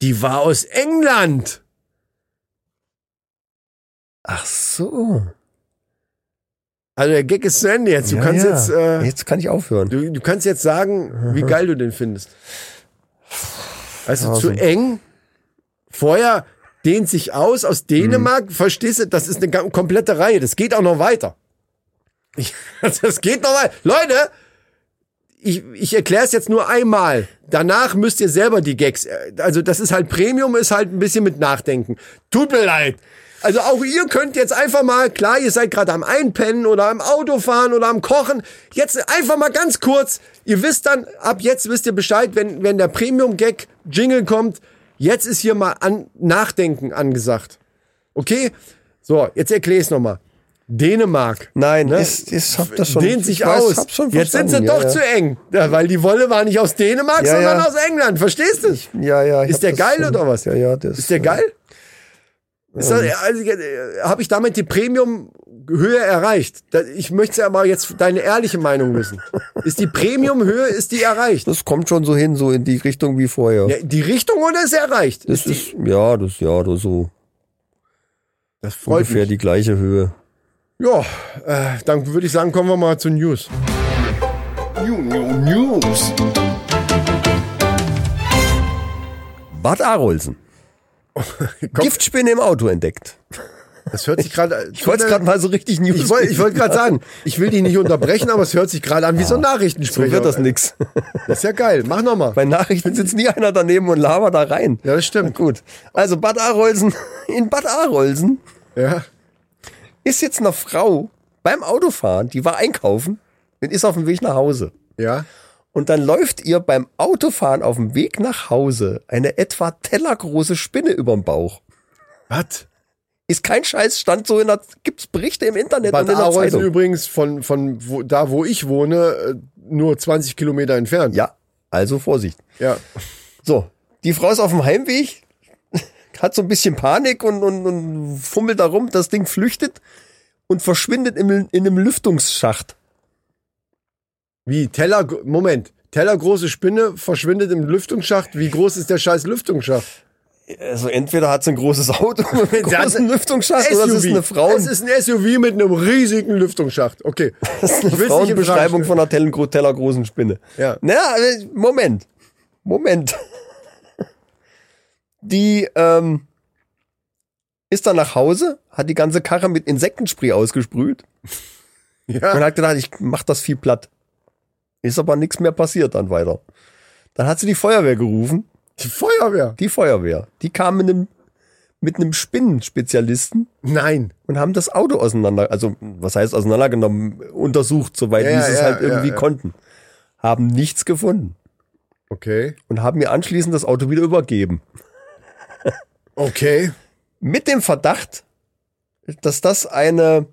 Speaker 1: die war aus England.
Speaker 2: Ach so.
Speaker 1: Also der Gag ist zu Ende jetzt. Du
Speaker 2: Ja,
Speaker 1: kannst
Speaker 2: ja.
Speaker 1: jetzt, äh,
Speaker 2: jetzt kann ich aufhören.
Speaker 1: du, du kannst jetzt sagen, wie geil du den findest. Weißt du, zu
Speaker 2: Tausend.
Speaker 1: eng. Vorher dehnt sich aus aus
Speaker 2: Mhm.
Speaker 1: Dänemark. Verstehst du? Das ist eine ga- komplette Reihe. Das geht auch noch weiter. Ich, das geht noch weiter. Leute, ich, ich erkläre es jetzt nur einmal. Danach müsst ihr selber die Gags. äh, Also das ist halt Premium, ist halt ein bisschen mit Nachdenken. Tut mir leid. Also auch ihr könnt jetzt einfach mal, klar, ihr seid gerade am Einpennen oder am Autofahren oder am Kochen. Jetzt einfach mal ganz kurz. Ihr wisst dann, ab jetzt wisst ihr Bescheid, wenn, wenn der Premium-Gag-Jingle kommt. Jetzt ist hier mal an, Nachdenken angesagt. Okay? So, jetzt erklär ich's noch nochmal. Dänemark
Speaker 2: Nein,
Speaker 1: ne?
Speaker 2: ist, ist, hab das schon.
Speaker 1: dehnt sich
Speaker 2: ich weiß,
Speaker 1: aus.
Speaker 2: Hab schon
Speaker 1: Jetzt sind sie
Speaker 2: verstanden,
Speaker 1: doch
Speaker 2: ja,
Speaker 1: zu eng, ja, weil die Wolle war nicht aus Dänemark,
Speaker 2: Ja,
Speaker 1: sondern
Speaker 2: ja.
Speaker 1: aus England. Verstehst du? Ist
Speaker 2: ja. ja, ja. ich hab
Speaker 1: der
Speaker 2: das
Speaker 1: geil
Speaker 2: schon-
Speaker 1: oder was?
Speaker 2: Ja, ja, das. äh,
Speaker 1: der geil? Ist das, also, äh, Habe ich damit die Premium-Höhe erreicht? Da- Ich möchte ja mal jetzt deine ehrliche Meinung wissen. Ist die Premium-Höhe, ist die erreicht?
Speaker 2: Das kommt schon so hin, so in die Richtung wie vorher.
Speaker 1: Ja, die Richtung oder ist sie erreicht?
Speaker 2: das ist, ja, das, ja, das so.
Speaker 1: Das freut
Speaker 2: Ungefähr
Speaker 1: mich.
Speaker 2: die gleiche Höhe.
Speaker 1: Ja, äh, dann würde ich sagen, kommen wir mal zu News. News.
Speaker 2: Bart Arolsen. Giftspinne im Auto entdeckt.
Speaker 1: Das hört sich gerade.
Speaker 2: Ich wollte es gerade mal so richtig News.
Speaker 1: Äh, Ich wollte wollt gerade sagen, ich will dich nicht unterbrechen, aber es hört sich gerade an wie so ein
Speaker 2: so
Speaker 1: Nachrichtensprecher.
Speaker 2: wird das nix.
Speaker 1: Das ist ja geil. Mach nochmal.
Speaker 2: Bei Nachrichten sitzt nie einer daneben und labert da rein.
Speaker 1: Ja, das stimmt.
Speaker 2: Na Gut. Also Bad Arolsen, in Bad Arolsen
Speaker 1: Ja.
Speaker 2: ist jetzt eine Frau beim Autofahren, die war einkaufen und ist auf dem Weg nach Hause.
Speaker 1: Ja.
Speaker 2: Und dann läuft ihr beim Autofahren auf dem Weg nach Hause eine etwa tellergroße Spinne überm Bauch.
Speaker 1: Was?
Speaker 2: Ist kein Scheiß, stand so in der, gibt's Berichte im Internet
Speaker 1: Bad
Speaker 2: und in der
Speaker 1: Arolsen
Speaker 2: Zeitung.
Speaker 1: übrigens von, von wo, da, wo ich wohne, äh, nur 20 Kilometer entfernt.
Speaker 2: Ja, also Vorsicht.
Speaker 1: Ja.
Speaker 2: So, die Frau ist auf dem Heimweg, hat so ein bisschen Panik und, und, und fummelt da rum, das Ding flüchtet und verschwindet im, in einem Lüftungsschacht.
Speaker 1: Wie? Teller. Moment. Tellergroße Spinne verschwindet im Lüftungsschacht. Wie groß ist der scheiß Lüftungsschacht?
Speaker 2: Also entweder hat sie ein großes Auto mit einem
Speaker 1: Sie hat
Speaker 2: großen
Speaker 1: ein
Speaker 2: Lüftungsschacht oder es ist eine Frauen,
Speaker 1: Es ist ein SUV mit einem riesigen Lüftungsschacht. Okay.
Speaker 2: das ist eine
Speaker 1: Ich will's nicht in Frage
Speaker 2: Frauenbeschreibung
Speaker 1: stellen.
Speaker 2: von einer tell- tellergroßen Spinne.
Speaker 1: Ja.
Speaker 2: Na, äh, Moment. Moment. Die ähm, ist dann nach Hause, hat die ganze Karre mit Insektenspray ausgesprüht.
Speaker 1: Ja. Ah.
Speaker 2: Und hat gedacht, ich mach das viel platt. Ist aber nichts mehr passiert dann weiter. Dann hat sie die Feuerwehr gerufen.
Speaker 1: Die Feuerwehr.
Speaker 2: Die Feuerwehr. Die kam mit einem, mit einem Spinnenspezialisten
Speaker 1: Nein.
Speaker 2: und haben das Auto auseinander, also was heißt auseinandergenommen, untersucht, soweit
Speaker 1: Ja,
Speaker 2: wie sie es
Speaker 1: ja,
Speaker 2: halt
Speaker 1: ja,
Speaker 2: irgendwie
Speaker 1: ja.
Speaker 2: konnten. Haben nichts gefunden
Speaker 1: Okay.
Speaker 2: und haben ihr anschließend das Auto wieder übergeben.
Speaker 1: Okay.
Speaker 2: Mit dem Verdacht, dass das eine,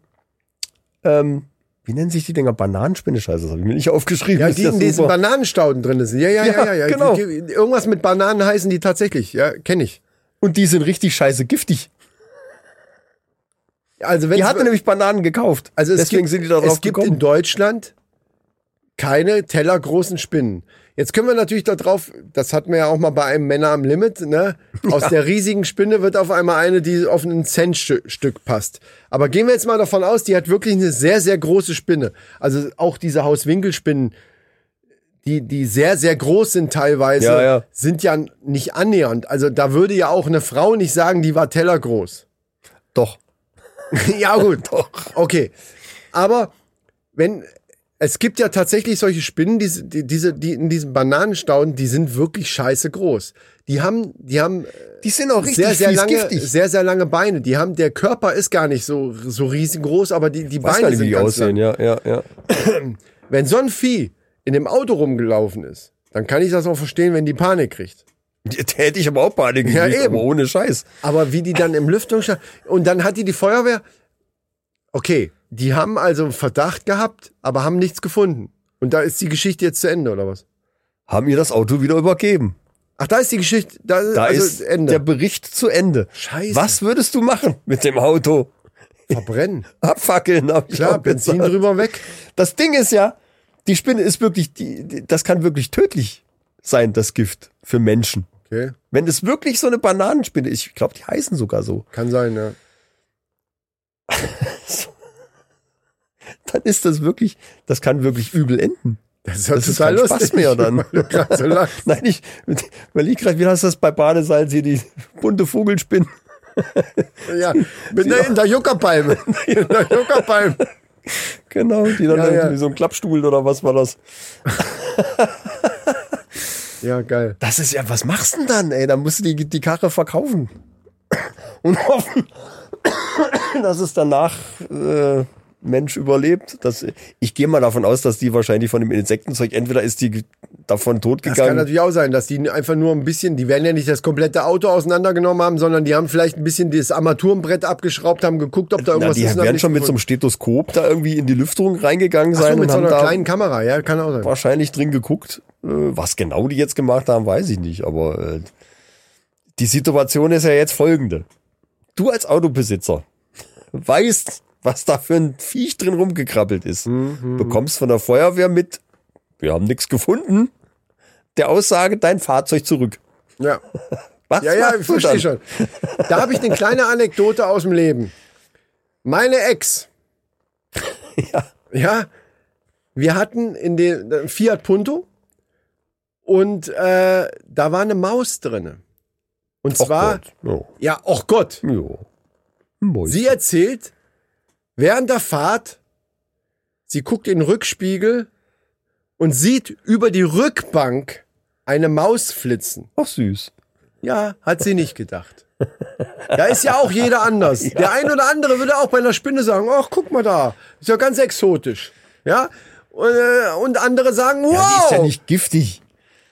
Speaker 2: ähm, wie nennen sich die Dinger? Bananenspinne, scheiße, das habe ich mir nicht aufgeschrieben.
Speaker 1: Ja,
Speaker 2: Ist
Speaker 1: die
Speaker 2: das
Speaker 1: in diesen
Speaker 2: super.
Speaker 1: Bananenstauden drin sind. Ja, ja, ja,
Speaker 2: Ja,
Speaker 1: ja. ja.
Speaker 2: genau.
Speaker 1: Die- die- Irgendwas mit Bananen heißen die tatsächlich. Ja, kenne ich.
Speaker 2: Und die sind richtig scheiße giftig.
Speaker 1: Also wenn
Speaker 2: Die hatte nämlich Bananen gekauft.
Speaker 1: also es
Speaker 2: deswegen
Speaker 1: gibt,
Speaker 2: sind die da drauf
Speaker 1: Es gibt in
Speaker 2: gekommen.
Speaker 1: Deutschland keine tellergroßen Spinnen. Jetzt können wir natürlich da drauf, das hatten wir ja auch mal bei einem Männer am Limit, ne? Aus der riesigen Spinne wird auf einmal eine, die auf ein Centstück passt. Aber gehen wir jetzt mal davon aus, die hat wirklich eine sehr, sehr große Spinne. Also auch diese Hauswinkelspinnen, die, die sehr, sehr groß sind teilweise,
Speaker 2: Ja, ja.
Speaker 1: sind ja nicht annähernd. Also da würde ja auch eine Frau nicht sagen, die war tellergroß.
Speaker 2: Doch.
Speaker 1: ja, gut. Okay. Aber wenn es gibt ja tatsächlich solche Spinnen, die, die, diese, die in diesen Bananenstauden, die sind wirklich scheiße groß. Die haben, die haben
Speaker 2: Die sind auch
Speaker 1: sehr, sehr
Speaker 2: fies
Speaker 1: lange, sehr, sehr lange Beine. Die haben, der Körper ist gar nicht so, so riesengroß, aber die, die
Speaker 2: Ich weiß gar
Speaker 1: Beine
Speaker 2: nicht, wie
Speaker 1: sind
Speaker 2: die
Speaker 1: ganz lang.
Speaker 2: aussehen. Ja, ja, ja.
Speaker 1: Wenn so ein Vieh in dem Auto rumgelaufen ist, dann kann ich das auch verstehen, wenn die Panik kriegt.
Speaker 2: Die- Da hätte ich aber auch Panik
Speaker 1: Ja,
Speaker 2: gekriegt,
Speaker 1: eben.
Speaker 2: aber ohne Scheiß.
Speaker 1: Aber wie die dann im Lüftungsschacht. Und dann hat die die Feuerwehr. Okay, die haben also einen Verdacht gehabt, aber haben nichts gefunden. Und da ist die Geschichte jetzt zu Ende, oder was?
Speaker 2: Haben ihr das Auto wieder übergeben.
Speaker 1: Ach, da ist die Geschichte. Da,
Speaker 2: Da
Speaker 1: also
Speaker 2: ist
Speaker 1: Ende.
Speaker 2: der Bericht zu Ende.
Speaker 1: Scheiße.
Speaker 2: Was würdest du machen mit dem Auto?
Speaker 1: Verbrennen.
Speaker 2: Abfackeln, hab ich
Speaker 1: Klar,
Speaker 2: auch
Speaker 1: Benzin
Speaker 2: gesagt.
Speaker 1: drüber weg.
Speaker 2: Das Ding ist ja, die Spinne ist wirklich, die, die, das kann wirklich tödlich sein, das Gift für Menschen.
Speaker 1: Okay,
Speaker 2: Wenn es wirklich so eine Bananenspinne ist, ich glaube, die heißen sogar so.
Speaker 1: kann sein, ja.
Speaker 2: dann ist das wirklich, das kann wirklich übel enden.
Speaker 1: Das
Speaker 2: Das ist kein Spaß mehr dann.
Speaker 1: Weil du grad so lachst.
Speaker 2: Nein, ich überlege gerade, wie heißt das bei Badesalz hier, die bunte Vogelspinne.
Speaker 1: ja, bin da in der Juckerpalme. In der Juckerpalme.
Speaker 2: Genau, die dann
Speaker 1: Ja,
Speaker 2: irgendwie
Speaker 1: ja.
Speaker 2: so ein Klappstuhl oder was war das?
Speaker 1: Ja, geil.
Speaker 2: Das ist ja, was machst du denn dann, ey? Dann musst du die, die Karre verkaufen. Und hoffen, dass es danach äh, Mensch überlebt. Das, ich gehe mal davon aus, dass die wahrscheinlich von dem Insektenzeug, entweder ist die davon
Speaker 1: Das kann
Speaker 2: totgegangen.
Speaker 1: natürlich auch sein, dass die einfach nur ein bisschen, die werden ja nicht das komplette Auto auseinandergenommen haben, sondern die haben vielleicht ein bisschen das Armaturenbrett abgeschraubt, haben geguckt, ob da
Speaker 2: Na,
Speaker 1: irgendwas
Speaker 2: die
Speaker 1: ist. und haben
Speaker 2: werden
Speaker 1: nichts
Speaker 2: schon mit so einem
Speaker 1: gefunden.
Speaker 2: Stethoskop da irgendwie in die Lüfterung reingegangen
Speaker 1: Ach
Speaker 2: sein
Speaker 1: so, mit
Speaker 2: und
Speaker 1: so
Speaker 2: haben
Speaker 1: einer
Speaker 2: da
Speaker 1: kleinen Kamera, ja, kann auch sein.
Speaker 2: wahrscheinlich drin geguckt. Äh, Was genau die jetzt gemacht haben, weiß ich nicht. Aber äh, die Situation ist ja jetzt folgende. Du als Autobesitzer weißt, was da für ein Viech drin rumgekrabbelt ist. Bekommst von der Feuerwehr mit, wir haben nichts gefunden, der Aussage, dein Fahrzeug zurück.
Speaker 1: Ja,
Speaker 2: Was
Speaker 1: ja, ja
Speaker 2: machst
Speaker 1: ich
Speaker 2: du
Speaker 1: verstehe
Speaker 2: dann?
Speaker 1: schon. Da habe ich eine kleine Anekdote aus dem Leben. Meine Ex. Ja. Ja. Wir hatten in den äh, Fiat Punto und äh, da war eine Maus drinne. Und
Speaker 2: Och
Speaker 1: zwar,
Speaker 2: Oh Gott.
Speaker 1: ja, oh Gott.
Speaker 2: Ja. Ja. Mäuschen.
Speaker 1: Sie erzählt während der Fahrt, sie guckt in den Rückspiegel und sieht über die Rückbank eine Maus flitzen.
Speaker 2: Ach süß.
Speaker 1: Ja, hat sie nicht gedacht. Da ist ja auch jeder anders. Der ein oder andere würde auch bei einer Spinne sagen, ach, guck mal da, ist ja ganz exotisch. Ja? Und, äh, und andere sagen, wow,
Speaker 2: Ja, die ist ja nicht giftig.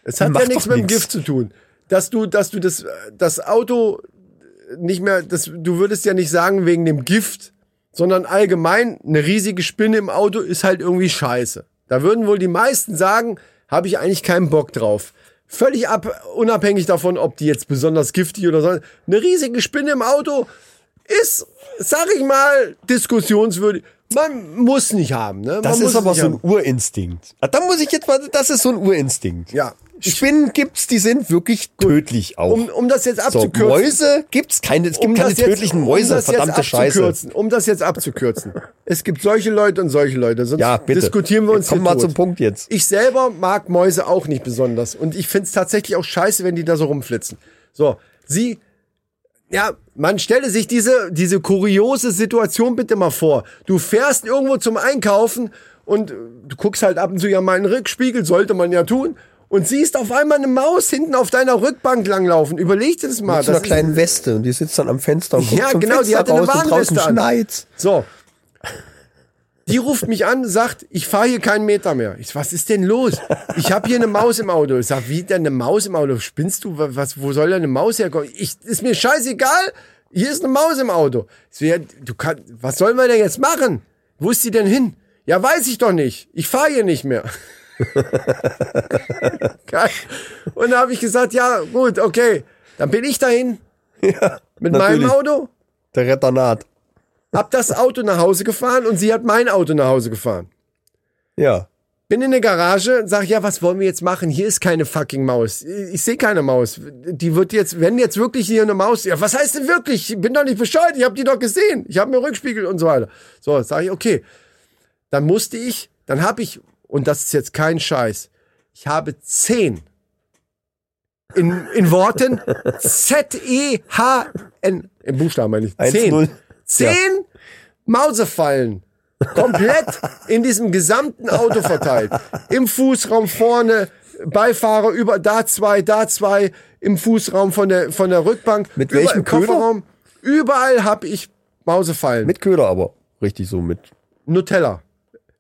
Speaker 1: es hat ja
Speaker 2: macht
Speaker 1: nichts
Speaker 2: doch
Speaker 1: mit dem
Speaker 2: nichts.
Speaker 1: Gift zu tun. Dass du, dass du das, das Auto nicht mehr, das, du würdest ja nicht sagen wegen dem Gift, sondern allgemein, eine riesige Spinne im Auto ist halt irgendwie scheiße. Da würden wohl die meisten sagen, habe ich eigentlich keinen Bock drauf. Völlig ab, unabhängig davon, ob die jetzt besonders giftig oder so. Eine riesige Spinne im Auto ist, sag ich mal, diskussionswürdig. Man muss nicht haben, ne? Man
Speaker 2: Das
Speaker 1: muss
Speaker 2: ist
Speaker 1: es
Speaker 2: aber
Speaker 1: nicht
Speaker 2: so
Speaker 1: haben.
Speaker 2: ein Urinstinkt. Ah, Da muss ich jetzt mal, das ist so ein Urinstinkt.
Speaker 1: Ja.
Speaker 2: Spinnen gibt's, die sind wirklich tödlich auch.
Speaker 1: um, um das jetzt
Speaker 2: so,
Speaker 1: abzukürzen. Um
Speaker 2: Mäuse gibt's keine, es gibt keine tödlichen Mäuse,
Speaker 1: das jetzt
Speaker 2: verdammte Scheiße.
Speaker 1: abzukürzen, Um das jetzt abzukürzen. es gibt solche Leute und solche Leute. Sonst
Speaker 2: Ja, bitte.
Speaker 1: diskutieren wir uns
Speaker 2: Jetzt komm
Speaker 1: hier
Speaker 2: mal
Speaker 1: tot.
Speaker 2: zum Punkt jetzt.
Speaker 1: Ich selber mag Mäuse auch nicht besonders. Und ich find's tatsächlich auch scheiße, wenn die da so rumflitzen. So, sie. Ja, man stelle sich diese, diese kuriose Situation bitte mal vor. Du fährst irgendwo zum Einkaufen und äh, du guckst halt ab und zu ja mal in den Rückspiegel, sollte man ja tun, und siehst auf einmal eine Maus hinten auf deiner Rückbank langlaufen. Überleg dir das mal.
Speaker 2: Mit so einer
Speaker 1: Ah, Das ist-
Speaker 2: kleinen Weste und die sitzt dann am Fenster und guckt
Speaker 1: ja,
Speaker 2: zum
Speaker 1: genau, die
Speaker 2: Fenster
Speaker 1: hatte eine
Speaker 2: raus und draußen
Speaker 1: Warnweste an.
Speaker 2: schneit's.
Speaker 1: So. Die ruft mich an, sagt, ich fahre hier keinen Meter mehr. Ich, was ist denn los? Ich habe hier eine Maus im Auto. Ich sag, wie denn eine Maus im Auto? Spinnst du? Wa- Was, wo soll denn eine Maus herkommen? Ich, ist mir scheißegal. Hier ist eine Maus im Auto. Ich so, ja, du kann, was sollen wir denn jetzt machen? Wo ist die denn hin? Ja, weiß ich doch nicht. Ich fahre hier nicht mehr. Geil. Und da habe ich gesagt, ja, gut, okay. Dann bin ich dahin. Mit meinem
Speaker 2: natürlich.
Speaker 1: Auto
Speaker 2: Der Retternat.
Speaker 1: hab das Auto nach Hause gefahren und sie hat mein Auto nach Hause gefahren.
Speaker 2: Ja.
Speaker 1: Bin in der Garage, sag, ja, was wollen wir jetzt machen? Hier ist keine fucking Maus. Ich sehe keine Maus. Die wird jetzt, wenn jetzt wirklich hier eine Maus, ja, was heißt denn wirklich? Ich bin doch nicht bescheuert, ich habe die doch gesehen. Ich habe mir Rückspiegel und so weiter. So, sag ich, okay. Dann musste ich, dann habe ich, und das ist jetzt kein Scheiß, ich habe zehn in, in Worten Z-E-H-N, im Buchstaben meine ich,
Speaker 2: 1-0.
Speaker 1: zehn. Zehn Mausefallen. Komplett in diesem gesamten Auto verteilt. Im Fußraum vorne, Beifahrer über, da zwei, da zwei, im Fußraum von der, von der Rückbank.
Speaker 2: Mit
Speaker 1: überall
Speaker 2: welchem
Speaker 1: im Kofferraum? Überall habe ich Mausefallen.
Speaker 2: Mit Köder aber. Richtig so mit.
Speaker 1: Nutella.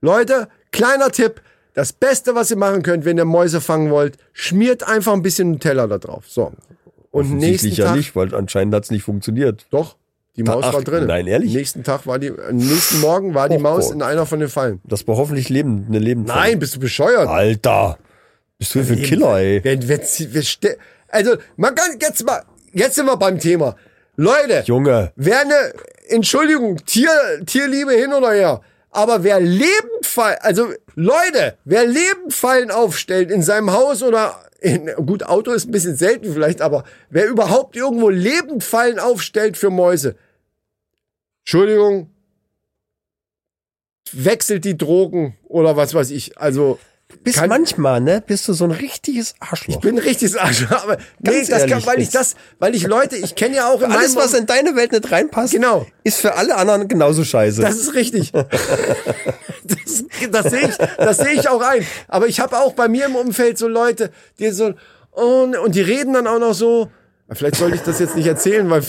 Speaker 1: Leute, kleiner Tipp. Das Beste, was ihr machen könnt, wenn ihr Mäuse fangen wollt, schmiert einfach ein bisschen Nutella da drauf. So. Und nächsten
Speaker 2: Offensichtlich ja
Speaker 1: Tag.
Speaker 2: nicht, weil anscheinend hat's nicht funktioniert.
Speaker 1: Doch, die Maus
Speaker 2: ach,
Speaker 1: war drin.
Speaker 2: nein, ehrlich?
Speaker 1: Nächsten Tag war die, am nächsten Morgen war die
Speaker 2: Oh
Speaker 1: Maus
Speaker 2: Gott.
Speaker 1: in einer von den Fallen.
Speaker 2: Das war hoffentlich Leben, eine Leben.
Speaker 1: Nein, bist du bescheuert?
Speaker 2: Alter. Bist du für ein Killer, ey.
Speaker 1: Wenn, wenn, sie- wir ste- also, man kann jetzt mal, jetzt sind wir beim Thema. Leute,
Speaker 2: Junge.
Speaker 1: wer eine, Entschuldigung, Tier, Tierliebe hin oder her, aber wer lebend fallen, also Leute, wer lebend fallen aufstellt in seinem Haus oder in, gut, Auto ist ein bisschen selten vielleicht, aber wer überhaupt irgendwo lebend fallen aufstellt für Mäuse, Entschuldigung, wechselt die Drogen oder was weiß ich, also,
Speaker 2: Bist
Speaker 1: kann-
Speaker 2: manchmal, ne? Bist du so ein richtiges Arschloch.
Speaker 1: bin richtig Arsch, aber nee, das
Speaker 2: ehrlich
Speaker 1: kann, weil ich
Speaker 2: jetzt.
Speaker 1: das, weil ich Leute, ich kenne ja auch in
Speaker 2: Alles,
Speaker 1: meinem
Speaker 2: was in deine Welt nicht reinpasst,
Speaker 1: Genau.
Speaker 2: ist für alle anderen genauso scheiße.
Speaker 1: Das ist richtig. das das sehe ich, das sehe ich auch ein. Aber ich habe auch bei mir im Umfeld so Leute, die so oh, ne, und die reden dann auch noch so. Vielleicht sollte ich das jetzt nicht erzählen, weil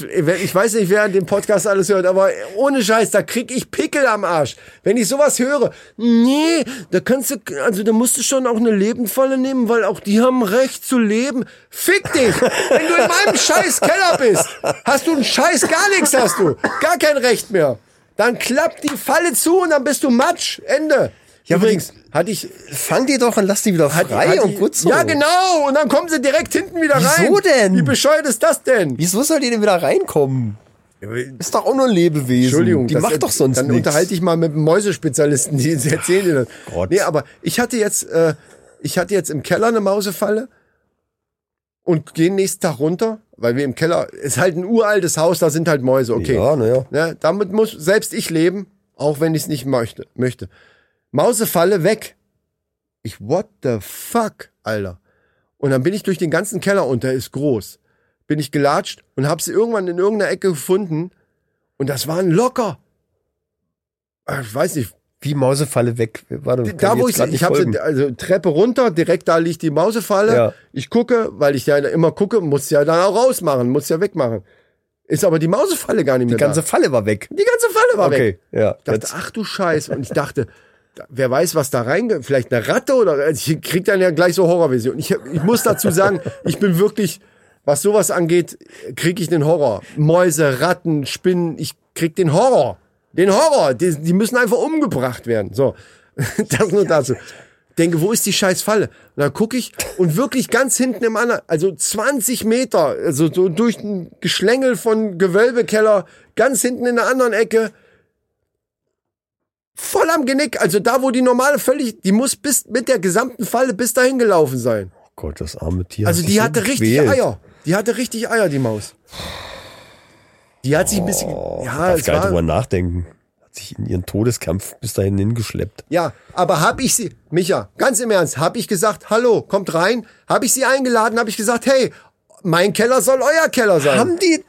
Speaker 1: ich weiß nicht, wer den Podcast alles hört, aber ohne Scheiß, da krieg ich Pickel am Arsch. Wenn ich sowas höre, nee, da kannst du, also da musst du schon auch eine Lebenfalle nehmen, weil auch die haben Recht zu leben. Fick dich! Wenn du in meinem scheiß Keller bist, hast du einen Scheiß, gar nichts hast du. Gar kein Recht mehr. Dann klappt die Falle zu und dann bist du Matsch. Ende.
Speaker 2: Ja, aber die-
Speaker 1: Übrigens, hatte ich.
Speaker 2: Fang die doch und lass die wieder frei
Speaker 1: hatte
Speaker 2: und
Speaker 1: ich-
Speaker 2: gut so.
Speaker 1: Ja, genau. Und dann kommen sie direkt hinten wieder rein.
Speaker 2: Wieso denn?
Speaker 1: Wie bescheuert ist das denn?
Speaker 2: Wieso soll die denn wieder reinkommen? Ist doch auch nur ein Lebewesen.
Speaker 1: Entschuldigung.
Speaker 2: Die
Speaker 1: das-
Speaker 2: macht doch sonst
Speaker 1: Dann
Speaker 2: nichts.
Speaker 1: unterhalte ich mal mit einem Mäusespezialisten, die sie erzählen dir das.
Speaker 2: Gott.
Speaker 1: Nee, aber ich hatte jetzt, äh, ich hatte jetzt im Keller eine Mausefalle und gehe nächsten Tag runter, weil wir im Keller, ist halt ein uraltes Haus, da sind halt Mäuse, okay.
Speaker 2: Ja, naja.
Speaker 1: Ne, damit muss selbst ich leben, auch wenn ich es nicht möchte, möchte. Mausefalle weg. Ich, what the fuck, Alter. Und dann bin ich durch den ganzen Keller und der ist groß. Bin ich gelatscht und hab sie irgendwann in irgendeiner Ecke gefunden Und das waren locker. äh, Ich weiß nicht,
Speaker 2: Wie Mausefalle weg. Warte, kann
Speaker 1: da wo ich,
Speaker 2: jetzt grad nicht
Speaker 1: ich habe
Speaker 2: folgen.
Speaker 1: also Treppe runter, direkt da liegt die Mausefalle.
Speaker 2: Ja.
Speaker 1: Ich gucke, weil ich ja immer gucke, muss ja dann auch rausmachen, muss ja wegmachen. Ist aber die Mausefalle gar nicht
Speaker 2: Die
Speaker 1: mehr
Speaker 2: ganze
Speaker 1: da.
Speaker 2: Falle war weg.
Speaker 1: Die ganze Falle war weg.
Speaker 2: ja.
Speaker 1: Ich dachte,
Speaker 2: Jetzt,
Speaker 1: ach du Scheiße. Und ich dachte, da- wer weiß, was da reinge... Vielleicht eine Ratte oder... Also ich krieg dann ja gleich so Horrorvision. Ich, ich muss dazu sagen, ich bin wirklich... Was sowas angeht, krieg ich den Horror. Mäuse, Ratten, Spinnen, ich krieg den Horror. Den Horror. Die, die müssen einfach umgebracht werden. So, das nur dazu. Denke, wo ist die scheiß Falle? Und dann gucke ich und wirklich ganz hinten im anderen, also 20 Meter, also so durch ein Geschlängel von Gewölbekeller, ganz hinten in der anderen Ecke, voll am Genick. Also da, wo die normale völlig, die muss bis mit der gesamten Falle bis dahin gelaufen sein.
Speaker 2: oh Gott, das arme Tier.
Speaker 1: Also
Speaker 2: hat
Speaker 1: die
Speaker 2: sich
Speaker 1: hatte richtig
Speaker 2: gequält.
Speaker 1: Eier. Die hatte richtig Eier, die Maus. Die hat sich ein bisschen, ja,
Speaker 2: Oh, Darf
Speaker 1: Ah, es
Speaker 2: gar nicht drüber
Speaker 1: war,
Speaker 2: nachdenken. Hat sich in ihren Todeskampf bis dahin hingeschleppt.
Speaker 1: ja, aber hab ich sie, Micha, ganz im Ernst, hab ich gesagt, hallo, kommt rein, hab ich sie eingeladen, hab ich gesagt, hey, mein Keller soll euer Keller sein.
Speaker 2: Haben die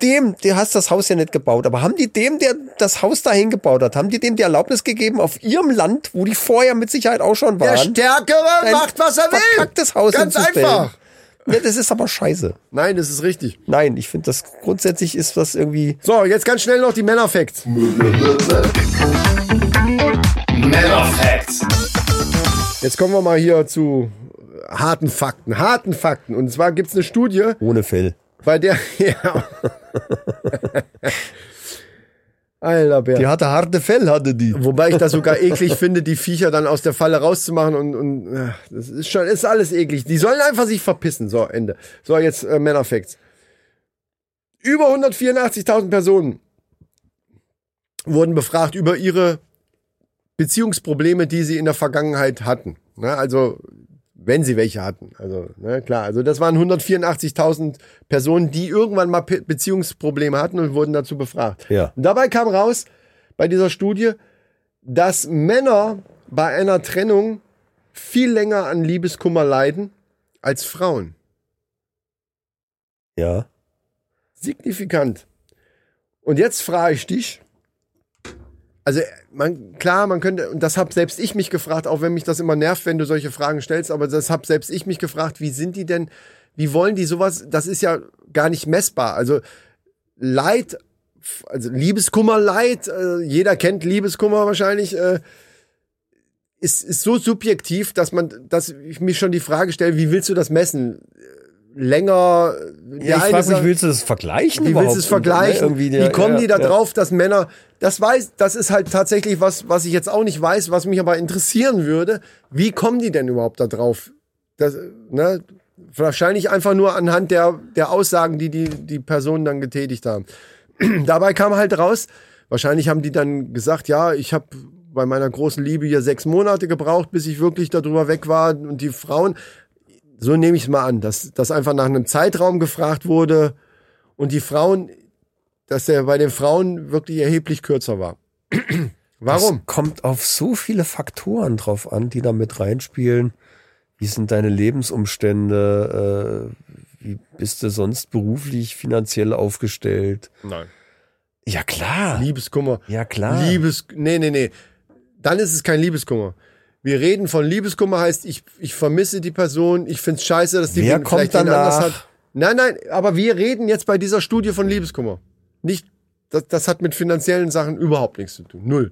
Speaker 2: dem, der hast das Haus ja nicht gebaut, aber haben die dem, der das Haus dahin gebaut hat, haben die dem die Erlaubnis gegeben, auf ihrem Land, wo die vorher mit Sicherheit auch schon
Speaker 1: der
Speaker 2: waren,
Speaker 1: Stärkere
Speaker 2: ein
Speaker 1: macht, was er will.
Speaker 2: verkacktes Haus
Speaker 1: Ganz
Speaker 2: hinzustellen?
Speaker 1: einfach.
Speaker 2: Ja, das ist aber scheiße.
Speaker 1: Nein, das ist richtig.
Speaker 2: Nein, ich finde das grundsätzlich ist das irgendwie
Speaker 1: So, jetzt ganz schnell noch die Männerfacts.
Speaker 5: Männer Facts.
Speaker 1: Jetzt kommen wir mal hier zu harten Fakten, harten Fakten. Und zwar gibt's eine Studie,
Speaker 2: ohne Fell.
Speaker 1: bei der... Ja. Alter Bär.
Speaker 2: Die hatte harte Fell, hatte die.
Speaker 1: Wobei ich das sogar eklig finde, die Viecher dann aus der Falle rauszumachen und, und äh, das ist schon, ist alles eklig. Die sollen einfach sich verpissen. So, Ende. So, jetzt äh, Männerfacts. Über 184.000 Personen wurden befragt über ihre Beziehungsprobleme, die sie in der Vergangenheit hatten. Ne? Also, wenn sie welche hatten. Also, ne, klar. Also, das waren 184.000 Personen, die irgendwann mal Pe- Beziehungsprobleme hatten und wurden dazu befragt.
Speaker 2: Ja.
Speaker 1: Und dabei kam raus, bei dieser Studie, dass Männer bei einer Trennung viel länger an Liebeskummer leiden als Frauen.
Speaker 2: Ja.
Speaker 1: Signifikant. Und jetzt frage ich dich, also man, klar, man könnte, und das habe selbst ich mich gefragt, auch wenn mich das immer nervt, wenn du solche Fragen stellst, aber das habe selbst ich mich gefragt, wie sind die denn, wie wollen die sowas, das ist ja gar nicht messbar. Also Leid, also Liebeskummer, Leid, äh, jeder kennt Liebeskummer wahrscheinlich, äh, ist, ist so subjektiv, dass man, dass ich mich schon die Frage stelle, wie willst du das messen? Äh, Länger, äh, der
Speaker 2: ich
Speaker 1: eine
Speaker 2: frage mich,
Speaker 1: sagt-
Speaker 2: willst du das vergleichen?
Speaker 1: wie
Speaker 2: überhaupt?
Speaker 1: willst du es vergleichen?
Speaker 2: Und, ne, irgendwie der-
Speaker 1: Wie kommen
Speaker 2: ja,
Speaker 1: die da
Speaker 2: ja.
Speaker 1: drauf, dass Männer, das weiß, das ist halt tatsächlich was, was ich jetzt auch nicht weiß, was mich aber interessieren würde. Wie kommen die denn überhaupt da drauf? Das, ne? Wahrscheinlich einfach nur anhand der, der Aussagen, die, die die Personen dann getätigt haben. Dabei kam halt raus, wahrscheinlich haben die dann gesagt, ja, ich habe bei meiner großen Liebe hier sechs Monate gebraucht, bis ich wirklich darüber weg war. Und die Frauen, so nehme ich es mal an, dass, dass einfach nach einem Zeitraum gefragt wurde, und die Frauen, dass der bei den Frauen wirklich erheblich kürzer war. Warum?
Speaker 2: Es kommt auf so viele Faktoren drauf an, die da mit reinspielen. Wie sind deine Lebensumstände? Äh, wie bist du sonst beruflich, finanziell aufgestellt?
Speaker 1: Nein.
Speaker 2: Ja, klar.
Speaker 1: Liebeskummer.
Speaker 2: Ja, klar.
Speaker 1: Liebes, nee, nee, nee. Dann ist es kein Liebeskummer. Wir reden von Liebeskummer heißt, ich, ich vermisse die Person, ich find's scheiße, dass die
Speaker 2: Wer kommt
Speaker 1: vielleicht wen
Speaker 2: danach?
Speaker 1: Nein, nein, aber wir reden jetzt bei dieser Studie von Liebeskummer. Nicht, das, das hat mit finanziellen Sachen überhaupt nichts zu tun. Null.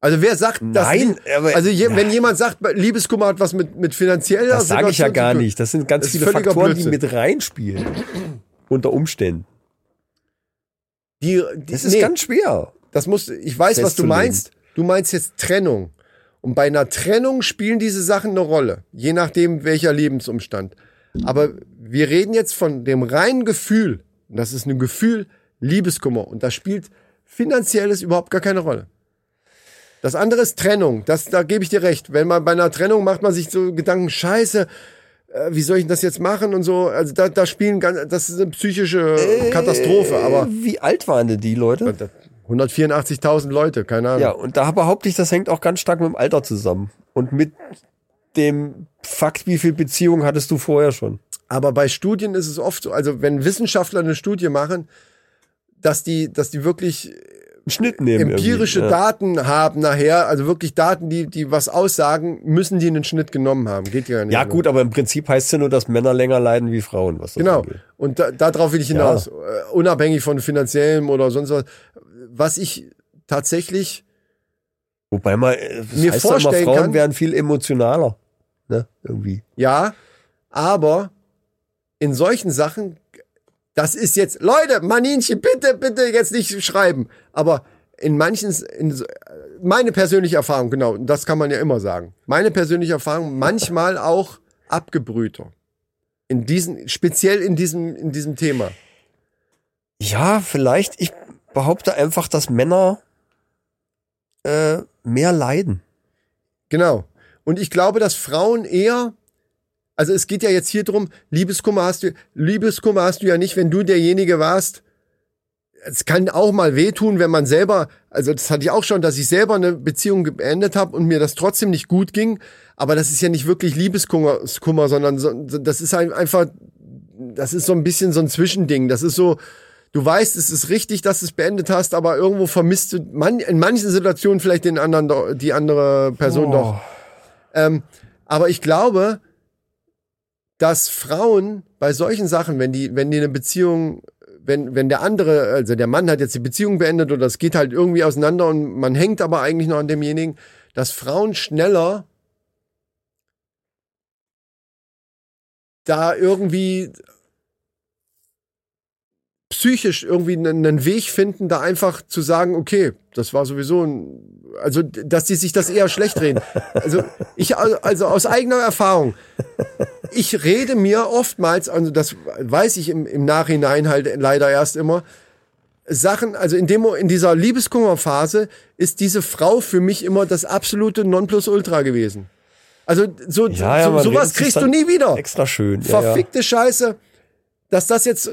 Speaker 1: Also wer sagt das?
Speaker 2: Nein, aber-
Speaker 1: also je, wenn jemand sagt, Liebeskummer hat was mit, mit finanzieller
Speaker 2: das sage ich ja
Speaker 1: Situation zu
Speaker 2: gar
Speaker 1: tun.
Speaker 2: nicht. Das sind ganz
Speaker 1: Das ist
Speaker 2: viele
Speaker 1: völliger
Speaker 2: Faktoren,
Speaker 1: Blödsinn.
Speaker 2: die mit reinspielen. Unter Umständen.
Speaker 1: Die, die,
Speaker 2: Das ist
Speaker 1: nee,
Speaker 2: ganz schwer.
Speaker 1: das musst, ich weiß, was du
Speaker 2: festzulegen.
Speaker 1: meinst. Du meinst jetzt Trennung. Und bei einer Trennung spielen diese Sachen eine Rolle, je nachdem welcher Lebensumstand. Aber wir reden jetzt von dem reinen Gefühl, und das ist ein Gefühl Liebeskummer, und da spielt finanzielles überhaupt gar keine Rolle. Das andere ist Trennung, das, da gebe ich dir recht. Wenn man bei einer Trennung macht man sich so Gedanken, scheiße, äh, wie soll ich denn das jetzt machen und so. Also da, da spielen ganz, das ist eine psychische Katastrophe, aber...
Speaker 2: Wie alt waren denn die
Speaker 1: Äh,
Speaker 2: Leute?
Speaker 1: 184.000 Leute, keine Ahnung.
Speaker 2: Ja, und da behaupte ich, das hängt auch ganz stark mit dem Alter zusammen. Und mit dem Fakt, wie viel Beziehung hattest du vorher schon?
Speaker 1: Aber bei Studien ist es oft so, also wenn Wissenschaftler eine Studie machen, dass die, dass die wirklich
Speaker 2: Einen Schnitt nehmen.
Speaker 1: empirische
Speaker 2: irgendwie, ja.
Speaker 1: Daten haben nachher, also wirklich Daten, die, die was aussagen, müssen die einen Schnitt genommen haben. Geht ja nicht.
Speaker 2: Ja,
Speaker 1: anders.
Speaker 2: gut, aber im Prinzip heißt es ja nur, dass Männer länger leiden wie Frauen. Was das
Speaker 1: Genau.
Speaker 2: angeht.
Speaker 1: Und da, darauf will ich hinaus. Äh, Unabhängig von finanziellem oder sonst was. Was ich tatsächlich,
Speaker 2: Wobei man, äh, das
Speaker 1: Mir
Speaker 2: heißt doch immer,
Speaker 1: vorstellen
Speaker 2: Frauen
Speaker 1: kann-
Speaker 2: werden viel emotionaler. Ne? Irgendwie.
Speaker 1: ja, aber in solchen Sachen, das ist jetzt, Leute, Maninchen, bitte, bitte jetzt nicht schreiben. Aber in manchen, in, so- meine persönliche Erfahrung, genau, das kann man ja immer sagen. Meine persönliche Erfahrung, manchmal auch abgebrühter. In diesen, speziell in diesem, in diesem Thema.
Speaker 2: Ja, vielleicht. Ich behaupte einfach, dass Männer äh, mehr leiden.
Speaker 1: Genau. Und ich glaube, dass Frauen eher, also es geht ja jetzt hier drum, Liebeskummer hast du, Liebeskummer hast du ja nicht, wenn du derjenige warst. Es kann auch mal wehtun, wenn man selber, also das hatte ich auch schon, dass ich selber eine Beziehung beendet habe und mir das trotzdem nicht gut ging. Aber das ist ja nicht wirklich Liebeskummer, Kummer, sondern so, das ist halt einfach, das ist so ein bisschen so ein Zwischending. Das ist so, du weißt, es ist richtig, dass du es beendet hast, aber irgendwo vermisst du man, in manchen Situationen vielleicht den anderen, do- die andere
Speaker 2: Oh.
Speaker 1: Person doch. Ähm, aber ich glaube, dass Frauen bei solchen Sachen, wenn die, wenn die eine Beziehung, wenn, wenn der andere, also der Mann hat jetzt die Beziehung beendet oder es geht halt irgendwie auseinander und man hängt aber eigentlich noch an demjenigen, dass Frauen schneller da irgendwie psychisch irgendwie einen einen Weg finden, da einfach zu sagen, okay, das war sowieso ein, also dass die sich das eher schlecht reden. Also ich al- also aus eigener Erfahrung, ich rede mir oftmals, also das weiß ich im, im Nachhinein halt leider erst immer, Sachen, also in dem in dieser Liebeskummerphase ist diese Frau für mich immer das absolute Nonplusultra gewesen. Also so,
Speaker 2: Ja, ja,
Speaker 1: so
Speaker 2: man
Speaker 1: sowas
Speaker 2: redet sich
Speaker 1: kriegst du
Speaker 2: dann
Speaker 1: nie wieder.
Speaker 2: Extra schön. Ja, ja.
Speaker 1: Verfickte Scheiße, dass das jetzt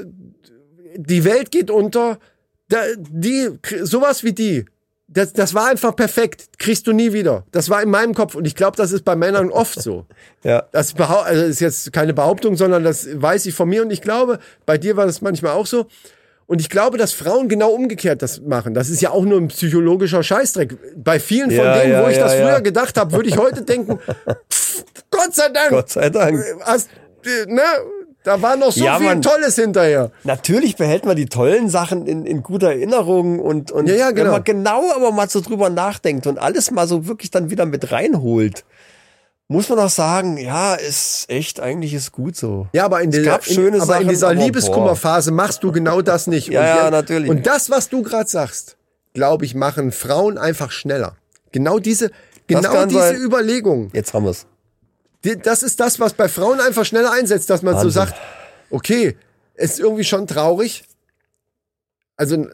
Speaker 1: die Welt geht unter, da, die sowas wie die. Das, das war einfach perfekt, kriegst du nie wieder. Das war in meinem Kopf und ich glaube, das ist bei Männern oft so.
Speaker 2: Ja.
Speaker 1: Das behau- also ist jetzt keine Behauptung, sondern das weiß ich von mir und ich glaube, bei dir war das manchmal auch so. Und ich glaube, dass Frauen genau umgekehrt das machen. Das ist ja auch nur ein psychologischer Scheißdreck. Bei vielen von
Speaker 2: Ja,
Speaker 1: denen,
Speaker 2: ja,
Speaker 1: wo ich
Speaker 2: ja,
Speaker 1: das
Speaker 2: ja.
Speaker 1: früher gedacht habe, würde ich heute denken, pff, Gott sei Dank,
Speaker 2: Gott sei Dank.
Speaker 1: hast, äh, ne, da war noch so
Speaker 2: Ja,
Speaker 1: viel
Speaker 2: Mann.
Speaker 1: Tolles hinterher.
Speaker 2: Natürlich behält man die tollen Sachen in, in guter Erinnerung und, und
Speaker 1: Ja, ja,
Speaker 2: wenn
Speaker 1: genau.
Speaker 2: man genau aber mal so drüber nachdenkt und alles mal so wirklich dann wieder mit reinholt, muss man auch sagen, ja, ist echt, eigentlich ist gut so.
Speaker 1: Ja, aber in,
Speaker 2: Es
Speaker 1: dieser,
Speaker 2: gab
Speaker 1: in,
Speaker 2: schöne
Speaker 1: aber
Speaker 2: Sachen,
Speaker 1: in dieser
Speaker 2: aber boah.
Speaker 1: Liebeskummerphase machst du genau das nicht.
Speaker 2: Ja,
Speaker 1: und
Speaker 2: ja,
Speaker 1: jetzt-
Speaker 2: natürlich.
Speaker 1: Und das, was du gerade sagst, glaube ich, machen Frauen einfach schneller. Genau diese, genau
Speaker 2: kann
Speaker 1: diese
Speaker 2: sein.
Speaker 1: Überlegung.
Speaker 2: Jetzt haben wir's.
Speaker 1: Die- Das ist das, was bei Frauen einfach schneller einsetzt, dass man so
Speaker 2: Wahnsinn.
Speaker 1: sagt, okay, ist irgendwie schon traurig. Also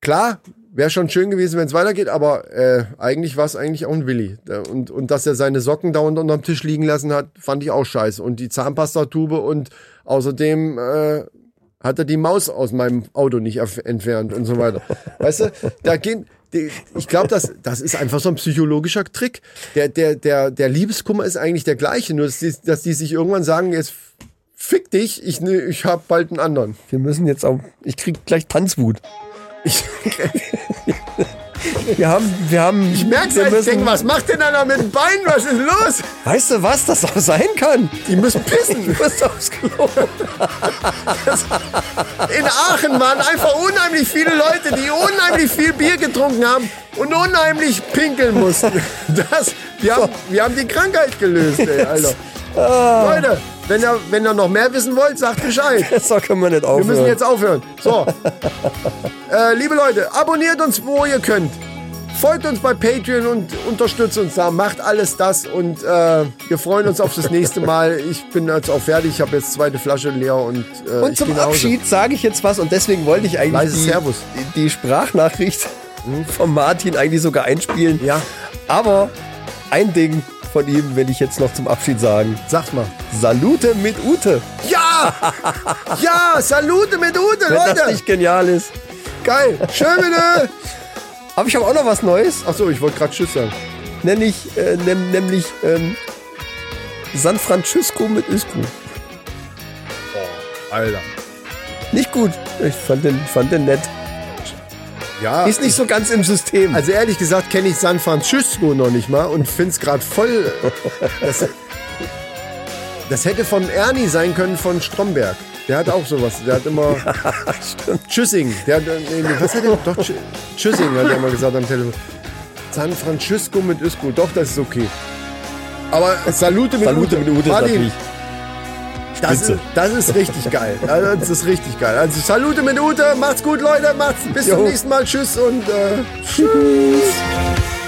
Speaker 1: klar, wäre schon schön gewesen, wenn es weitergeht, aber äh, eigentlich war es eigentlich auch ein Willi. Da- Und, und dass er seine Socken dauernd unterm Tisch liegen lassen hat, fand ich auch scheiße. Und die Zahnpastatube und außerdem äh, hat er die Maus aus meinem Auto nicht erf- entfernt und so weiter. Weißt du, da gehen, die, ich glaube, das, das ist einfach so ein psychologischer Trick. Der, der, der, der Liebeskummer ist eigentlich der gleiche, nur dass die, dass die sich irgendwann sagen, jetzt fick dich, ich, ne- ich hab bald einen anderen.
Speaker 2: Wir müssen jetzt auch, ich krieg gleich Tanzwut.
Speaker 1: Ich,
Speaker 2: Wir haben, wir haben,
Speaker 1: ich merk's
Speaker 2: wir
Speaker 1: halt, ich
Speaker 2: müssen-
Speaker 1: denk, was macht denn einer mit dem Bein? Was ist los?
Speaker 2: Weißt du was, das auch sein kann?
Speaker 1: Die müssen pissen.
Speaker 2: Du bist aufs Klo.
Speaker 1: In Aachen waren einfach unheimlich viele Leute, die unheimlich viel Bier getrunken haben und unheimlich pinkeln mussten. Das, wir, haben, wir haben die Krankheit gelöst, ey, Alter.
Speaker 2: Ah.
Speaker 1: Leute, wenn ihr, wenn ihr noch mehr wissen wollt, sagt Bescheid.
Speaker 2: Jetzt können wir nicht
Speaker 1: Wir
Speaker 2: aufhören.
Speaker 1: müssen jetzt aufhören. So. äh, liebe Leute, abonniert uns, wo ihr könnt. Folgt uns bei Patreon und unterstützt uns da. Macht alles das und äh, wir freuen uns auf das nächste Mal. Ich bin jetzt auch fertig. Ich habe jetzt zweite Flasche leer und, äh,
Speaker 2: Und
Speaker 1: ich
Speaker 2: zum
Speaker 1: geh nach Hause.
Speaker 2: Abschied sage ich jetzt was und deswegen wollte ich eigentlich
Speaker 1: Leises
Speaker 2: die,
Speaker 1: Servus.
Speaker 2: die Sprachnachricht von Martin eigentlich sogar einspielen.
Speaker 1: Ja.
Speaker 2: Aber ein Ding von ihm will ich jetzt noch zum Abschied sagen.
Speaker 1: Sagt mal.
Speaker 2: Salute mit Ute.
Speaker 1: Ja! Ja! Salute mit Ute,
Speaker 2: Wenn das
Speaker 1: Leute!
Speaker 2: nicht genial ist.
Speaker 1: Geil! Schön bitte!
Speaker 2: Aber ich habe auch noch was Neues,
Speaker 1: Achso, ich wollte gerade Tschüss sagen.
Speaker 2: nämlich, äh, nem, nämlich ähm, San Francisco mit Isku.
Speaker 1: Alter.
Speaker 2: Nicht gut. Ich fand den, fand den nett.
Speaker 1: Ja.
Speaker 2: Ist nicht so ganz im System.
Speaker 1: Also ehrlich gesagt kenne ich San Francisco noch nicht mal und finde es gerade voll. Das, das hätte von Ernie sein können von Stromberg. Der hat auch sowas. Der hat immer. Tschüssing. Der hat, nee, nee, was hat er? Doch, Tsch- Tschüssing hat er immer gesagt am Telefon. San Francisco mit Isco. Doch, das ist okay. Aber Salute mit
Speaker 2: Salute mit Ute ist
Speaker 1: Martin,
Speaker 2: natürlich.
Speaker 1: das
Speaker 2: Spitze.
Speaker 1: ist, das ist richtig geil. Also, Das ist richtig geil. Also Salute mit Ute. Macht's gut, Leute. Macht's bis
Speaker 2: Jo.
Speaker 1: zum nächsten Mal. Tschüss und äh, tschüss.